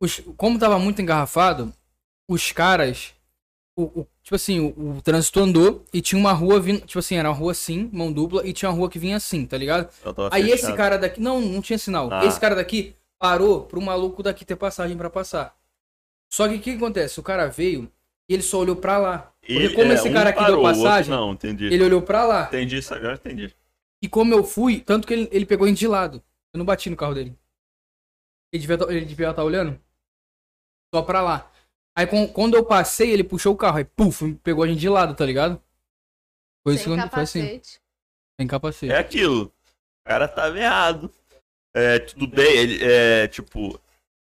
Speaker 1: Os, como tava muito engarrafado, os caras, o, o- tipo assim, o, o trânsito andou e tinha uma rua vindo, tipo assim, era uma rua assim, mão dupla, e tinha uma rua que vinha assim, tá ligado?
Speaker 2: Ela tava
Speaker 1: Aí esse
Speaker 2: fechada.
Speaker 1: cara daqui. Não, não tinha sinal.
Speaker 2: Ah.
Speaker 1: Esse cara daqui parou pro maluco daqui ter passagem pra passar. Só que o que acontece? O cara veio e ele só olhou pra lá. Porque
Speaker 2: Ele-
Speaker 1: como
Speaker 2: é,
Speaker 1: esse
Speaker 2: um
Speaker 1: cara aqui
Speaker 2: parou,
Speaker 1: deu
Speaker 2: o outro
Speaker 1: passagem,
Speaker 2: Não, entendi.
Speaker 1: ele olhou pra lá.
Speaker 2: Entendi isso agora, entendi.
Speaker 1: E como eu fui, tanto que ele, ele pegou em de lado. Eu não bati no carro dele. Ele devia tá, ele devia estar olhando só pra lá. Aí com- quando eu passei, ele puxou o carro. Aí, puf, pegou a gente de lado, tá ligado? Foi isso
Speaker 3: sem
Speaker 1: que aconteceu. Assim,
Speaker 3: capacete.
Speaker 1: sem capacete.
Speaker 2: É aquilo. O cara tava errado. É, tudo bem, ele, é, tipo,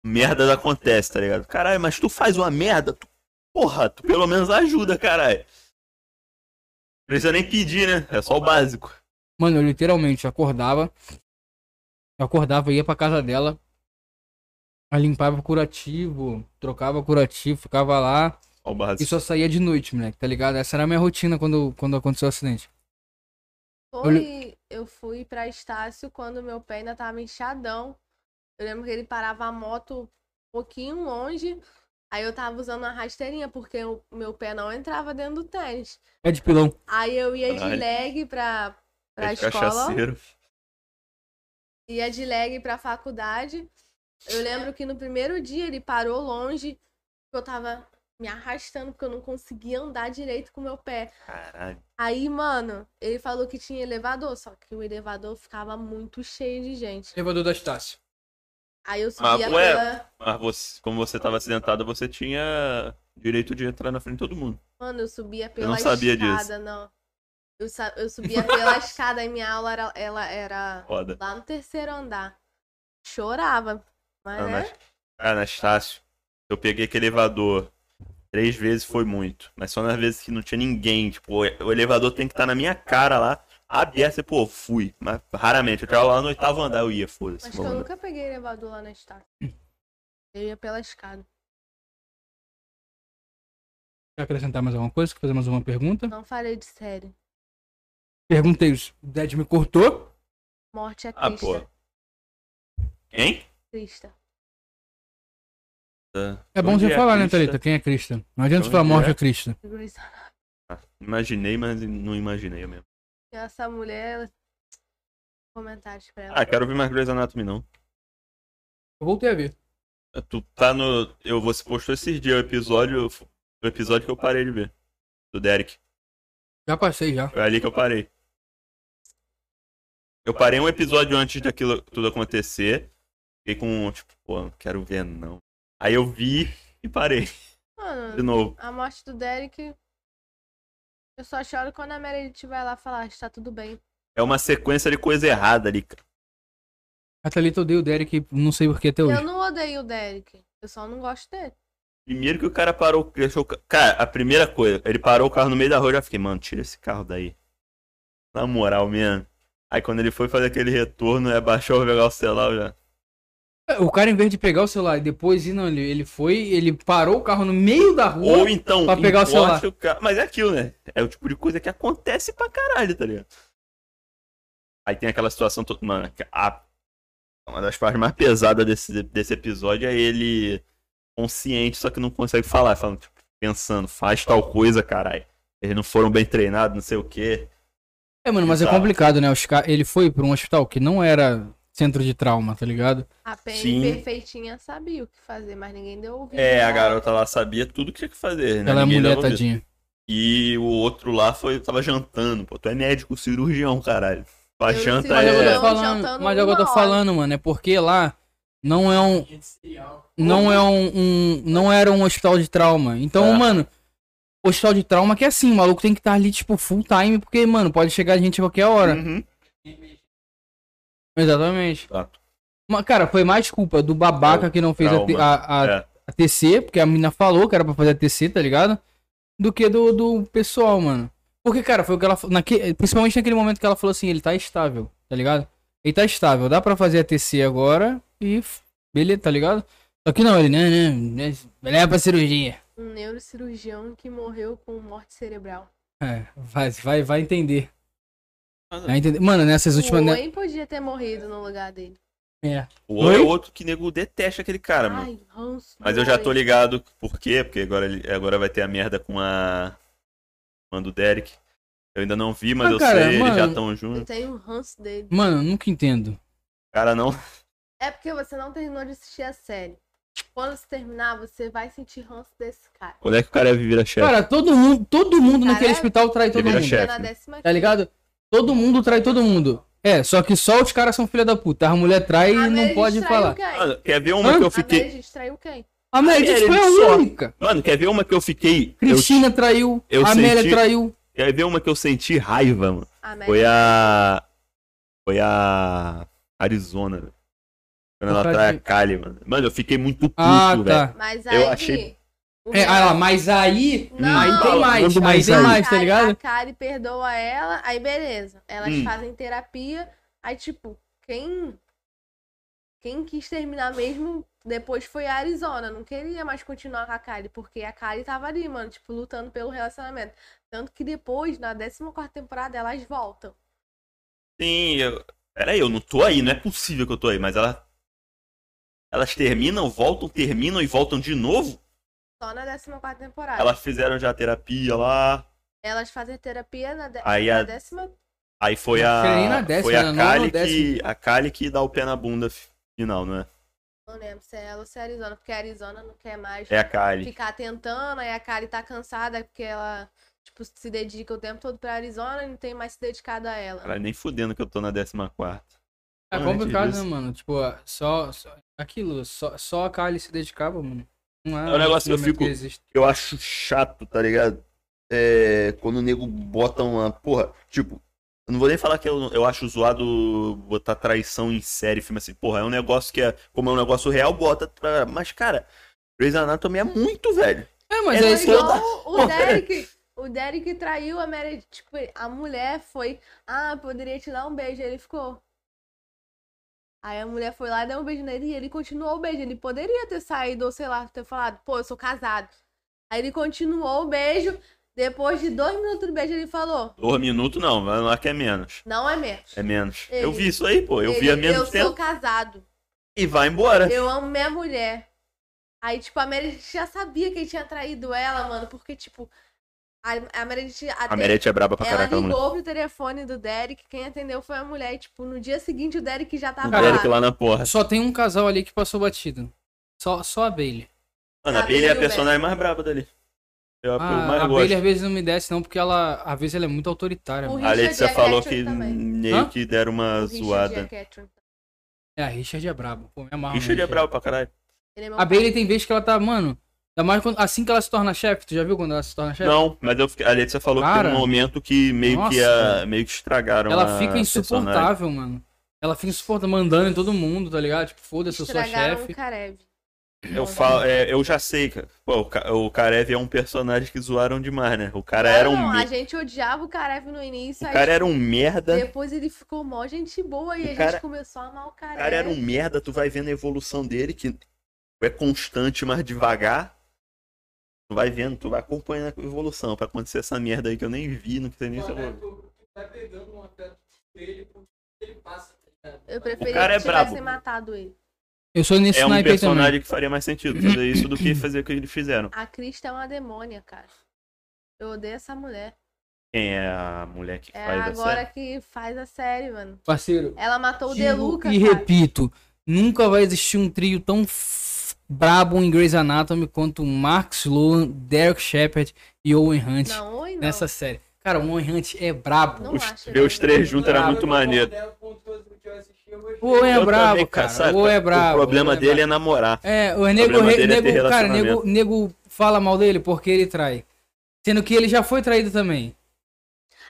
Speaker 2: merdas acontece, tá ligado? Caralho, mas tu faz uma merda, tu, porra, tu pelo menos ajuda, caralho. Precisa nem pedir, né? É só o básico.
Speaker 1: Mano, eu literalmente acordava. Eu acordava, ia pra casa dela. Aí limpava o curativo, trocava o curativo, ficava lá.
Speaker 2: Só o
Speaker 1: E
Speaker 2: básico.
Speaker 1: só saía de noite, moleque, tá ligado? Essa era a minha rotina quando, quando aconteceu o acidente.
Speaker 3: Foi, eu fui pra Estácio quando meu pé ainda tava inchadão. Eu lembro que ele parava a moto um pouquinho longe. Aí eu tava usando uma rasteirinha, porque o meu pé não entrava dentro do tênis.
Speaker 1: É de pilão.
Speaker 3: Aí eu ia de
Speaker 2: Caralho.
Speaker 3: leg pra, pra
Speaker 2: É de
Speaker 3: escola,
Speaker 2: cachaceiro.
Speaker 3: ia de leg pra faculdade. Eu lembro que no primeiro dia ele parou longe, eu tava me arrastando, porque eu não conseguia andar direito com o meu pé.
Speaker 2: Caralho.
Speaker 3: Aí, mano, ele falou que tinha elevador, só que o elevador ficava muito cheio de gente.
Speaker 1: Elevador da Estácio.
Speaker 3: Aí eu subia
Speaker 2: ué,
Speaker 3: pela.
Speaker 2: Mas você, como você tava acidentado, você tinha direito de entrar na frente de todo mundo.
Speaker 3: Mano, eu subia pela
Speaker 2: não sabia disso.
Speaker 3: escada, não. Eu, sa- eu subia pela escada e minha aula era, ela era
Speaker 2: Foda.
Speaker 3: lá no terceiro andar. Chorava. Mas
Speaker 2: Ah,
Speaker 3: né?
Speaker 2: mas- Anastácio, eu peguei aquele elevador três vezes foi muito. Mas só nas vezes que não tinha ninguém. Tipo, o elevador tem que estar na minha cara lá. Aberto, e, pô, fui. Mas raramente. Eu tava lá no oitavo andar, eu ia, foda-se.
Speaker 3: Acho que
Speaker 2: vou
Speaker 3: eu
Speaker 2: andar.
Speaker 3: nunca peguei elevador lá na estátua. Eu ia pela escada.
Speaker 1: Quer acrescentar mais alguma coisa? Quer fazer mais uma pergunta?
Speaker 3: Não falei de série.
Speaker 1: Perguntei isso. O Ded me cortou.
Speaker 3: Morte é
Speaker 2: Ah,
Speaker 3: crista.
Speaker 2: pô. Quem?
Speaker 3: crista.
Speaker 1: É bom
Speaker 2: Onde
Speaker 1: você falar, né,
Speaker 2: Crista?
Speaker 1: Thalita? Quem é Crista? Não adianta você
Speaker 2: Onde
Speaker 1: falar morte
Speaker 2: é?
Speaker 1: é Crista.
Speaker 3: Grey's
Speaker 2: Ah, Imaginei, mas não imaginei mesmo.
Speaker 3: Essa mulher, ela... comentários pra ela.
Speaker 2: Ah, quero ver mais Grey's Anatomy, não.
Speaker 1: Eu voltei a ver.
Speaker 2: Tu tá no. Eu, você postou esses dias o episódio. O episódio que eu parei de ver. Do Derek.
Speaker 1: Já passei já.
Speaker 2: Foi ali que eu parei. Eu parei um episódio antes daquilo tudo acontecer. Fiquei com, tipo, pô, não quero ver não. Aí eu vi e parei de
Speaker 3: Mano,
Speaker 2: novo.
Speaker 3: a morte do Derek. Eu só choro quando a Meredith vai lá falar, está tudo bem.
Speaker 2: É uma sequência de coisa errada ali. cara.
Speaker 1: A Thalita odeia o Derek, não sei porquê até
Speaker 3: Eu
Speaker 1: hoje.
Speaker 3: não odeio o Derek. Eu só não gosto dele.
Speaker 2: Primeiro que o cara parou, deixou o ca- Cara, a primeira coisa, ele parou o carro no meio da rua, eu já fiquei, mano, tira esse carro daí. Na moral mesmo. Aí quando ele foi fazer aquele retorno, é baixou o pegar o celular eu já.
Speaker 1: É, O cara, em vez de pegar o celular e depois ir, não, ele, ele foi, ele parou o carro no meio da rua.
Speaker 2: Ou então,
Speaker 1: Pra pegar o
Speaker 2: encosta
Speaker 1: celular.
Speaker 2: ca- Mas é aquilo, né? É o tipo de coisa que acontece pra caralho, tá ligado? Aí tem aquela situação toda. Mano, a- uma das partes mais pesadas desse, desse episódio é ele consciente, só que não consegue falar. Falando, tipo, pensando, faz tal coisa, caralho. Eles não foram bem treinados, não sei o quê.
Speaker 1: É, mano, mas é
Speaker 2: Exato.
Speaker 1: complicado, né? Os ca- Ele foi pra um hospital que não era centro de trauma, tá ligado?
Speaker 3: A PN
Speaker 2: Sim.
Speaker 3: perfeitinha sabia o que fazer, mas ninguém deu ouvido.
Speaker 2: É, a
Speaker 3: nela.
Speaker 2: garota lá sabia tudo o que tinha que fazer, né?
Speaker 1: Ela é
Speaker 2: Ninguém
Speaker 1: mulher,
Speaker 2: dava ouvido.
Speaker 1: tadinha.
Speaker 2: E o outro lá foi, tava jantando, pô. Tu é médico, cirurgião, caralho. Pra
Speaker 3: Eu,
Speaker 2: janta
Speaker 1: Mas
Speaker 3: É.
Speaker 1: é o que eu
Speaker 2: é.
Speaker 1: tô
Speaker 3: Não,
Speaker 1: falando,
Speaker 3: jantando
Speaker 1: mas é o que eu tô
Speaker 3: uma
Speaker 1: falando, mano. É porque lá não é um.
Speaker 4: Gente, serial.
Speaker 1: Não é um. um- não era um hospital de trauma. Então,
Speaker 2: É.
Speaker 1: mano. Hospital de trauma que é assim, o maluco tem que estar ali, tipo, full time, porque, mano, pode chegar gente a qualquer hora.
Speaker 2: Uhum.
Speaker 1: Exatamente.
Speaker 2: Exato. Uhum.
Speaker 1: Mas, cara, foi mais culpa do babaca que não fez a,
Speaker 2: É Trauma.
Speaker 1: a- a
Speaker 2: É.
Speaker 1: a TC, porque a mina falou que era pra fazer a TC, tá ligado? Do que do, do pessoal, mano. Porque, cara, foi o que ela. fa- Naque, principalmente naquele momento que ela falou assim: ele tá estável, tá ligado? Ele tá estável, dá pra fazer a TC agora e. f- Beleza, tá ligado? Só que não, ele, né, né, né, leva pra cirurgia.
Speaker 3: Um neurocirurgião que morreu com morte cerebral.
Speaker 1: É, vai, vai, vai entender. Vai entender. Mano, nessas últimas.
Speaker 3: o
Speaker 1: né-
Speaker 3: Wayne Um podia ter morrido no lugar dele.
Speaker 1: é.
Speaker 2: O outro é
Speaker 1: Oi?
Speaker 2: outro que nego detesta aquele cara, mano.
Speaker 3: Ai, é. Hans.
Speaker 2: Mas eu já tô ligado por quê, porque agora, ele- agora vai ter a merda com a. com a do Derek. Eu ainda não vi, mas
Speaker 1: Ah,
Speaker 2: eu
Speaker 1: cara,
Speaker 2: sei, eles já
Speaker 1: mano.
Speaker 2: estão juntos.
Speaker 3: Eu tenho o Hans dele.
Speaker 1: Mano, eu nunca entendo.
Speaker 2: Cara, não.
Speaker 3: É porque você não terminou de assistir a série. Quando você terminar, você vai sentir ranço desse cara.
Speaker 2: Quando é que o cara vira chefe?
Speaker 1: Cara, todo mundo, todo mundo naquele
Speaker 3: Caralho.
Speaker 1: hospital trai todo
Speaker 2: Ele vira
Speaker 1: mundo.
Speaker 2: chefe,
Speaker 3: Na
Speaker 2: né?
Speaker 3: décima
Speaker 1: Tá ligado? Todo mundo trai todo mundo. É, só que só os caras são filha da puta. A mulher trai
Speaker 3: A
Speaker 1: e não
Speaker 3: Meredith
Speaker 1: pode
Speaker 3: traiu
Speaker 1: falar.
Speaker 3: Quem?
Speaker 2: Mano, quer ver uma
Speaker 1: Hã?
Speaker 2: que eu
Speaker 3: A
Speaker 2: fiquei.
Speaker 3: Meredith traiu quem?
Speaker 1: A Meredith
Speaker 2: Meredith
Speaker 1: foi
Speaker 2: só.
Speaker 1: a única.
Speaker 2: Mano, quer ver uma que eu fiquei. eu-
Speaker 1: Cristina traiu,
Speaker 2: eu
Speaker 1: a Amélia
Speaker 2: senti-
Speaker 1: traiu.
Speaker 2: Quer ver uma que eu senti raiva, mano?
Speaker 3: A Meredith.
Speaker 2: Foi a. Foi a. Arizona, velho. Quando ela
Speaker 1: Vontade
Speaker 2: trai
Speaker 1: de-
Speaker 2: a Kali, mano. Mano, eu fiquei muito puto,
Speaker 1: Ah,
Speaker 2: velho.
Speaker 1: tá.
Speaker 3: Mas aí.
Speaker 2: Eu achei-
Speaker 3: o
Speaker 1: É,
Speaker 3: Hans-
Speaker 1: ah, lá, mas aí.
Speaker 3: Não.
Speaker 1: Aí tem
Speaker 2: Fala,
Speaker 1: mais.
Speaker 2: manda
Speaker 1: Aí
Speaker 2: mais
Speaker 1: tem
Speaker 2: aí.
Speaker 1: mais, tá
Speaker 3: Aí A
Speaker 1: ligado?
Speaker 3: Kari perdoa ela, aí beleza. Elas
Speaker 2: Hum.
Speaker 3: fazem terapia. Aí, tipo, quem. Quem quis terminar mesmo depois foi a Arizona. Não queria mais continuar com a Kari, porque a Kari tava ali, mano, tipo, lutando pelo relacionamento. Tanto que depois, na 14 temporada, elas voltam.
Speaker 2: Sim, eu... Peraí, eu não tô aí, não é possível que eu tô aí, mas ela... elas terminam, voltam, terminam e voltam de novo?
Speaker 3: Só na 14 temporada.
Speaker 2: Elas fizeram já a terapia lá,
Speaker 3: Elas fazem terapia na, de...
Speaker 2: Aí
Speaker 3: na
Speaker 2: a-
Speaker 3: décima.
Speaker 2: aí foi
Speaker 1: Não, acho que nem na
Speaker 2: a
Speaker 1: décima,
Speaker 2: foi a
Speaker 1: na
Speaker 2: Kali
Speaker 1: nona,
Speaker 2: que a Kali que dá o pé na bunda fi- final, não é?
Speaker 3: Não lembro se é ela ou se é a Arizona, porque a Arizona não quer mais.
Speaker 2: É a Kali.
Speaker 3: ficar tentando, aí a Kari tá cansada porque ela, tipo, se dedica o tempo todo pra Arizona e não tem mais se dedicado a ela.
Speaker 2: Cara, nem fudendo que eu tô na 14ª.
Speaker 1: É
Speaker 2: Antes
Speaker 1: complicado, né,
Speaker 2: disso.
Speaker 1: mano? Tipo, só. só- aquilo, só, só a Kylie se dedicava, mano. Não
Speaker 2: É um negócio que eu
Speaker 1: instrumento
Speaker 2: fico-
Speaker 1: existe.
Speaker 2: eu acho chato, tá ligado? É, quando o nego bota uma. Porra, tipo, eu não vou nem falar que eu, eu acho zoado botar traição em série, filme assim. Porra, é um negócio que é. Como é um negócio real, bota. Pra, mas, cara, Grey's Anatomy é muito, velho.
Speaker 1: É, mas
Speaker 2: É
Speaker 1: é,
Speaker 3: Foi
Speaker 2: mas
Speaker 1: isso que eu-
Speaker 3: igual o Derek. O Derek traiu a Meredith. Tipo, a mulher foi. Ah, poderia te dar um beijo. Ele ficou. Aí a mulher foi lá, deu um beijo nele e ele continuou o beijo. Ele poderia ter saído, ou sei lá, ter falado, pô, eu sou casado. Aí ele continuou o beijo. Depois de dois minutos do beijo, ele falou:
Speaker 2: Dois minutos não, vai lá que é menos.
Speaker 3: Não é menos.
Speaker 2: É menos.
Speaker 3: Ei,
Speaker 2: eu vi isso aí, pô. Eu vi
Speaker 3: Ele,
Speaker 2: há menos
Speaker 3: eu
Speaker 2: tempo
Speaker 3: sou casado.
Speaker 2: e vai embora.
Speaker 3: Eu amo minha mulher. Aí, tipo, a Meredith já sabia que ele tinha traído ela, mano, porque, tipo, a, a Meredith até.
Speaker 2: A Meredith é braba pra
Speaker 3: ela
Speaker 2: caraca, mano.
Speaker 3: ligou pro telefone do Derek, quem atendeu foi a mulher, e, tipo, no dia seguinte o Derek já tava
Speaker 2: O
Speaker 3: lá.
Speaker 2: Derek lá na porra.
Speaker 1: Só tem um casal ali que passou batido. Só, só a Bailey.
Speaker 2: Mano, a
Speaker 3: Sabe,
Speaker 2: Bailey é a
Speaker 3: viu,
Speaker 2: personagem mais braba dali. É a que eu
Speaker 1: Ah,
Speaker 2: mais
Speaker 1: a Bailey
Speaker 2: gosto.
Speaker 1: às vezes não me desce, não, porque ela. Às vezes ela é muito autoritária,
Speaker 3: O
Speaker 1: mano.
Speaker 2: A Letícia
Speaker 3: Richard
Speaker 2: falou
Speaker 3: Jackson
Speaker 2: que
Speaker 3: também.
Speaker 2: meio
Speaker 1: Hã?
Speaker 2: que deram
Speaker 3: O
Speaker 2: uma
Speaker 3: Richard
Speaker 2: zoada.
Speaker 3: e a Catherine.
Speaker 1: É, a Richard é brabo. Pô, me amarra.
Speaker 2: Richard é
Speaker 1: mano,
Speaker 2: brabo pra caralho.
Speaker 3: Ele é meu
Speaker 1: A
Speaker 3: pai.
Speaker 1: Bailey tem vezes que ela tá, mano. Ainda mais quando, assim que ela se torna chefe. Tu já viu quando ela se torna chefe?
Speaker 2: Não, mas eu fiquei- a Letícia falou que
Speaker 1: Cara.
Speaker 2: tem um momento que meio
Speaker 1: Nossa,
Speaker 2: que a-
Speaker 1: cara.
Speaker 2: meio que estragaram
Speaker 1: Ela
Speaker 2: a
Speaker 1: fica
Speaker 2: é personagem.
Speaker 1: insuportável, mano. Ela fica insuportável, mandando em todo mundo, tá ligado? Tipo, foda-se, eu sou a
Speaker 3: Estragaram
Speaker 1: chefe.
Speaker 3: o Karev.
Speaker 2: Eu falo, é, eu já sei, cara. Pô, o Ca- o Karev é um personagem que zoaram demais, né? O cara era um
Speaker 3: Não,
Speaker 2: me-
Speaker 3: a gente odiava o Karev no início,
Speaker 2: o
Speaker 3: aí
Speaker 2: cara era um merda.
Speaker 3: depois ele ficou mó gente boa e
Speaker 2: O
Speaker 3: a
Speaker 2: cara-
Speaker 3: gente começou a amar o
Speaker 2: O
Speaker 3: Karev.
Speaker 2: cara era um merda, tu vai vendo a evolução dele que é constante, mas devagar. Tu vai vendo, tu vai acompanhando a evolução pra acontecer essa merda aí que eu nem vi, não sei nem se eu vou.
Speaker 4: Mano, tu, tu tá pegando um atleta dele porque ele passa, tá ligado?
Speaker 3: Eu preferia
Speaker 2: cara é
Speaker 3: que tivessem
Speaker 2: brabo.
Speaker 3: matado ele.
Speaker 1: Eu sou nesse
Speaker 2: É um
Speaker 1: sniper também. Uhum.
Speaker 2: personagem que faria mais sentido fazer isso do que fazer o que eles fizeram.
Speaker 3: A Crista é uma demônia, cara. Eu odeio essa mulher.
Speaker 2: Quem é a mulher que
Speaker 3: É
Speaker 2: faz essa?
Speaker 3: agora que faz a série, mano.
Speaker 1: Parceiro.
Speaker 3: Ela matou o
Speaker 1: digo
Speaker 3: Deluca,
Speaker 1: e
Speaker 3: cara.
Speaker 1: repito, nunca vai existir um trio tão f- brabo em Grey's Anatomy quanto Mark Sloan, Derek Shepard e Owen Hunt
Speaker 3: Não, oi, não.
Speaker 1: nessa série. Cara, o Owen Hunt é brabo.
Speaker 3: Não
Speaker 2: Os-
Speaker 3: acho
Speaker 2: ver os
Speaker 3: ele
Speaker 2: três
Speaker 3: muito
Speaker 2: juntos era
Speaker 4: Eu
Speaker 2: muito
Speaker 4: não
Speaker 2: maneiro.
Speaker 4: considero o ponto todo que eu assisti, eu gostei.
Speaker 1: O Owen é
Speaker 2: Eu
Speaker 1: brabo,
Speaker 2: também,
Speaker 1: cara.
Speaker 2: sabe?
Speaker 1: O Owen é brabo.
Speaker 2: O problema
Speaker 1: Owen é
Speaker 2: dele é namorar.
Speaker 1: É, o nego,
Speaker 2: problema
Speaker 1: re,
Speaker 2: dele é ter
Speaker 1: nego cara, nego,
Speaker 2: relacionamento.
Speaker 1: nego fala mal dele porque ele trai. Sendo que ele já foi traído também.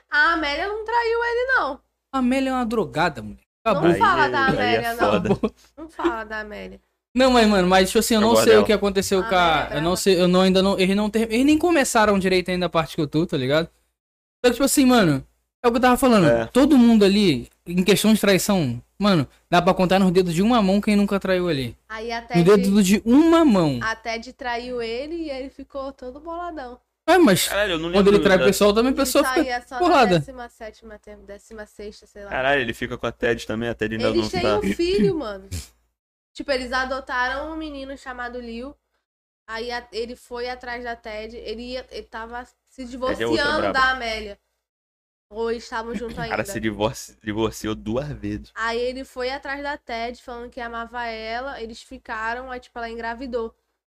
Speaker 3: A Amélia não traiu ele, não.
Speaker 1: A Amélia é uma drogada, moleque.
Speaker 3: Não
Speaker 1: Acabou.
Speaker 3: fala da
Speaker 2: aí é
Speaker 3: Amélia, não.
Speaker 2: foda.
Speaker 3: Não fala da Amélia.
Speaker 1: Não, mas, mano, mas tipo assim, eu
Speaker 2: Eu
Speaker 1: não
Speaker 2: guardo
Speaker 1: sei o
Speaker 2: ela.
Speaker 1: que aconteceu
Speaker 3: Ah,
Speaker 1: com a.
Speaker 3: mas é
Speaker 1: Eu não
Speaker 3: brava.
Speaker 1: sei, eu não ainda não. Eles não ter, Eles nem começaram direito ainda a parte que eu tô, tá ligado? Só que, tipo assim, mano, é o que eu tava falando.
Speaker 2: É.
Speaker 1: Todo mundo ali, em questão de traição, mano, dá pra contar nos dedos de uma mão quem nunca traiu ali.
Speaker 3: Aí até
Speaker 1: No
Speaker 3: de,
Speaker 1: dedo de uma mão.
Speaker 3: até de traiu ele e ele ficou todo boladão.
Speaker 1: É, mas
Speaker 2: Caralho, eu não lembro. é.
Speaker 1: quando ele trai o
Speaker 2: da-
Speaker 1: pessoal, também a pessoa
Speaker 3: Isso
Speaker 1: fica.
Speaker 3: aí é só
Speaker 1: bolada.
Speaker 3: na 17 ª 16 sei lá.
Speaker 2: Caralho, ele fica com a Ted também, a Ted ainda
Speaker 3: Eles
Speaker 2: não
Speaker 3: têm
Speaker 2: tá.
Speaker 3: um filho, mano. tipo, eles adotaram um menino chamado Liu. Aí a- ele foi atrás da Ted. Ele, ia, ele tava se divorciando
Speaker 2: é braba.
Speaker 3: da Amélia. Ou eles estavam junto
Speaker 2: O
Speaker 3: ainda.
Speaker 2: cara se divorci- divorciou duas vezes.
Speaker 3: Aí ele foi atrás da Ted, falando que amava ela. Eles ficaram, aí tipo, ela engravidou.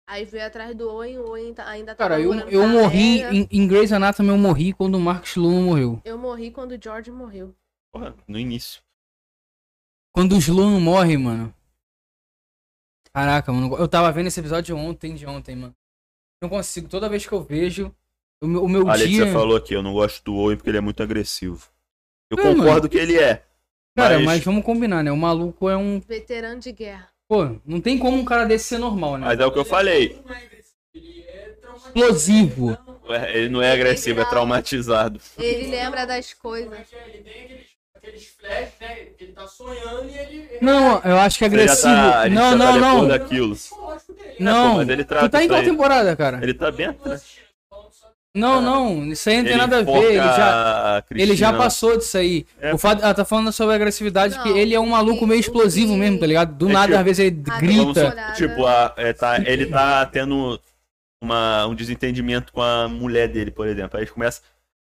Speaker 3: Aí veio atrás do Owen, o Owen tá- ainda tava
Speaker 1: Cara, eu,
Speaker 3: morando
Speaker 1: eu
Speaker 3: com a
Speaker 1: morri.
Speaker 3: Amélia.
Speaker 1: Em, em Grey's Anatomy eu morri quando o Marcos Sloan morreu.
Speaker 3: Eu morri quando o George morreu.
Speaker 2: Porra, no início.
Speaker 1: Quando o Sloan morre, mano. Caraca, mano. Eu tava vendo esse episódio ontem, de ontem, mano. Não consigo. Toda vez que eu vejo, o meu, o meu
Speaker 2: A Letícia
Speaker 1: dia.
Speaker 2: falou aqui, eu não gosto do Owen porque ele é muito agressivo. Eu
Speaker 1: Não,
Speaker 2: concordo
Speaker 1: mano.
Speaker 2: que ele é.
Speaker 1: Cara,
Speaker 2: mas-
Speaker 1: mas vamos combinar, né? O maluco é um.
Speaker 3: Veterano de guerra.
Speaker 1: Pô, não tem como um cara desse ser normal, né?
Speaker 2: Mas é o que eu falei.
Speaker 4: Ele não é agressivo, ele é traumatizado.
Speaker 1: Explosivo.
Speaker 4: Não,
Speaker 2: Ué, Ele não é agressivo, é
Speaker 3: um
Speaker 2: traumatizado.
Speaker 3: Ele lembra das coisas.
Speaker 4: mas Ele tem aqueles, aqueles flash, né? Ele tá sonhando e ele. ele-
Speaker 1: Não, eu acho que é
Speaker 2: Ele já
Speaker 1: agressivo.
Speaker 2: tá- ele
Speaker 1: não,
Speaker 2: já tá
Speaker 1: não,
Speaker 2: depois
Speaker 1: não.
Speaker 2: da- daquilo.
Speaker 4: O psicológico dele, né?
Speaker 1: Não.
Speaker 2: Pô, mas ele trata
Speaker 1: Tu tá em
Speaker 2: isso
Speaker 1: qual
Speaker 2: aí.
Speaker 1: temporada, cara?
Speaker 2: Ele tá bem
Speaker 4: Eu não tô
Speaker 2: atrás.
Speaker 4: assistindo, tô falando só
Speaker 1: Não, não. Isso aí não tem nada a ver. Ele já,
Speaker 2: já,
Speaker 1: ele já passou disso aí.
Speaker 2: É.
Speaker 1: O fato, ela tá falando sobre agressividade,
Speaker 3: Não,
Speaker 1: porque ele é um maluco meio
Speaker 3: o-
Speaker 1: explosivo
Speaker 3: o-
Speaker 1: mesmo, tá ligado? Do
Speaker 2: É
Speaker 1: nada,
Speaker 2: tipo-
Speaker 1: às vezes ele
Speaker 3: Ah,
Speaker 1: grita.
Speaker 3: vamos- temporada.
Speaker 2: Tipo, a- é, tá- ele tá tendo uma- um desentendimento com a mulher dele, por exemplo. Aí ele começa.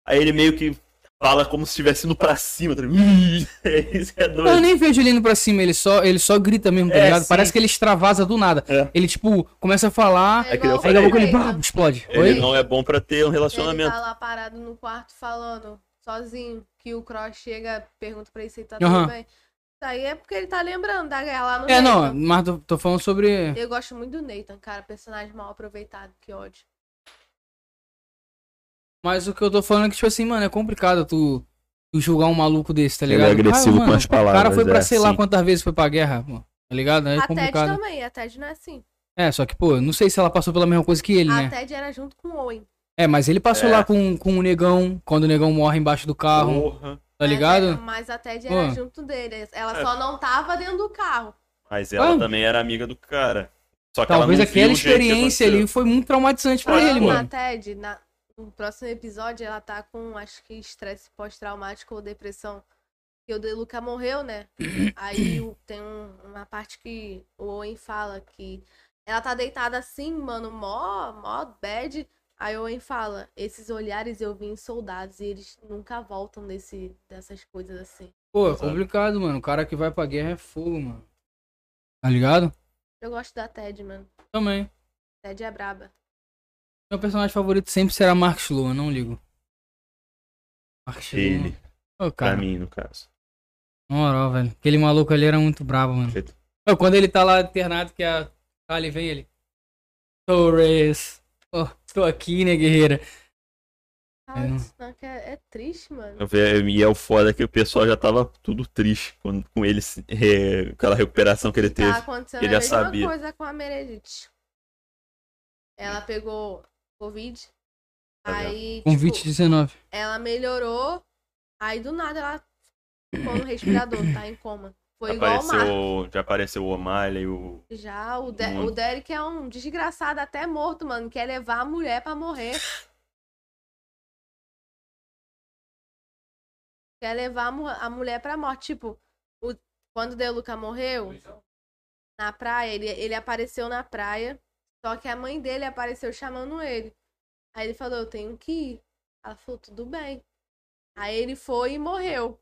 Speaker 2: Aí ele meio que fala como se estivesse indo pra cima. tá ligado? Isso é
Speaker 1: Mas Eu
Speaker 2: doido.
Speaker 1: nem vejo ele indo pra cima, ele só, ele só grita mesmo, tá
Speaker 2: É,
Speaker 1: ligado?
Speaker 2: sim.
Speaker 1: Parece que ele extravasa do nada.
Speaker 2: É.
Speaker 1: Ele, tipo, começa a falar,
Speaker 2: É que nem eu
Speaker 3: igual
Speaker 1: aí daqui a pouco ele
Speaker 3: Reagan.
Speaker 1: bah, explode. Oi?
Speaker 2: Ele não é bom pra ter um
Speaker 3: Ele
Speaker 2: relacionamento.
Speaker 3: tá lá parado no quarto falando sozinho, que o Cross chega, pergunta pra ele se ele tá
Speaker 1: Aham.
Speaker 3: tudo bem. Isso aí é porque ele tá lembrando da guerra lá no
Speaker 1: É, não, é.
Speaker 3: Nathan.
Speaker 1: mas tô, tô falando sobre.
Speaker 3: Eu gosto muito do Nathan, cara, personagem mal aproveitado, que ódio.
Speaker 1: Mas o que eu tô falando é que, tipo assim, mano, é complicado tu, tu julgar um maluco desse, tá
Speaker 5: Ele é
Speaker 1: ligado?
Speaker 5: agressivo com as
Speaker 1: O cara
Speaker 5: palavras,
Speaker 1: foi pra
Speaker 5: é,
Speaker 1: sei lá
Speaker 5: sim.
Speaker 1: quantas vezes foi pra guerra, pô, tá ligado? É
Speaker 3: a Ted
Speaker 1: complicado.
Speaker 3: também, a Ted não é assim.
Speaker 1: É, só que, pô, não sei se ela passou pela mesma coisa que ele,
Speaker 3: a
Speaker 1: né?
Speaker 3: Ted era junto com o Owen.
Speaker 1: É, mas ele passou
Speaker 2: É. Oh.
Speaker 1: lá com, com o negão, quando o negão morre embaixo do carro,
Speaker 2: Porra.
Speaker 1: tá
Speaker 3: mas
Speaker 1: ligado?
Speaker 3: era- Né, Mas a Ted era
Speaker 1: Pô.
Speaker 3: junto dele. Ela
Speaker 2: É.
Speaker 3: só não tava dentro do carro.
Speaker 2: Mas ela
Speaker 1: Ah.
Speaker 2: também era amiga do cara. Só que
Speaker 1: Talvez
Speaker 2: ela não
Speaker 1: aquela
Speaker 2: viu o jeito que
Speaker 1: experiência ali foi muito traumatizante pra
Speaker 2: Pode
Speaker 1: ele,
Speaker 2: ser.
Speaker 1: mano.
Speaker 3: a Ted, na- no próximo episódio, ela tá com, acho que, estresse pós-traumático ou depressão. Que o De Luca morreu, né? Aí o- tem um- uma parte que o Owen fala que ela tá deitada assim, mano, mó, mó bad. Aí o Owen fala, esses olhares eu vi em soldados e eles nunca voltam desse, dessas coisas assim.
Speaker 1: Pô, é
Speaker 2: Sabe?
Speaker 1: complicado, mano. O cara que vai pra guerra é fogo, mano. Tá ligado?
Speaker 3: Eu gosto da Ted, mano.
Speaker 1: Também.
Speaker 3: Ted é braba.
Speaker 1: Meu personagem favorito sempre será Mark Sloan, não ligo. Mark Sloan.
Speaker 2: Ele,
Speaker 1: Ô,
Speaker 2: pra
Speaker 1: cara,
Speaker 2: mim, no caso.
Speaker 1: na moral, velho. Aquele maluco ali era muito brabo, mano.
Speaker 2: Perfeito.
Speaker 1: Ô, Quando ele tá lá internado, que a Kali vem ele. Torres. Pô, tô aqui, né, guerreira?
Speaker 3: Ah,
Speaker 1: É, não.
Speaker 3: isso não, que é, é triste, mano.
Speaker 2: Eu ve- E é o foda que o pessoal já tava tudo triste quando, com ele, se- é, aquela recuperação que ele teve.
Speaker 3: Tá acontecendo
Speaker 2: Ele já
Speaker 3: a mesma
Speaker 2: sabia.
Speaker 3: coisa com a Meredith. Ela pegou Covid.
Speaker 2: Tá vendo?
Speaker 3: Aí, tipo,
Speaker 1: Convite-19.
Speaker 3: ela melhorou. Aí do nada ela ficou no respirador, tá em coma. Foi igual o Marco.
Speaker 2: apareceu, já apareceu o O'Malley, o.
Speaker 3: Já o, De
Speaker 2: Muito.
Speaker 3: o Derek é um desgraçado até morto, mano. Quer levar a mulher pra morrer. Quer levar a, mu- a mulher pra morte. Tipo, o- quando o Deluca morreu, na praia, ele, ele apareceu na praia, só que a mãe dele apareceu chamando ele. Aí ele falou, eu tenho que ir. Ela falou, tudo bem. Aí ele foi e morreu.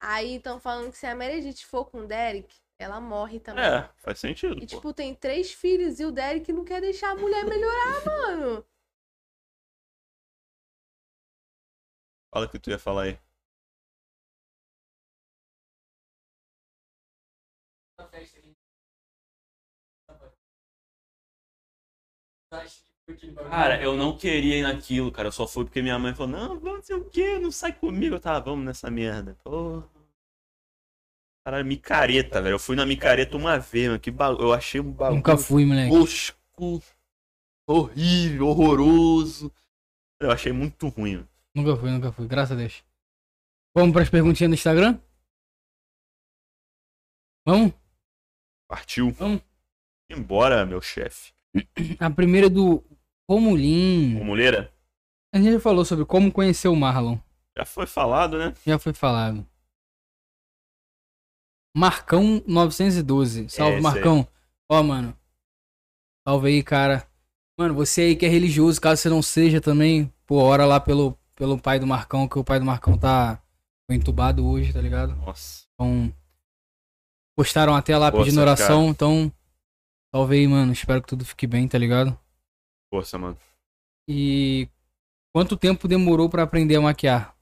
Speaker 3: Aí estão falando que se a Meredith for com o Derek, ela morre também.
Speaker 2: É, faz sentido.
Speaker 3: E,
Speaker 2: Pô.
Speaker 3: tipo, tem três filhos e o Derek não quer deixar a mulher melhorar, mano.
Speaker 2: Fala o que tu ia falar aí.
Speaker 4: na festa que a gente tava. Acho que foi aquele bagulho.
Speaker 2: Cara, eu não queria ir naquilo, cara. Eu só fui porque minha mãe falou: não, vamos não sei o quê, não sai comigo. Eu tava, vamos nessa merda. Porra. Caralho, micareta, velho. Eu fui na micareta uma vez, mano. Que bagulho. Eu achei um bagulho.
Speaker 1: Nunca fui, moleque.
Speaker 2: Tosco, horrível, horroroso. Eu achei muito ruim. mano.
Speaker 1: Nunca fui, nunca fui. Graças a Deus. Vamos pras perguntinhas do Instagram? Vamos?
Speaker 2: Partiu.
Speaker 1: Vamos.
Speaker 2: Embora, meu chefe.
Speaker 1: A primeira é do Comulin.
Speaker 2: Muleira,
Speaker 1: A gente já falou sobre como conhecer o Marlon.
Speaker 2: já foi falado, né?
Speaker 1: Já foi falado. Marcão 912. Salve,
Speaker 2: esse
Speaker 1: Marcão. Ó, mano. Salve aí, cara. Mano, você aí que é religioso, caso você não seja também, pô, ora lá pelo, pelo pai do Marcão, que o pai do Marcão tá entubado hoje, tá ligado?
Speaker 2: Nossa.
Speaker 1: Então, postaram até lá
Speaker 2: Força,
Speaker 1: pedindo oração, então, salve aí, mano. Espero que tudo fique bem, tá ligado?
Speaker 2: Força, mano.
Speaker 1: E quanto tempo demorou pra aprender a maquiar?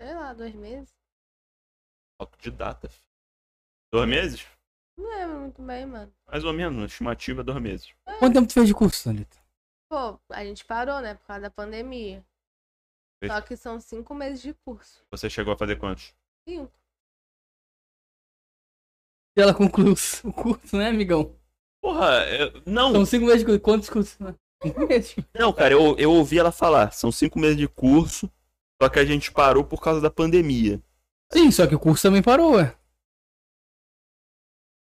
Speaker 3: Sei lá, dois meses?
Speaker 2: Autodidata. filho. Dois meses?
Speaker 3: Não lembro muito bem, mano.
Speaker 2: Mais ou menos. Estimativa, dois meses.
Speaker 1: Quanto tempo tu fez de curso, Thalita?
Speaker 3: Pô, a gente parou, né? Por causa da pandemia. Só que são cinco meses de curso.
Speaker 2: Você chegou a fazer quantos?
Speaker 3: Cinco.
Speaker 1: E ela concluiu o curso, né, amigão?
Speaker 2: Porra, eu- não,
Speaker 1: São cinco meses de curso. Quantos cursos? né? Cinco meses.
Speaker 2: não, cara, eu, eu ouvi ela falar. São cinco meses de curso, só que a gente parou por causa da pandemia.
Speaker 1: Sim, só que o curso também parou, ué.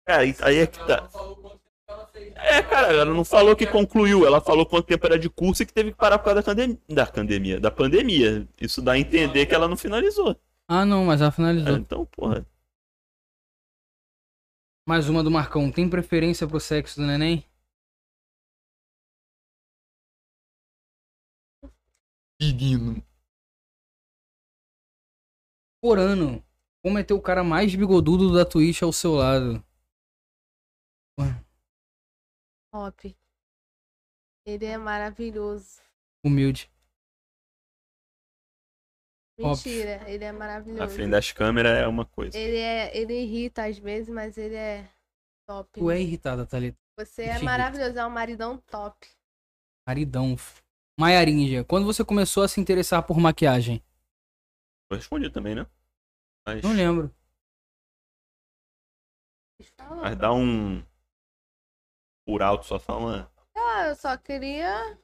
Speaker 2: Cara, aí- aí é que
Speaker 4: Ela
Speaker 2: tá.
Speaker 4: não falou quanto tempo ela fez.
Speaker 2: É, cara, ela não falou que concluiu, ela falou quanto tempo era de curso e que teve que parar por causa da pandemia. Da pandemia. Da pandemia. Isso dá a entender que ela não finalizou.
Speaker 1: Ah, não, mas ela
Speaker 2: cara.
Speaker 1: finalizou.
Speaker 2: Então, porra.
Speaker 1: Mais uma do Marcão. Tem preferência pro sexo do neném?
Speaker 5: Menino.
Speaker 1: Por ano, como é ter o cara mais bigodudo da Twitch ao seu lado?
Speaker 3: Top. Ele é maravilhoso.
Speaker 1: Humilde. Top.
Speaker 3: Mentira, ele é
Speaker 2: Na
Speaker 3: maravilhoso.
Speaker 2: frente das câmeras é uma coisa.
Speaker 3: Ele é. Ele irrita às vezes, mas ele é top.
Speaker 1: Tu é irritada, Thalita.
Speaker 3: Você
Speaker 1: Te
Speaker 3: é
Speaker 1: irrita.
Speaker 3: maravilhoso, é um maridão top.
Speaker 1: Maridão. Maiarinja, quando você começou a se interessar por maquiagem?
Speaker 2: Eu respondi também, né? Mas,
Speaker 1: Não lembro.
Speaker 3: Falou.
Speaker 2: mas dá um. Por alto, só falando.
Speaker 3: Ah, eu só queria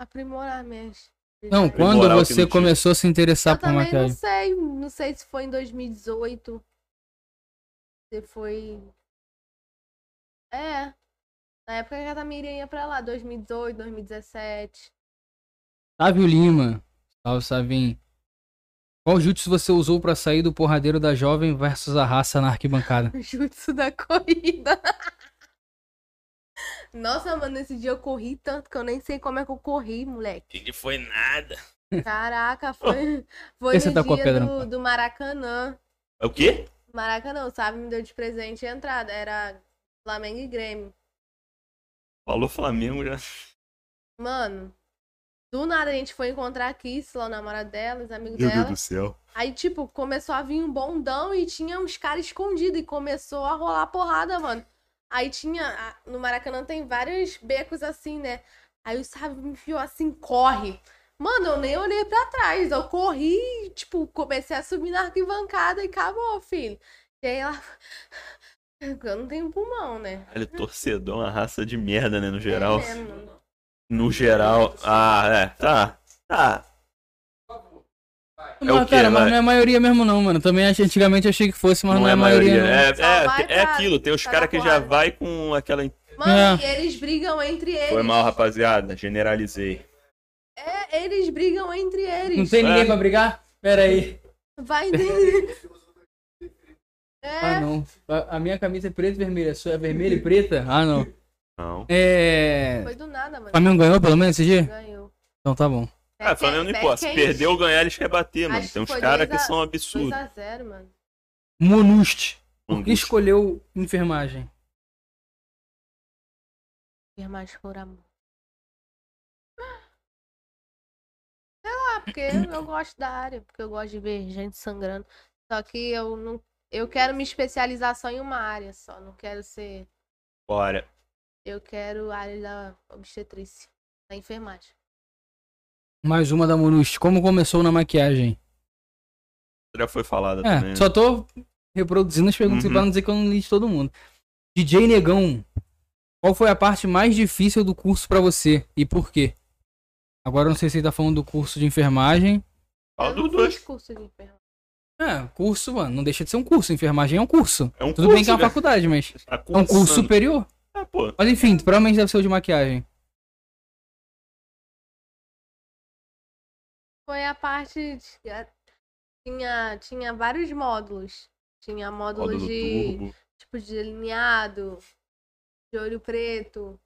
Speaker 3: aprimorar minhas.
Speaker 1: Não,
Speaker 3: habilidades.
Speaker 1: quando é
Speaker 2: Moral que não
Speaker 1: você
Speaker 2: tinha.
Speaker 1: começou a se interessar
Speaker 3: Eu
Speaker 1: por
Speaker 3: também não
Speaker 1: maquiagem?
Speaker 3: sei. Não sei se foi em 2018. Se foi. É. Na época que a Tamira ia pra lá, 2018, 2017.
Speaker 1: Sávio Lima. Salve, Savim. Qual jutsu você usou pra sair do porradeiro da jovem versus a raça na arquibancada?
Speaker 3: Jutsu da corrida. Nossa, mano, esse dia eu corri tanto que eu nem sei como é que eu corri, moleque.
Speaker 2: Que foi nada.
Speaker 3: Caraca, foi, foi
Speaker 1: Por que você
Speaker 3: no
Speaker 1: tacou tá a
Speaker 3: dia
Speaker 1: pedra no
Speaker 3: do,
Speaker 1: carro?
Speaker 3: do Maracanã.
Speaker 2: É O quê?
Speaker 3: Maracanã, sabe? Me deu de presente a entrada. Era Flamengo e Grêmio.
Speaker 2: Falou Flamengo já.
Speaker 3: Mano, do nada a gente foi encontrar a Kiss, lá o namorado dela, os amigos
Speaker 5: Meu Deus
Speaker 3: dela.
Speaker 5: do céu.
Speaker 3: Aí, tipo, começou a vir um bondão e tinha uns caras escondidos e começou a rolar porrada, mano. Aí tinha. a- No Maracanã tem vários becos assim, né? Aí o Sábio me enfiou assim, corre. Mano, eu nem olhei pra trás. Eu corri e, tipo, comecei a subir na arquibancada e acabou, filho. E aí ela. Eu não tenho pulmão, né?
Speaker 2: Caralho, torcedor é uma raça de merda, né? No
Speaker 3: É
Speaker 2: geral.
Speaker 3: mesmo.
Speaker 2: No geral. Ah, é. Tá. Tá. É o
Speaker 1: mas,
Speaker 2: quê,
Speaker 1: cara, mas
Speaker 2: vai?
Speaker 1: não é a maioria mesmo não, mano. Também achei- antigamente eu achei que fosse, mas não, é a maioria, não.
Speaker 2: É,
Speaker 3: Só
Speaker 2: é,
Speaker 3: vai
Speaker 2: é
Speaker 3: pra-
Speaker 2: aquilo. Tem os
Speaker 3: pra
Speaker 2: caras
Speaker 3: dar
Speaker 2: que já
Speaker 3: porrada.
Speaker 2: vai com aquela.
Speaker 1: É.
Speaker 3: Mano, e eles brigam entre eles.
Speaker 2: Foi mal, rapaziada. Generalizei.
Speaker 3: É, eles brigam entre eles.
Speaker 2: é
Speaker 1: Não tem ninguém pra brigar? Pera aí.
Speaker 3: Vai É, entender. É,
Speaker 1: Ah, não. A a minha camisa é preta e vermelha. A sua é vermelha e preta? Ah, não.
Speaker 2: Não.
Speaker 1: É...
Speaker 3: foi do nada, mano.
Speaker 1: Flamengo ganhou pelo menos esse dia?
Speaker 3: Ganhou.
Speaker 1: Então tá bom.
Speaker 3: É
Speaker 2: Ah, Flamengo não importa. Se perder ou ganhar, eles rebater, mano.
Speaker 3: Acho
Speaker 2: Tem
Speaker 3: que
Speaker 2: uns
Speaker 3: foi
Speaker 2: caras
Speaker 3: dois
Speaker 2: que
Speaker 3: a-
Speaker 2: são absurdos.
Speaker 3: 2x0, mano.
Speaker 1: Monust. Por que
Speaker 2: Angústia.
Speaker 1: escolheu enfermagem?
Speaker 3: Irmãs por amor. Sei lá, porque eu, eu gosto da área. Porque eu gosto de ver gente sangrando. Só que eu não. Eu quero me especializar só em uma área só. Não quero ser.
Speaker 2: Bora.
Speaker 3: Eu quero a área da obstetrícia. Da enfermagem.
Speaker 1: Mais uma da Monush. Como começou na maquiagem?
Speaker 2: Já foi falada também.
Speaker 1: É,
Speaker 2: né?
Speaker 1: só tô reproduzindo as perguntas
Speaker 2: Uhum.
Speaker 1: pra não dizer que eu não li de todo mundo. DJ Negão, qual foi a parte mais difícil do curso pra você e por quê? Agora eu não sei se ele tá falando do curso de enfermagem.
Speaker 2: Fala
Speaker 3: eu
Speaker 2: dos
Speaker 3: não
Speaker 2: dois.
Speaker 3: fiz curso de enfermagem.
Speaker 1: É, curso, mano, não deixa de ser um curso. Enfermagem é um curso.
Speaker 2: É um
Speaker 1: Tudo bem que é uma
Speaker 2: né?
Speaker 1: faculdade, mas
Speaker 2: Tá
Speaker 1: é um curso
Speaker 2: cursando.
Speaker 1: superior.
Speaker 2: É, pô.
Speaker 1: Mas enfim, provavelmente deve ser o de maquiagem.
Speaker 3: Foi a parte. de- a- Tinha, tinha vários módulos. Tinha módulo,
Speaker 2: Módulo
Speaker 3: de.
Speaker 2: turbo.
Speaker 3: Tipo, de delineado, de olho preto.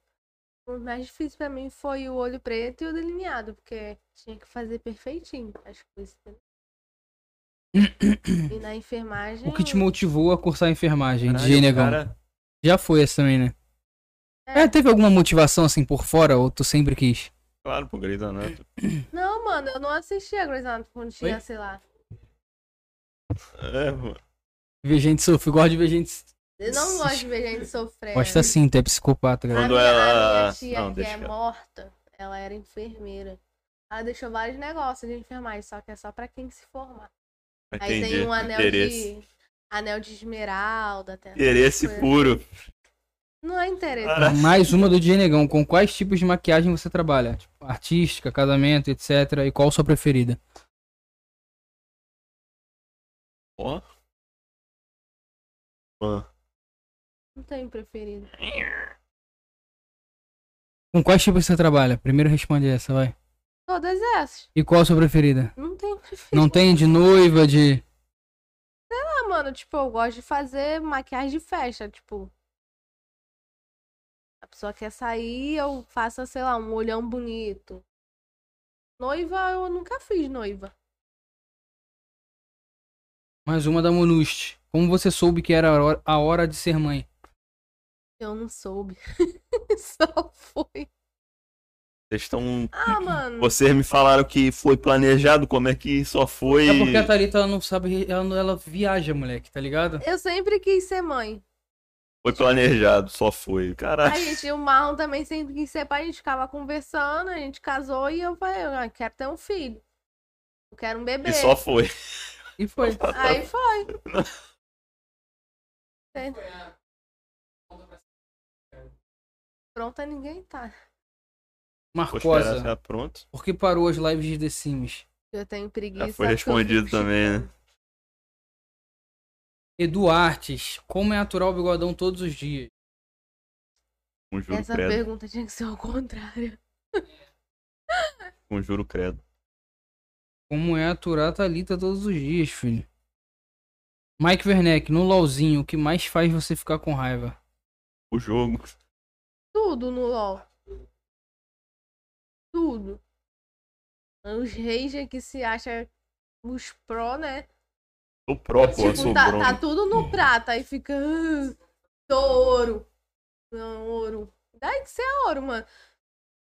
Speaker 3: O mais difícil pra mim foi o olho preto e o delineado, porque tinha que fazer perfeitinho as coisas. entendeu? e na enfermagem.
Speaker 1: O que te motivou a cursar enfermagem,
Speaker 2: Caralho,
Speaker 1: DJ Negão?
Speaker 2: cara,
Speaker 1: Já foi essa também, né?
Speaker 3: É.
Speaker 1: É, teve alguma motivação assim por fora ou tu sempre quis?
Speaker 2: Claro, pô, Grey's Anatomy.
Speaker 3: Não, mano, eu não assistia a Grey's Anatomy quando tinha,
Speaker 1: Oi?
Speaker 3: sei lá.
Speaker 2: É, pô.
Speaker 1: Ver gente sofrer, gosto de ver gente.
Speaker 3: Eu não gosto de ver gente sofrendo.
Speaker 1: Gosta sim, tu é psicopata,
Speaker 3: A
Speaker 1: galera.
Speaker 2: Quando
Speaker 3: minha, a
Speaker 2: ela-
Speaker 3: minha tia
Speaker 2: Não,
Speaker 3: que
Speaker 2: deixa
Speaker 3: é
Speaker 2: quieto.
Speaker 3: morta, ela era enfermeira. Ela deixou vários negócios de enfermagem, só que é só pra quem se formar. Aí
Speaker 2: Entendi.
Speaker 3: tem um anel
Speaker 2: interesse.
Speaker 3: de. Anel de esmeralda, até.
Speaker 2: Interesse
Speaker 3: Foi.
Speaker 2: puro.
Speaker 3: Não é interesse.
Speaker 2: Cara.
Speaker 1: Mais uma do DJ Negão. Com quais tipos de maquiagem você trabalha? Tipo, artística, casamento, etc. E qual sua preferida?
Speaker 2: Ó. Ó.
Speaker 3: Não tenho preferido.
Speaker 1: Com quais tipos você trabalha? Primeiro responde essa, vai.
Speaker 3: Todas essas.
Speaker 1: E qual a sua preferida?
Speaker 3: Não tenho preferido.
Speaker 1: Não tem de noiva, de.
Speaker 3: Ah, mano, tipo, eu gosto de fazer maquiagem de festa, tipo. A pessoa quer sair, eu faço, sei lá, um olhão bonito. Noiva, eu nunca fiz noiva.
Speaker 1: Mais uma da Monust. Como você soube que era a hora- a hora de ser mãe?
Speaker 3: Eu não soube. Só fui.
Speaker 2: Vocês estão.
Speaker 3: Ah, mano.
Speaker 2: Vocês me falaram que foi planejado, como é que só foi.
Speaker 1: É porque a Thalita ela não sabe, ela, não- ela viaja, moleque, tá ligado?
Speaker 3: Eu sempre quis ser mãe.
Speaker 2: Foi planejado, só foi.
Speaker 3: A
Speaker 2: Caralho.
Speaker 3: gente, o Marlon também sempre quis ser pai, a gente ficava conversando, a gente casou e eu falei, eu quero ter um filho. Eu quero um bebê.
Speaker 2: E só tá? foi.
Speaker 1: E foi.
Speaker 3: Aí foi. Tem-
Speaker 4: Foi a-
Speaker 3: Pronta ninguém tá.
Speaker 2: Poxa, era,
Speaker 1: Marcosa,
Speaker 2: tá pronto.
Speaker 1: por que parou as lives de The Sims?
Speaker 3: Eu tenho preguiça.
Speaker 2: Já foi
Speaker 3: porque eu fico
Speaker 2: respondido também, né?
Speaker 3: chipando.
Speaker 1: Eduartes, como é aturar o bigodão todos os dias?
Speaker 2: Conjuro
Speaker 3: Essa
Speaker 2: credo.
Speaker 3: pergunta tinha que ser ao contrário.
Speaker 2: Conjuro credo.
Speaker 1: Como é aturar a Thalita todos os dias, filho? Mike Werneck, no LOLzinho, o que mais faz você ficar com raiva?
Speaker 2: O jogo.
Speaker 3: Tudo no LOL. Tudo. Os ranger que se acham os pró, né?
Speaker 2: O próprio, eu
Speaker 3: tipo,
Speaker 2: sou
Speaker 3: tá,
Speaker 2: bronco.
Speaker 3: tá tudo no prato, aí fica. "Ah, Sou ouro. Não, ouro. Daí que você é ouro, mano.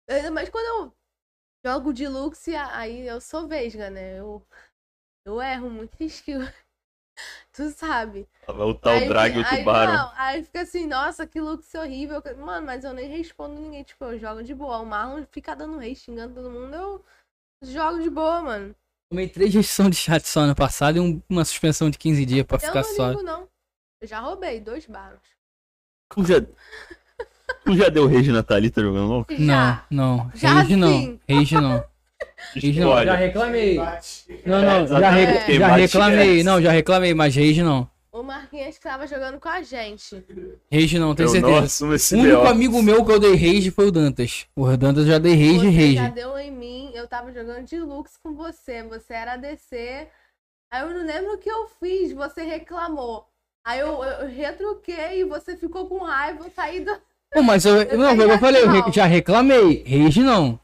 Speaker 3: Ainda mais quando eu jogo de luxe, aí eu sou vesga, né? Eu, eu erro muito skill. Tu sabe.
Speaker 2: Vai Tá O tal
Speaker 3: tá. Aí-
Speaker 2: Drag e o
Speaker 3: aí,
Speaker 2: Tubarão.
Speaker 3: não, aí fica assim, nossa, que luxo horrível. Mano, mas eu nem respondo ninguém. Tipo, eu jogo de boa. O Marlon fica dando rei, xingando todo mundo. Eu jogo de boa, mano.
Speaker 1: Tomei três restrições de chat só ano passado e um- uma suspensão de 15 dias pra
Speaker 3: Então Eu
Speaker 1: ficar
Speaker 3: não
Speaker 1: só.
Speaker 3: ligo, não. Eu já roubei dois barros.
Speaker 2: Tu já... tu já deu rage na Thalita jogando LOL?
Speaker 1: Não, não.
Speaker 3: Já
Speaker 1: Rage não.
Speaker 3: sim.
Speaker 1: Rage não. Rage não. Já
Speaker 2: Olha, É,
Speaker 1: reclamei. Não, não. Já,
Speaker 2: exatamente.
Speaker 1: re-
Speaker 2: Quem
Speaker 1: já
Speaker 2: bate
Speaker 1: reclamei.
Speaker 2: merece.
Speaker 1: Não, já reclamei, mas Rage não.
Speaker 3: O Marquinhos que tava jogando com a gente.
Speaker 1: Rage não, tenho
Speaker 2: eu não
Speaker 1: certeza.
Speaker 2: assumo esse
Speaker 1: O único
Speaker 2: BO.
Speaker 1: amigo meu que eu dei rage foi o Dantas. O Dantas já dei rage
Speaker 3: você
Speaker 1: e
Speaker 3: já
Speaker 1: rage.
Speaker 3: deu em mim, eu tava jogando de luxo com você, você era ADC. Aí eu não lembro o que eu fiz, você reclamou. Aí eu, eu retruquei e você ficou com raiva, eu saí do...
Speaker 1: Pô, mas eu.
Speaker 3: Eu
Speaker 1: não,
Speaker 3: dei
Speaker 1: eu
Speaker 3: rage
Speaker 1: falei, eu re-
Speaker 3: não.
Speaker 1: já reclamei. Rage não.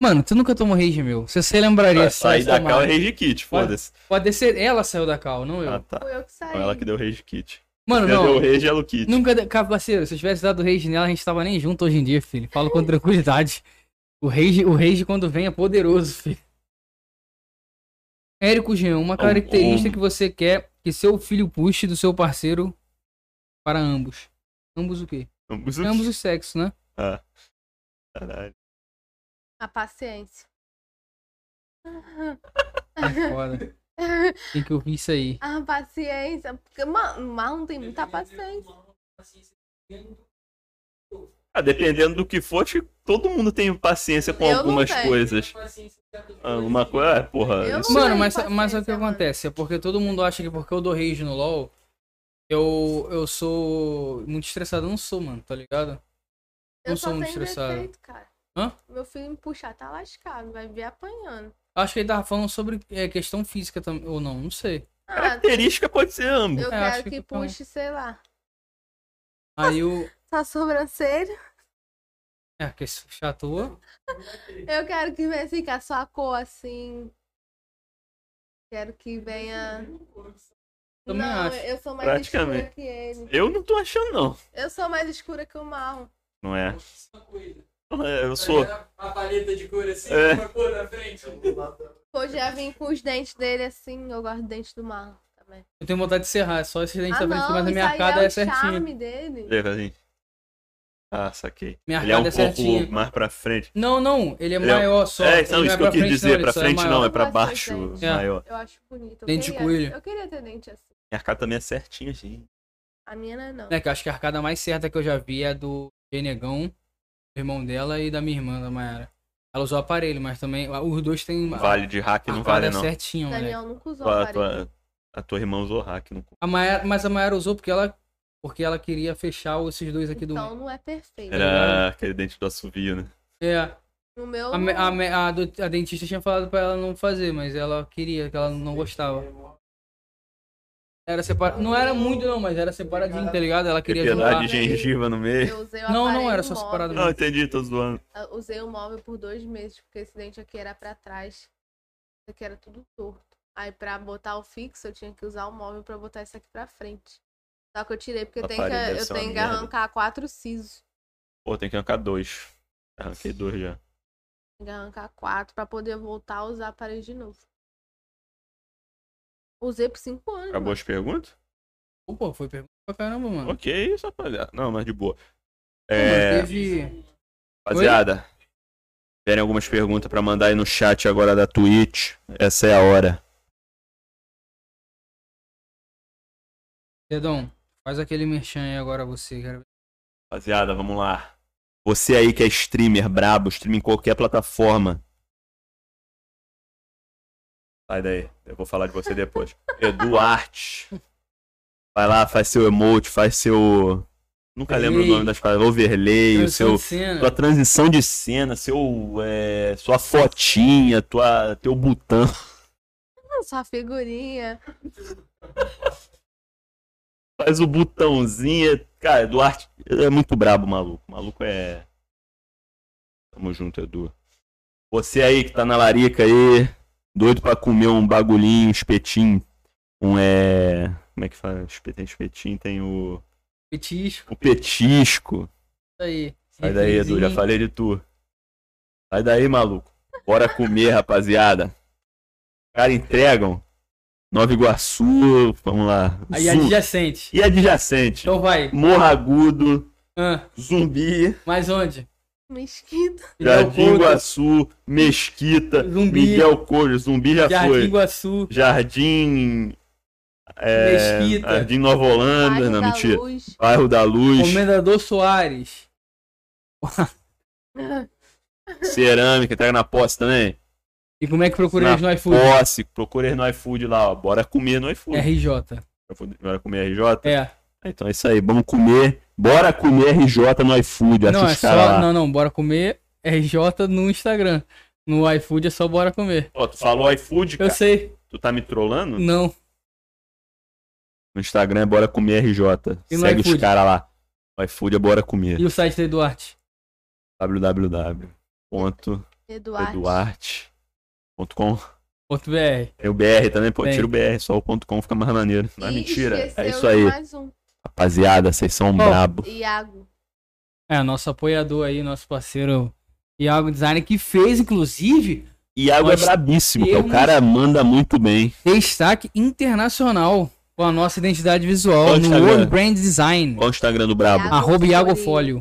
Speaker 1: Mano, tu nunca tomou rage meu. Se você lembraria
Speaker 2: Vai
Speaker 1: se
Speaker 2: sair
Speaker 1: tivesse
Speaker 2: da
Speaker 1: tomado.
Speaker 2: cal é rage kit,
Speaker 1: Olha,
Speaker 2: foda-se.
Speaker 1: Pode ser ela saiu da cal, não eu.
Speaker 2: Ah, tá.
Speaker 3: Foi eu que saí.
Speaker 2: Foi ela que deu rage kit.
Speaker 1: Mano,
Speaker 2: Já
Speaker 1: não.
Speaker 2: deu rage é o kit.
Speaker 1: Nunca. de- Cara, parceiro, se eu tivesse dado rage nela, a gente tava nem junto hoje em dia, filho. Falo com tranquilidade. O rage, o rage quando vem é poderoso, filho. Érico Jean, uma característica que você quer que seu filho puxe do seu parceiro para ambos. Ambos o quê?
Speaker 2: Ambos
Speaker 1: Em ambos os sexos, né?
Speaker 2: Caralho.
Speaker 3: A paciência.
Speaker 1: É foda. Tem que ouvir isso aí.
Speaker 3: Ah, paciência. Porque, mano, mal não tem muita paciência.
Speaker 2: Ah, dependendo do que for, acho que todo mundo tem paciência com
Speaker 3: Eu não
Speaker 2: algumas
Speaker 3: tenho.
Speaker 2: coisas. Ah, Uma coisa, é, porra,
Speaker 3: Eu
Speaker 2: isso
Speaker 3: não-
Speaker 1: Mano,
Speaker 3: tenho
Speaker 1: mas, mas é o que
Speaker 3: paciência, mano.
Speaker 1: acontece? É porque todo mundo acha que porque eu dou rage no LoL, eu, eu sou muito estressado. Eu não sou, mano, tá ligado?
Speaker 3: Eu
Speaker 1: Não
Speaker 3: só
Speaker 1: sou muito
Speaker 3: tenho
Speaker 1: estressado.
Speaker 3: defeito, cara.
Speaker 1: Hã?
Speaker 3: Meu filho me puxar tá lascado, vai vir apanhando.
Speaker 1: Acho que ele tava falando sobre é, questão física também. Ou não, não sei.
Speaker 3: Ah,
Speaker 2: é característica pode ser ambos.
Speaker 3: eu
Speaker 1: É, acho
Speaker 3: quero
Speaker 1: que
Speaker 3: que,
Speaker 1: eu tô falando.
Speaker 3: puxe, sei lá,
Speaker 1: Aí o.
Speaker 3: sua sobrancelha.
Speaker 1: É, que esse chato.
Speaker 3: Eu quero que venha assim, com a sua cor assim. Quero que venha.
Speaker 1: Também
Speaker 3: não,
Speaker 1: acho.
Speaker 3: eu sou mais
Speaker 2: Praticamente.
Speaker 3: escura que ele.
Speaker 2: Eu não tô achando, não.
Speaker 3: Eu sou mais escura que o mal.
Speaker 2: Não é?
Speaker 4: Uma coisa.
Speaker 2: É, Eu sou.
Speaker 4: Uma paleta de cor assim,
Speaker 2: É.
Speaker 4: uma cor na frente.
Speaker 3: Hoje já vim com os dentes dele assim, eu gosto do dente do mal também.
Speaker 1: Eu tenho vontade de serrar, é só esse dente da
Speaker 3: Ah,
Speaker 1: frente, mas
Speaker 3: não,
Speaker 1: a
Speaker 3: isso
Speaker 1: minha
Speaker 3: aí
Speaker 1: arcada
Speaker 3: é
Speaker 1: é,
Speaker 3: o
Speaker 1: certinha.
Speaker 3: charme dele.
Speaker 2: Vê, assim. Ah, saquei.
Speaker 1: Minha
Speaker 2: Ele é um
Speaker 1: arcada é certinha.
Speaker 2: pouco mais pra frente.
Speaker 1: Não, não, ele é
Speaker 2: Ele é-
Speaker 1: maior só.
Speaker 2: é,
Speaker 1: Ele
Speaker 2: não,
Speaker 1: não
Speaker 2: isso que eu quis dizer.
Speaker 1: ele
Speaker 2: pra
Speaker 1: só
Speaker 2: frente não, é
Speaker 1: maior.
Speaker 2: pra
Speaker 3: Eu gosto
Speaker 2: baixo,
Speaker 3: desse dente.
Speaker 1: É.
Speaker 2: maior.
Speaker 3: Eu acho bonito. eu
Speaker 1: Dente de
Speaker 3: queria-
Speaker 1: coelho.
Speaker 3: Eu queria ter dente assim.
Speaker 2: Minha arcada também é certinha, assim.
Speaker 3: A minha não é não.
Speaker 1: É, que eu acho que a arcada mais certa que eu já vi é a do Genegão, do irmão dela e da minha irmã, da Mayara. Ela usou aparelho, mas também. ah, Os dois têm.
Speaker 2: Vale de hack
Speaker 1: a
Speaker 2: não
Speaker 1: arcada
Speaker 2: vale,
Speaker 1: é
Speaker 2: não.
Speaker 1: certinha, moleque.
Speaker 3: Daniel nunca usou
Speaker 2: Tua,
Speaker 3: aparelho.
Speaker 2: tua, a tua irmã usou hack. Não...
Speaker 1: A Mayara, mas a Mayara usou porque ela, porque ela queria fechar esses dois aqui do.
Speaker 3: Então não é perfeito.
Speaker 2: Era aquele dente do assovio, né?
Speaker 1: É,
Speaker 3: No meu.
Speaker 1: a, me- a,
Speaker 3: não-
Speaker 1: me- a do- a dentista tinha falado pra ela não fazer, mas ela queria, que ela não gostava. Era separa... Não era muito, não, mas era separadinho, tá ligado? Ela queria juntar.
Speaker 2: Propriedade de gengiva no meio.
Speaker 3: Eu usei o
Speaker 1: Não, não,
Speaker 3: aparelho
Speaker 1: era só
Speaker 3: móvel.
Speaker 1: separado
Speaker 2: Não, entendi, tô zoando.
Speaker 3: Eu Ah, Usei o móvel por dois meses, porque esse dente aqui era pra trás. Isso aqui era tudo torto. Aí pra botar o fixo, eu tinha que usar o móvel pra botar isso aqui pra frente. Só que eu tirei, porque eu tenho que,
Speaker 2: Aparelho deve
Speaker 3: eu
Speaker 2: ser uma
Speaker 3: tenho que
Speaker 2: merda.
Speaker 3: arrancar quatro sisos.
Speaker 2: Pô, tem que arrancar dois. Arranquei dois já.
Speaker 3: Tem que arrancar quatro pra poder voltar a usar aparelho de novo. Usei por cinco anos.
Speaker 2: Acabou
Speaker 3: mano.
Speaker 2: as perguntas?
Speaker 1: Pô, foi pergunta pra caramba, mano.
Speaker 2: Ok, isso, rapaziada. Não, mas de boa.
Speaker 1: Pô,
Speaker 2: É,
Speaker 1: mas teve-
Speaker 2: rapaziada, tiverem algumas perguntas pra mandar aí no chat agora da Twitch, essa é a hora.
Speaker 1: Dedão, faz aquele merchan aí agora você, cara.
Speaker 2: Rapaziada, vamos lá. Você aí que é streamer brabo, streama em qualquer plataforma. Sai daí, eu vou falar de você depois. Eduarte. Vai lá, faz seu emote, faz seu. Nunca lembro o nome das palavras. Overlay, o seu. Tua
Speaker 1: Cena.
Speaker 2: transição de cena, seu, é, sua fotinha, tua, teu botão.
Speaker 3: Não, Só figurinha.
Speaker 2: Faz o botãozinho. Cara, Eduardo é muito brabo, maluco. Maluco é. Tamo junto, Edu. Você aí que tá na larica aí, doido pra comer um bagulhinho, um espetinho. Um é. Como é que fala? Espe- Tem espetinho, tem o.
Speaker 1: Petisco,
Speaker 2: O petisco.
Speaker 1: isso aí.
Speaker 2: Sai daí, Edu, já falei de tu. Sai daí, maluco. Bora comer, rapaziada. Cara, entregam. Nova Iguaçu, vamos lá.
Speaker 1: Aí
Speaker 2: Zu-
Speaker 1: adjacente.
Speaker 2: E adjacente.
Speaker 1: Então vai.
Speaker 2: Morro Agudo,
Speaker 1: Ah,
Speaker 2: Zumbi,
Speaker 1: mais onde?
Speaker 3: Mesquita.
Speaker 2: Jardim
Speaker 1: Leopoldo,
Speaker 2: Iguaçu, Mesquita,
Speaker 1: Zumbi.
Speaker 2: Miguel Coelho, Zumbi já
Speaker 1: Jardim
Speaker 2: foi.
Speaker 1: Iguaçu.
Speaker 2: Jardim. É,
Speaker 1: Mesquita.
Speaker 2: Jardim Nova Holanda,
Speaker 3: Bairro
Speaker 2: não,
Speaker 3: da
Speaker 2: mentira.
Speaker 3: Luz.
Speaker 2: Bairro da Luz,
Speaker 1: Comendador Soares. é?
Speaker 2: Cerâmica, entrega na posse também.
Speaker 1: E como é que procura eles no iFood?
Speaker 2: Posse, procura aí no iFood lá, ó. Bora comer no iFood.
Speaker 1: RJ.
Speaker 2: iFood, Bora comer RJ?
Speaker 1: É.
Speaker 2: Então é isso aí, vamos comer. Bora comer RJ no iFood. Acha
Speaker 1: Não, é
Speaker 2: os caras
Speaker 1: só.
Speaker 2: lá.
Speaker 1: Não, não, bora comer RJ no Instagram. No iFood é só bora comer.
Speaker 2: Ó, tu falou iFood,
Speaker 1: Eu
Speaker 2: cara.
Speaker 1: sei.
Speaker 2: Tu tá me trollando?
Speaker 1: Não.
Speaker 2: No Instagram é bora comer RJ.
Speaker 1: E no
Speaker 2: Segue os
Speaker 1: iFood?
Speaker 2: caras lá. No iFood é bora comer.
Speaker 1: E o site da Eduarte?
Speaker 2: www.eduarte.com
Speaker 3: Eduardo.
Speaker 1: Ponto .br.
Speaker 2: Tem o BR também, pô,
Speaker 1: Tem.
Speaker 2: tira o BR, só o ponto .com fica mais maneiro. Não é
Speaker 3: Ih,
Speaker 2: mentira, é
Speaker 3: esqueceu
Speaker 2: isso
Speaker 3: de
Speaker 2: aí.
Speaker 3: Mais um.
Speaker 2: Rapaziada, vocês são brabo.
Speaker 3: Iago.
Speaker 1: É, nosso apoiador aí, nosso parceiro Iago Design, que fez, inclusive,
Speaker 2: Iago é
Speaker 1: Nós
Speaker 2: brabíssimo, cara. o
Speaker 1: temos-
Speaker 2: cara manda muito bem.
Speaker 1: destaque internacional com a nossa identidade visual
Speaker 2: Qual
Speaker 1: no
Speaker 2: Instagram?
Speaker 1: World Brand Design.
Speaker 3: Ah,
Speaker 2: Qual o Instagram do brabo?
Speaker 3: Iago
Speaker 1: Arroba Iago
Speaker 3: Folio.
Speaker 1: Folio.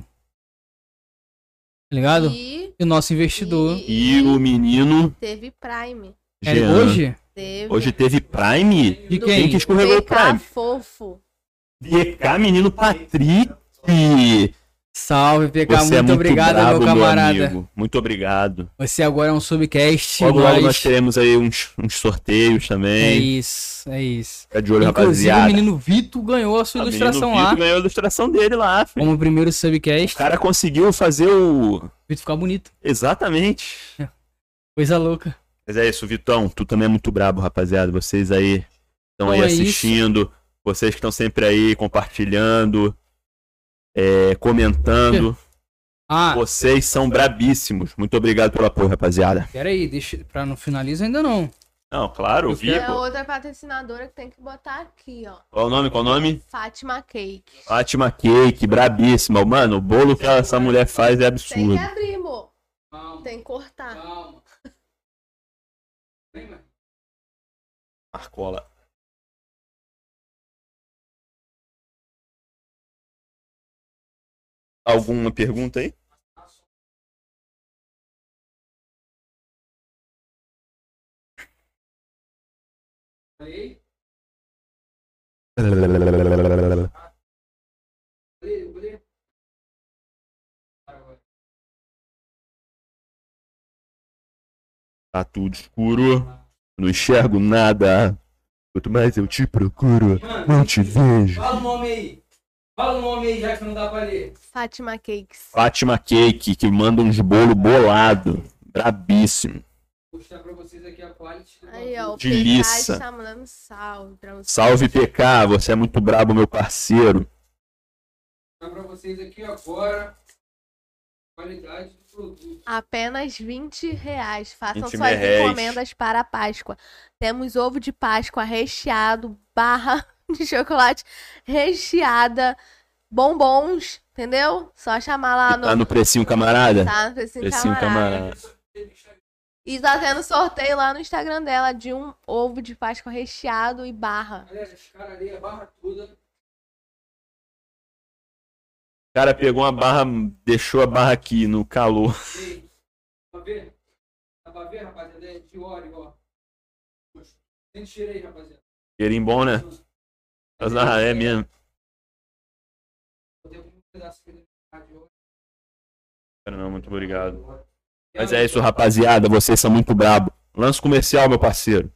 Speaker 1: Tá Ligado?
Speaker 3: E
Speaker 1: E o nosso investidor.
Speaker 2: E o menino
Speaker 3: Teve Prime.
Speaker 1: Era
Speaker 2: Jean.
Speaker 1: É hoje?
Speaker 3: Teve.
Speaker 2: Hoje teve Prime?
Speaker 1: De
Speaker 3: Do
Speaker 1: quem?
Speaker 2: Quem que escorregou o
Speaker 3: BK
Speaker 2: Prime?
Speaker 3: fofo.
Speaker 2: DK, menino Patrick!
Speaker 1: Salve, PK.
Speaker 2: Você
Speaker 1: Muito,
Speaker 2: é muito
Speaker 1: obrigado,
Speaker 2: brabo,
Speaker 1: meu
Speaker 2: meu
Speaker 1: camarada.
Speaker 2: amigo. Muito obrigado.
Speaker 1: Você agora é um subcast.
Speaker 2: Logo, logo
Speaker 1: nós-
Speaker 2: nós teremos aí uns, uns sorteios
Speaker 1: É
Speaker 2: também.
Speaker 1: isso, é isso.
Speaker 2: Fica de olho,
Speaker 1: Inclusive, o
Speaker 2: rapaziada.
Speaker 1: menino Vitor ganhou a sua
Speaker 2: O menino
Speaker 1: ilustração
Speaker 2: Vitor
Speaker 1: lá. Um
Speaker 2: ganhou a ilustração dele lá, filho.
Speaker 1: Como primeiro
Speaker 2: O
Speaker 1: subcast.
Speaker 2: cara conseguiu fazer o.
Speaker 1: Vitor ficar bonito.
Speaker 2: Exatamente.
Speaker 1: Coisa louca.
Speaker 2: Mas é isso, Vitão. Tu também é muito brabo, rapaziada. Vocês aí estão
Speaker 1: Então
Speaker 2: aí
Speaker 1: é isso.
Speaker 2: assistindo. Vocês que estão sempre aí compartilhando, é, comentando.
Speaker 1: Ah,
Speaker 2: Vocês são brabíssimos. Muito obrigado pelo apoio, rapaziada.
Speaker 1: peraí, deixa. Pra não finaliza ainda não.
Speaker 2: Não, claro,
Speaker 1: Eu
Speaker 2: vi.
Speaker 1: quero-
Speaker 3: É
Speaker 2: pô.
Speaker 3: outra patrocinadora que tem que botar aqui, ó.
Speaker 2: Qual o nome? Qual o nome?
Speaker 3: Fátima Cake.
Speaker 2: Fátima Cake, brabíssima. Mano, o bolo que essa mulher faz é
Speaker 3: Tem que
Speaker 2: absurdo.
Speaker 3: abrir, amor.
Speaker 4: Calma,
Speaker 3: Tem que cortar.
Speaker 4: calma. Vem, mano.
Speaker 2: Marcola. Alguma pergunta aí?
Speaker 4: Falei, falei, falei. Agora.
Speaker 2: Tá tudo escuro. Não enxergo nada. Quanto mais eu te procuro, não te vejo.
Speaker 4: Fala o nome aí. Fala o nome aí, já que não dá pra ler.
Speaker 3: Fátima Cakes.
Speaker 2: Fátima Cake, que manda uns bolo bolado. Brabíssimo.
Speaker 4: Vou mostrar pra vocês aqui a quality. do
Speaker 3: Aí, ó.
Speaker 4: bagulho.
Speaker 3: O
Speaker 2: De
Speaker 3: PK
Speaker 2: liça.
Speaker 3: está mandando salve pra você.
Speaker 2: Salve PK, você é muito brabo, meu parceiro.
Speaker 4: Vou mostrar pra vocês aqui agora. Qualidade do produto.
Speaker 3: Apenas 20 reais. Façam
Speaker 2: 20
Speaker 3: suas
Speaker 2: reais.
Speaker 3: encomendas para a Páscoa. Temos ovo de Páscoa recheado, barra de chocolate recheada, bombons, entendeu? Só chamar lá
Speaker 2: Tá
Speaker 3: no.
Speaker 2: no precinho, camarada?
Speaker 3: Tá no precinho,
Speaker 2: Precinho,
Speaker 3: camarada.
Speaker 2: camarada.
Speaker 3: E tá tendo sorteio lá no Instagram dela de um ovo de Páscoa recheado e barra.
Speaker 4: Galera, os caras ali, a barra toda.
Speaker 2: O cara pegou uma barra, deixou a barra aqui no calor.
Speaker 4: Ei, Dá pra ver? Dá pra ver, rapaziada? É de óleo, ó. Tem cheiro aí, rapaziada.
Speaker 2: Cheirinho bom, né? Mas, ah, é mesmo.
Speaker 4: Tem um pedaço aqui da de óleo.
Speaker 2: Não, muito obrigado. Mas é isso, rapaziada. Vocês são muito brabo. Lance comercial, meu parceiro.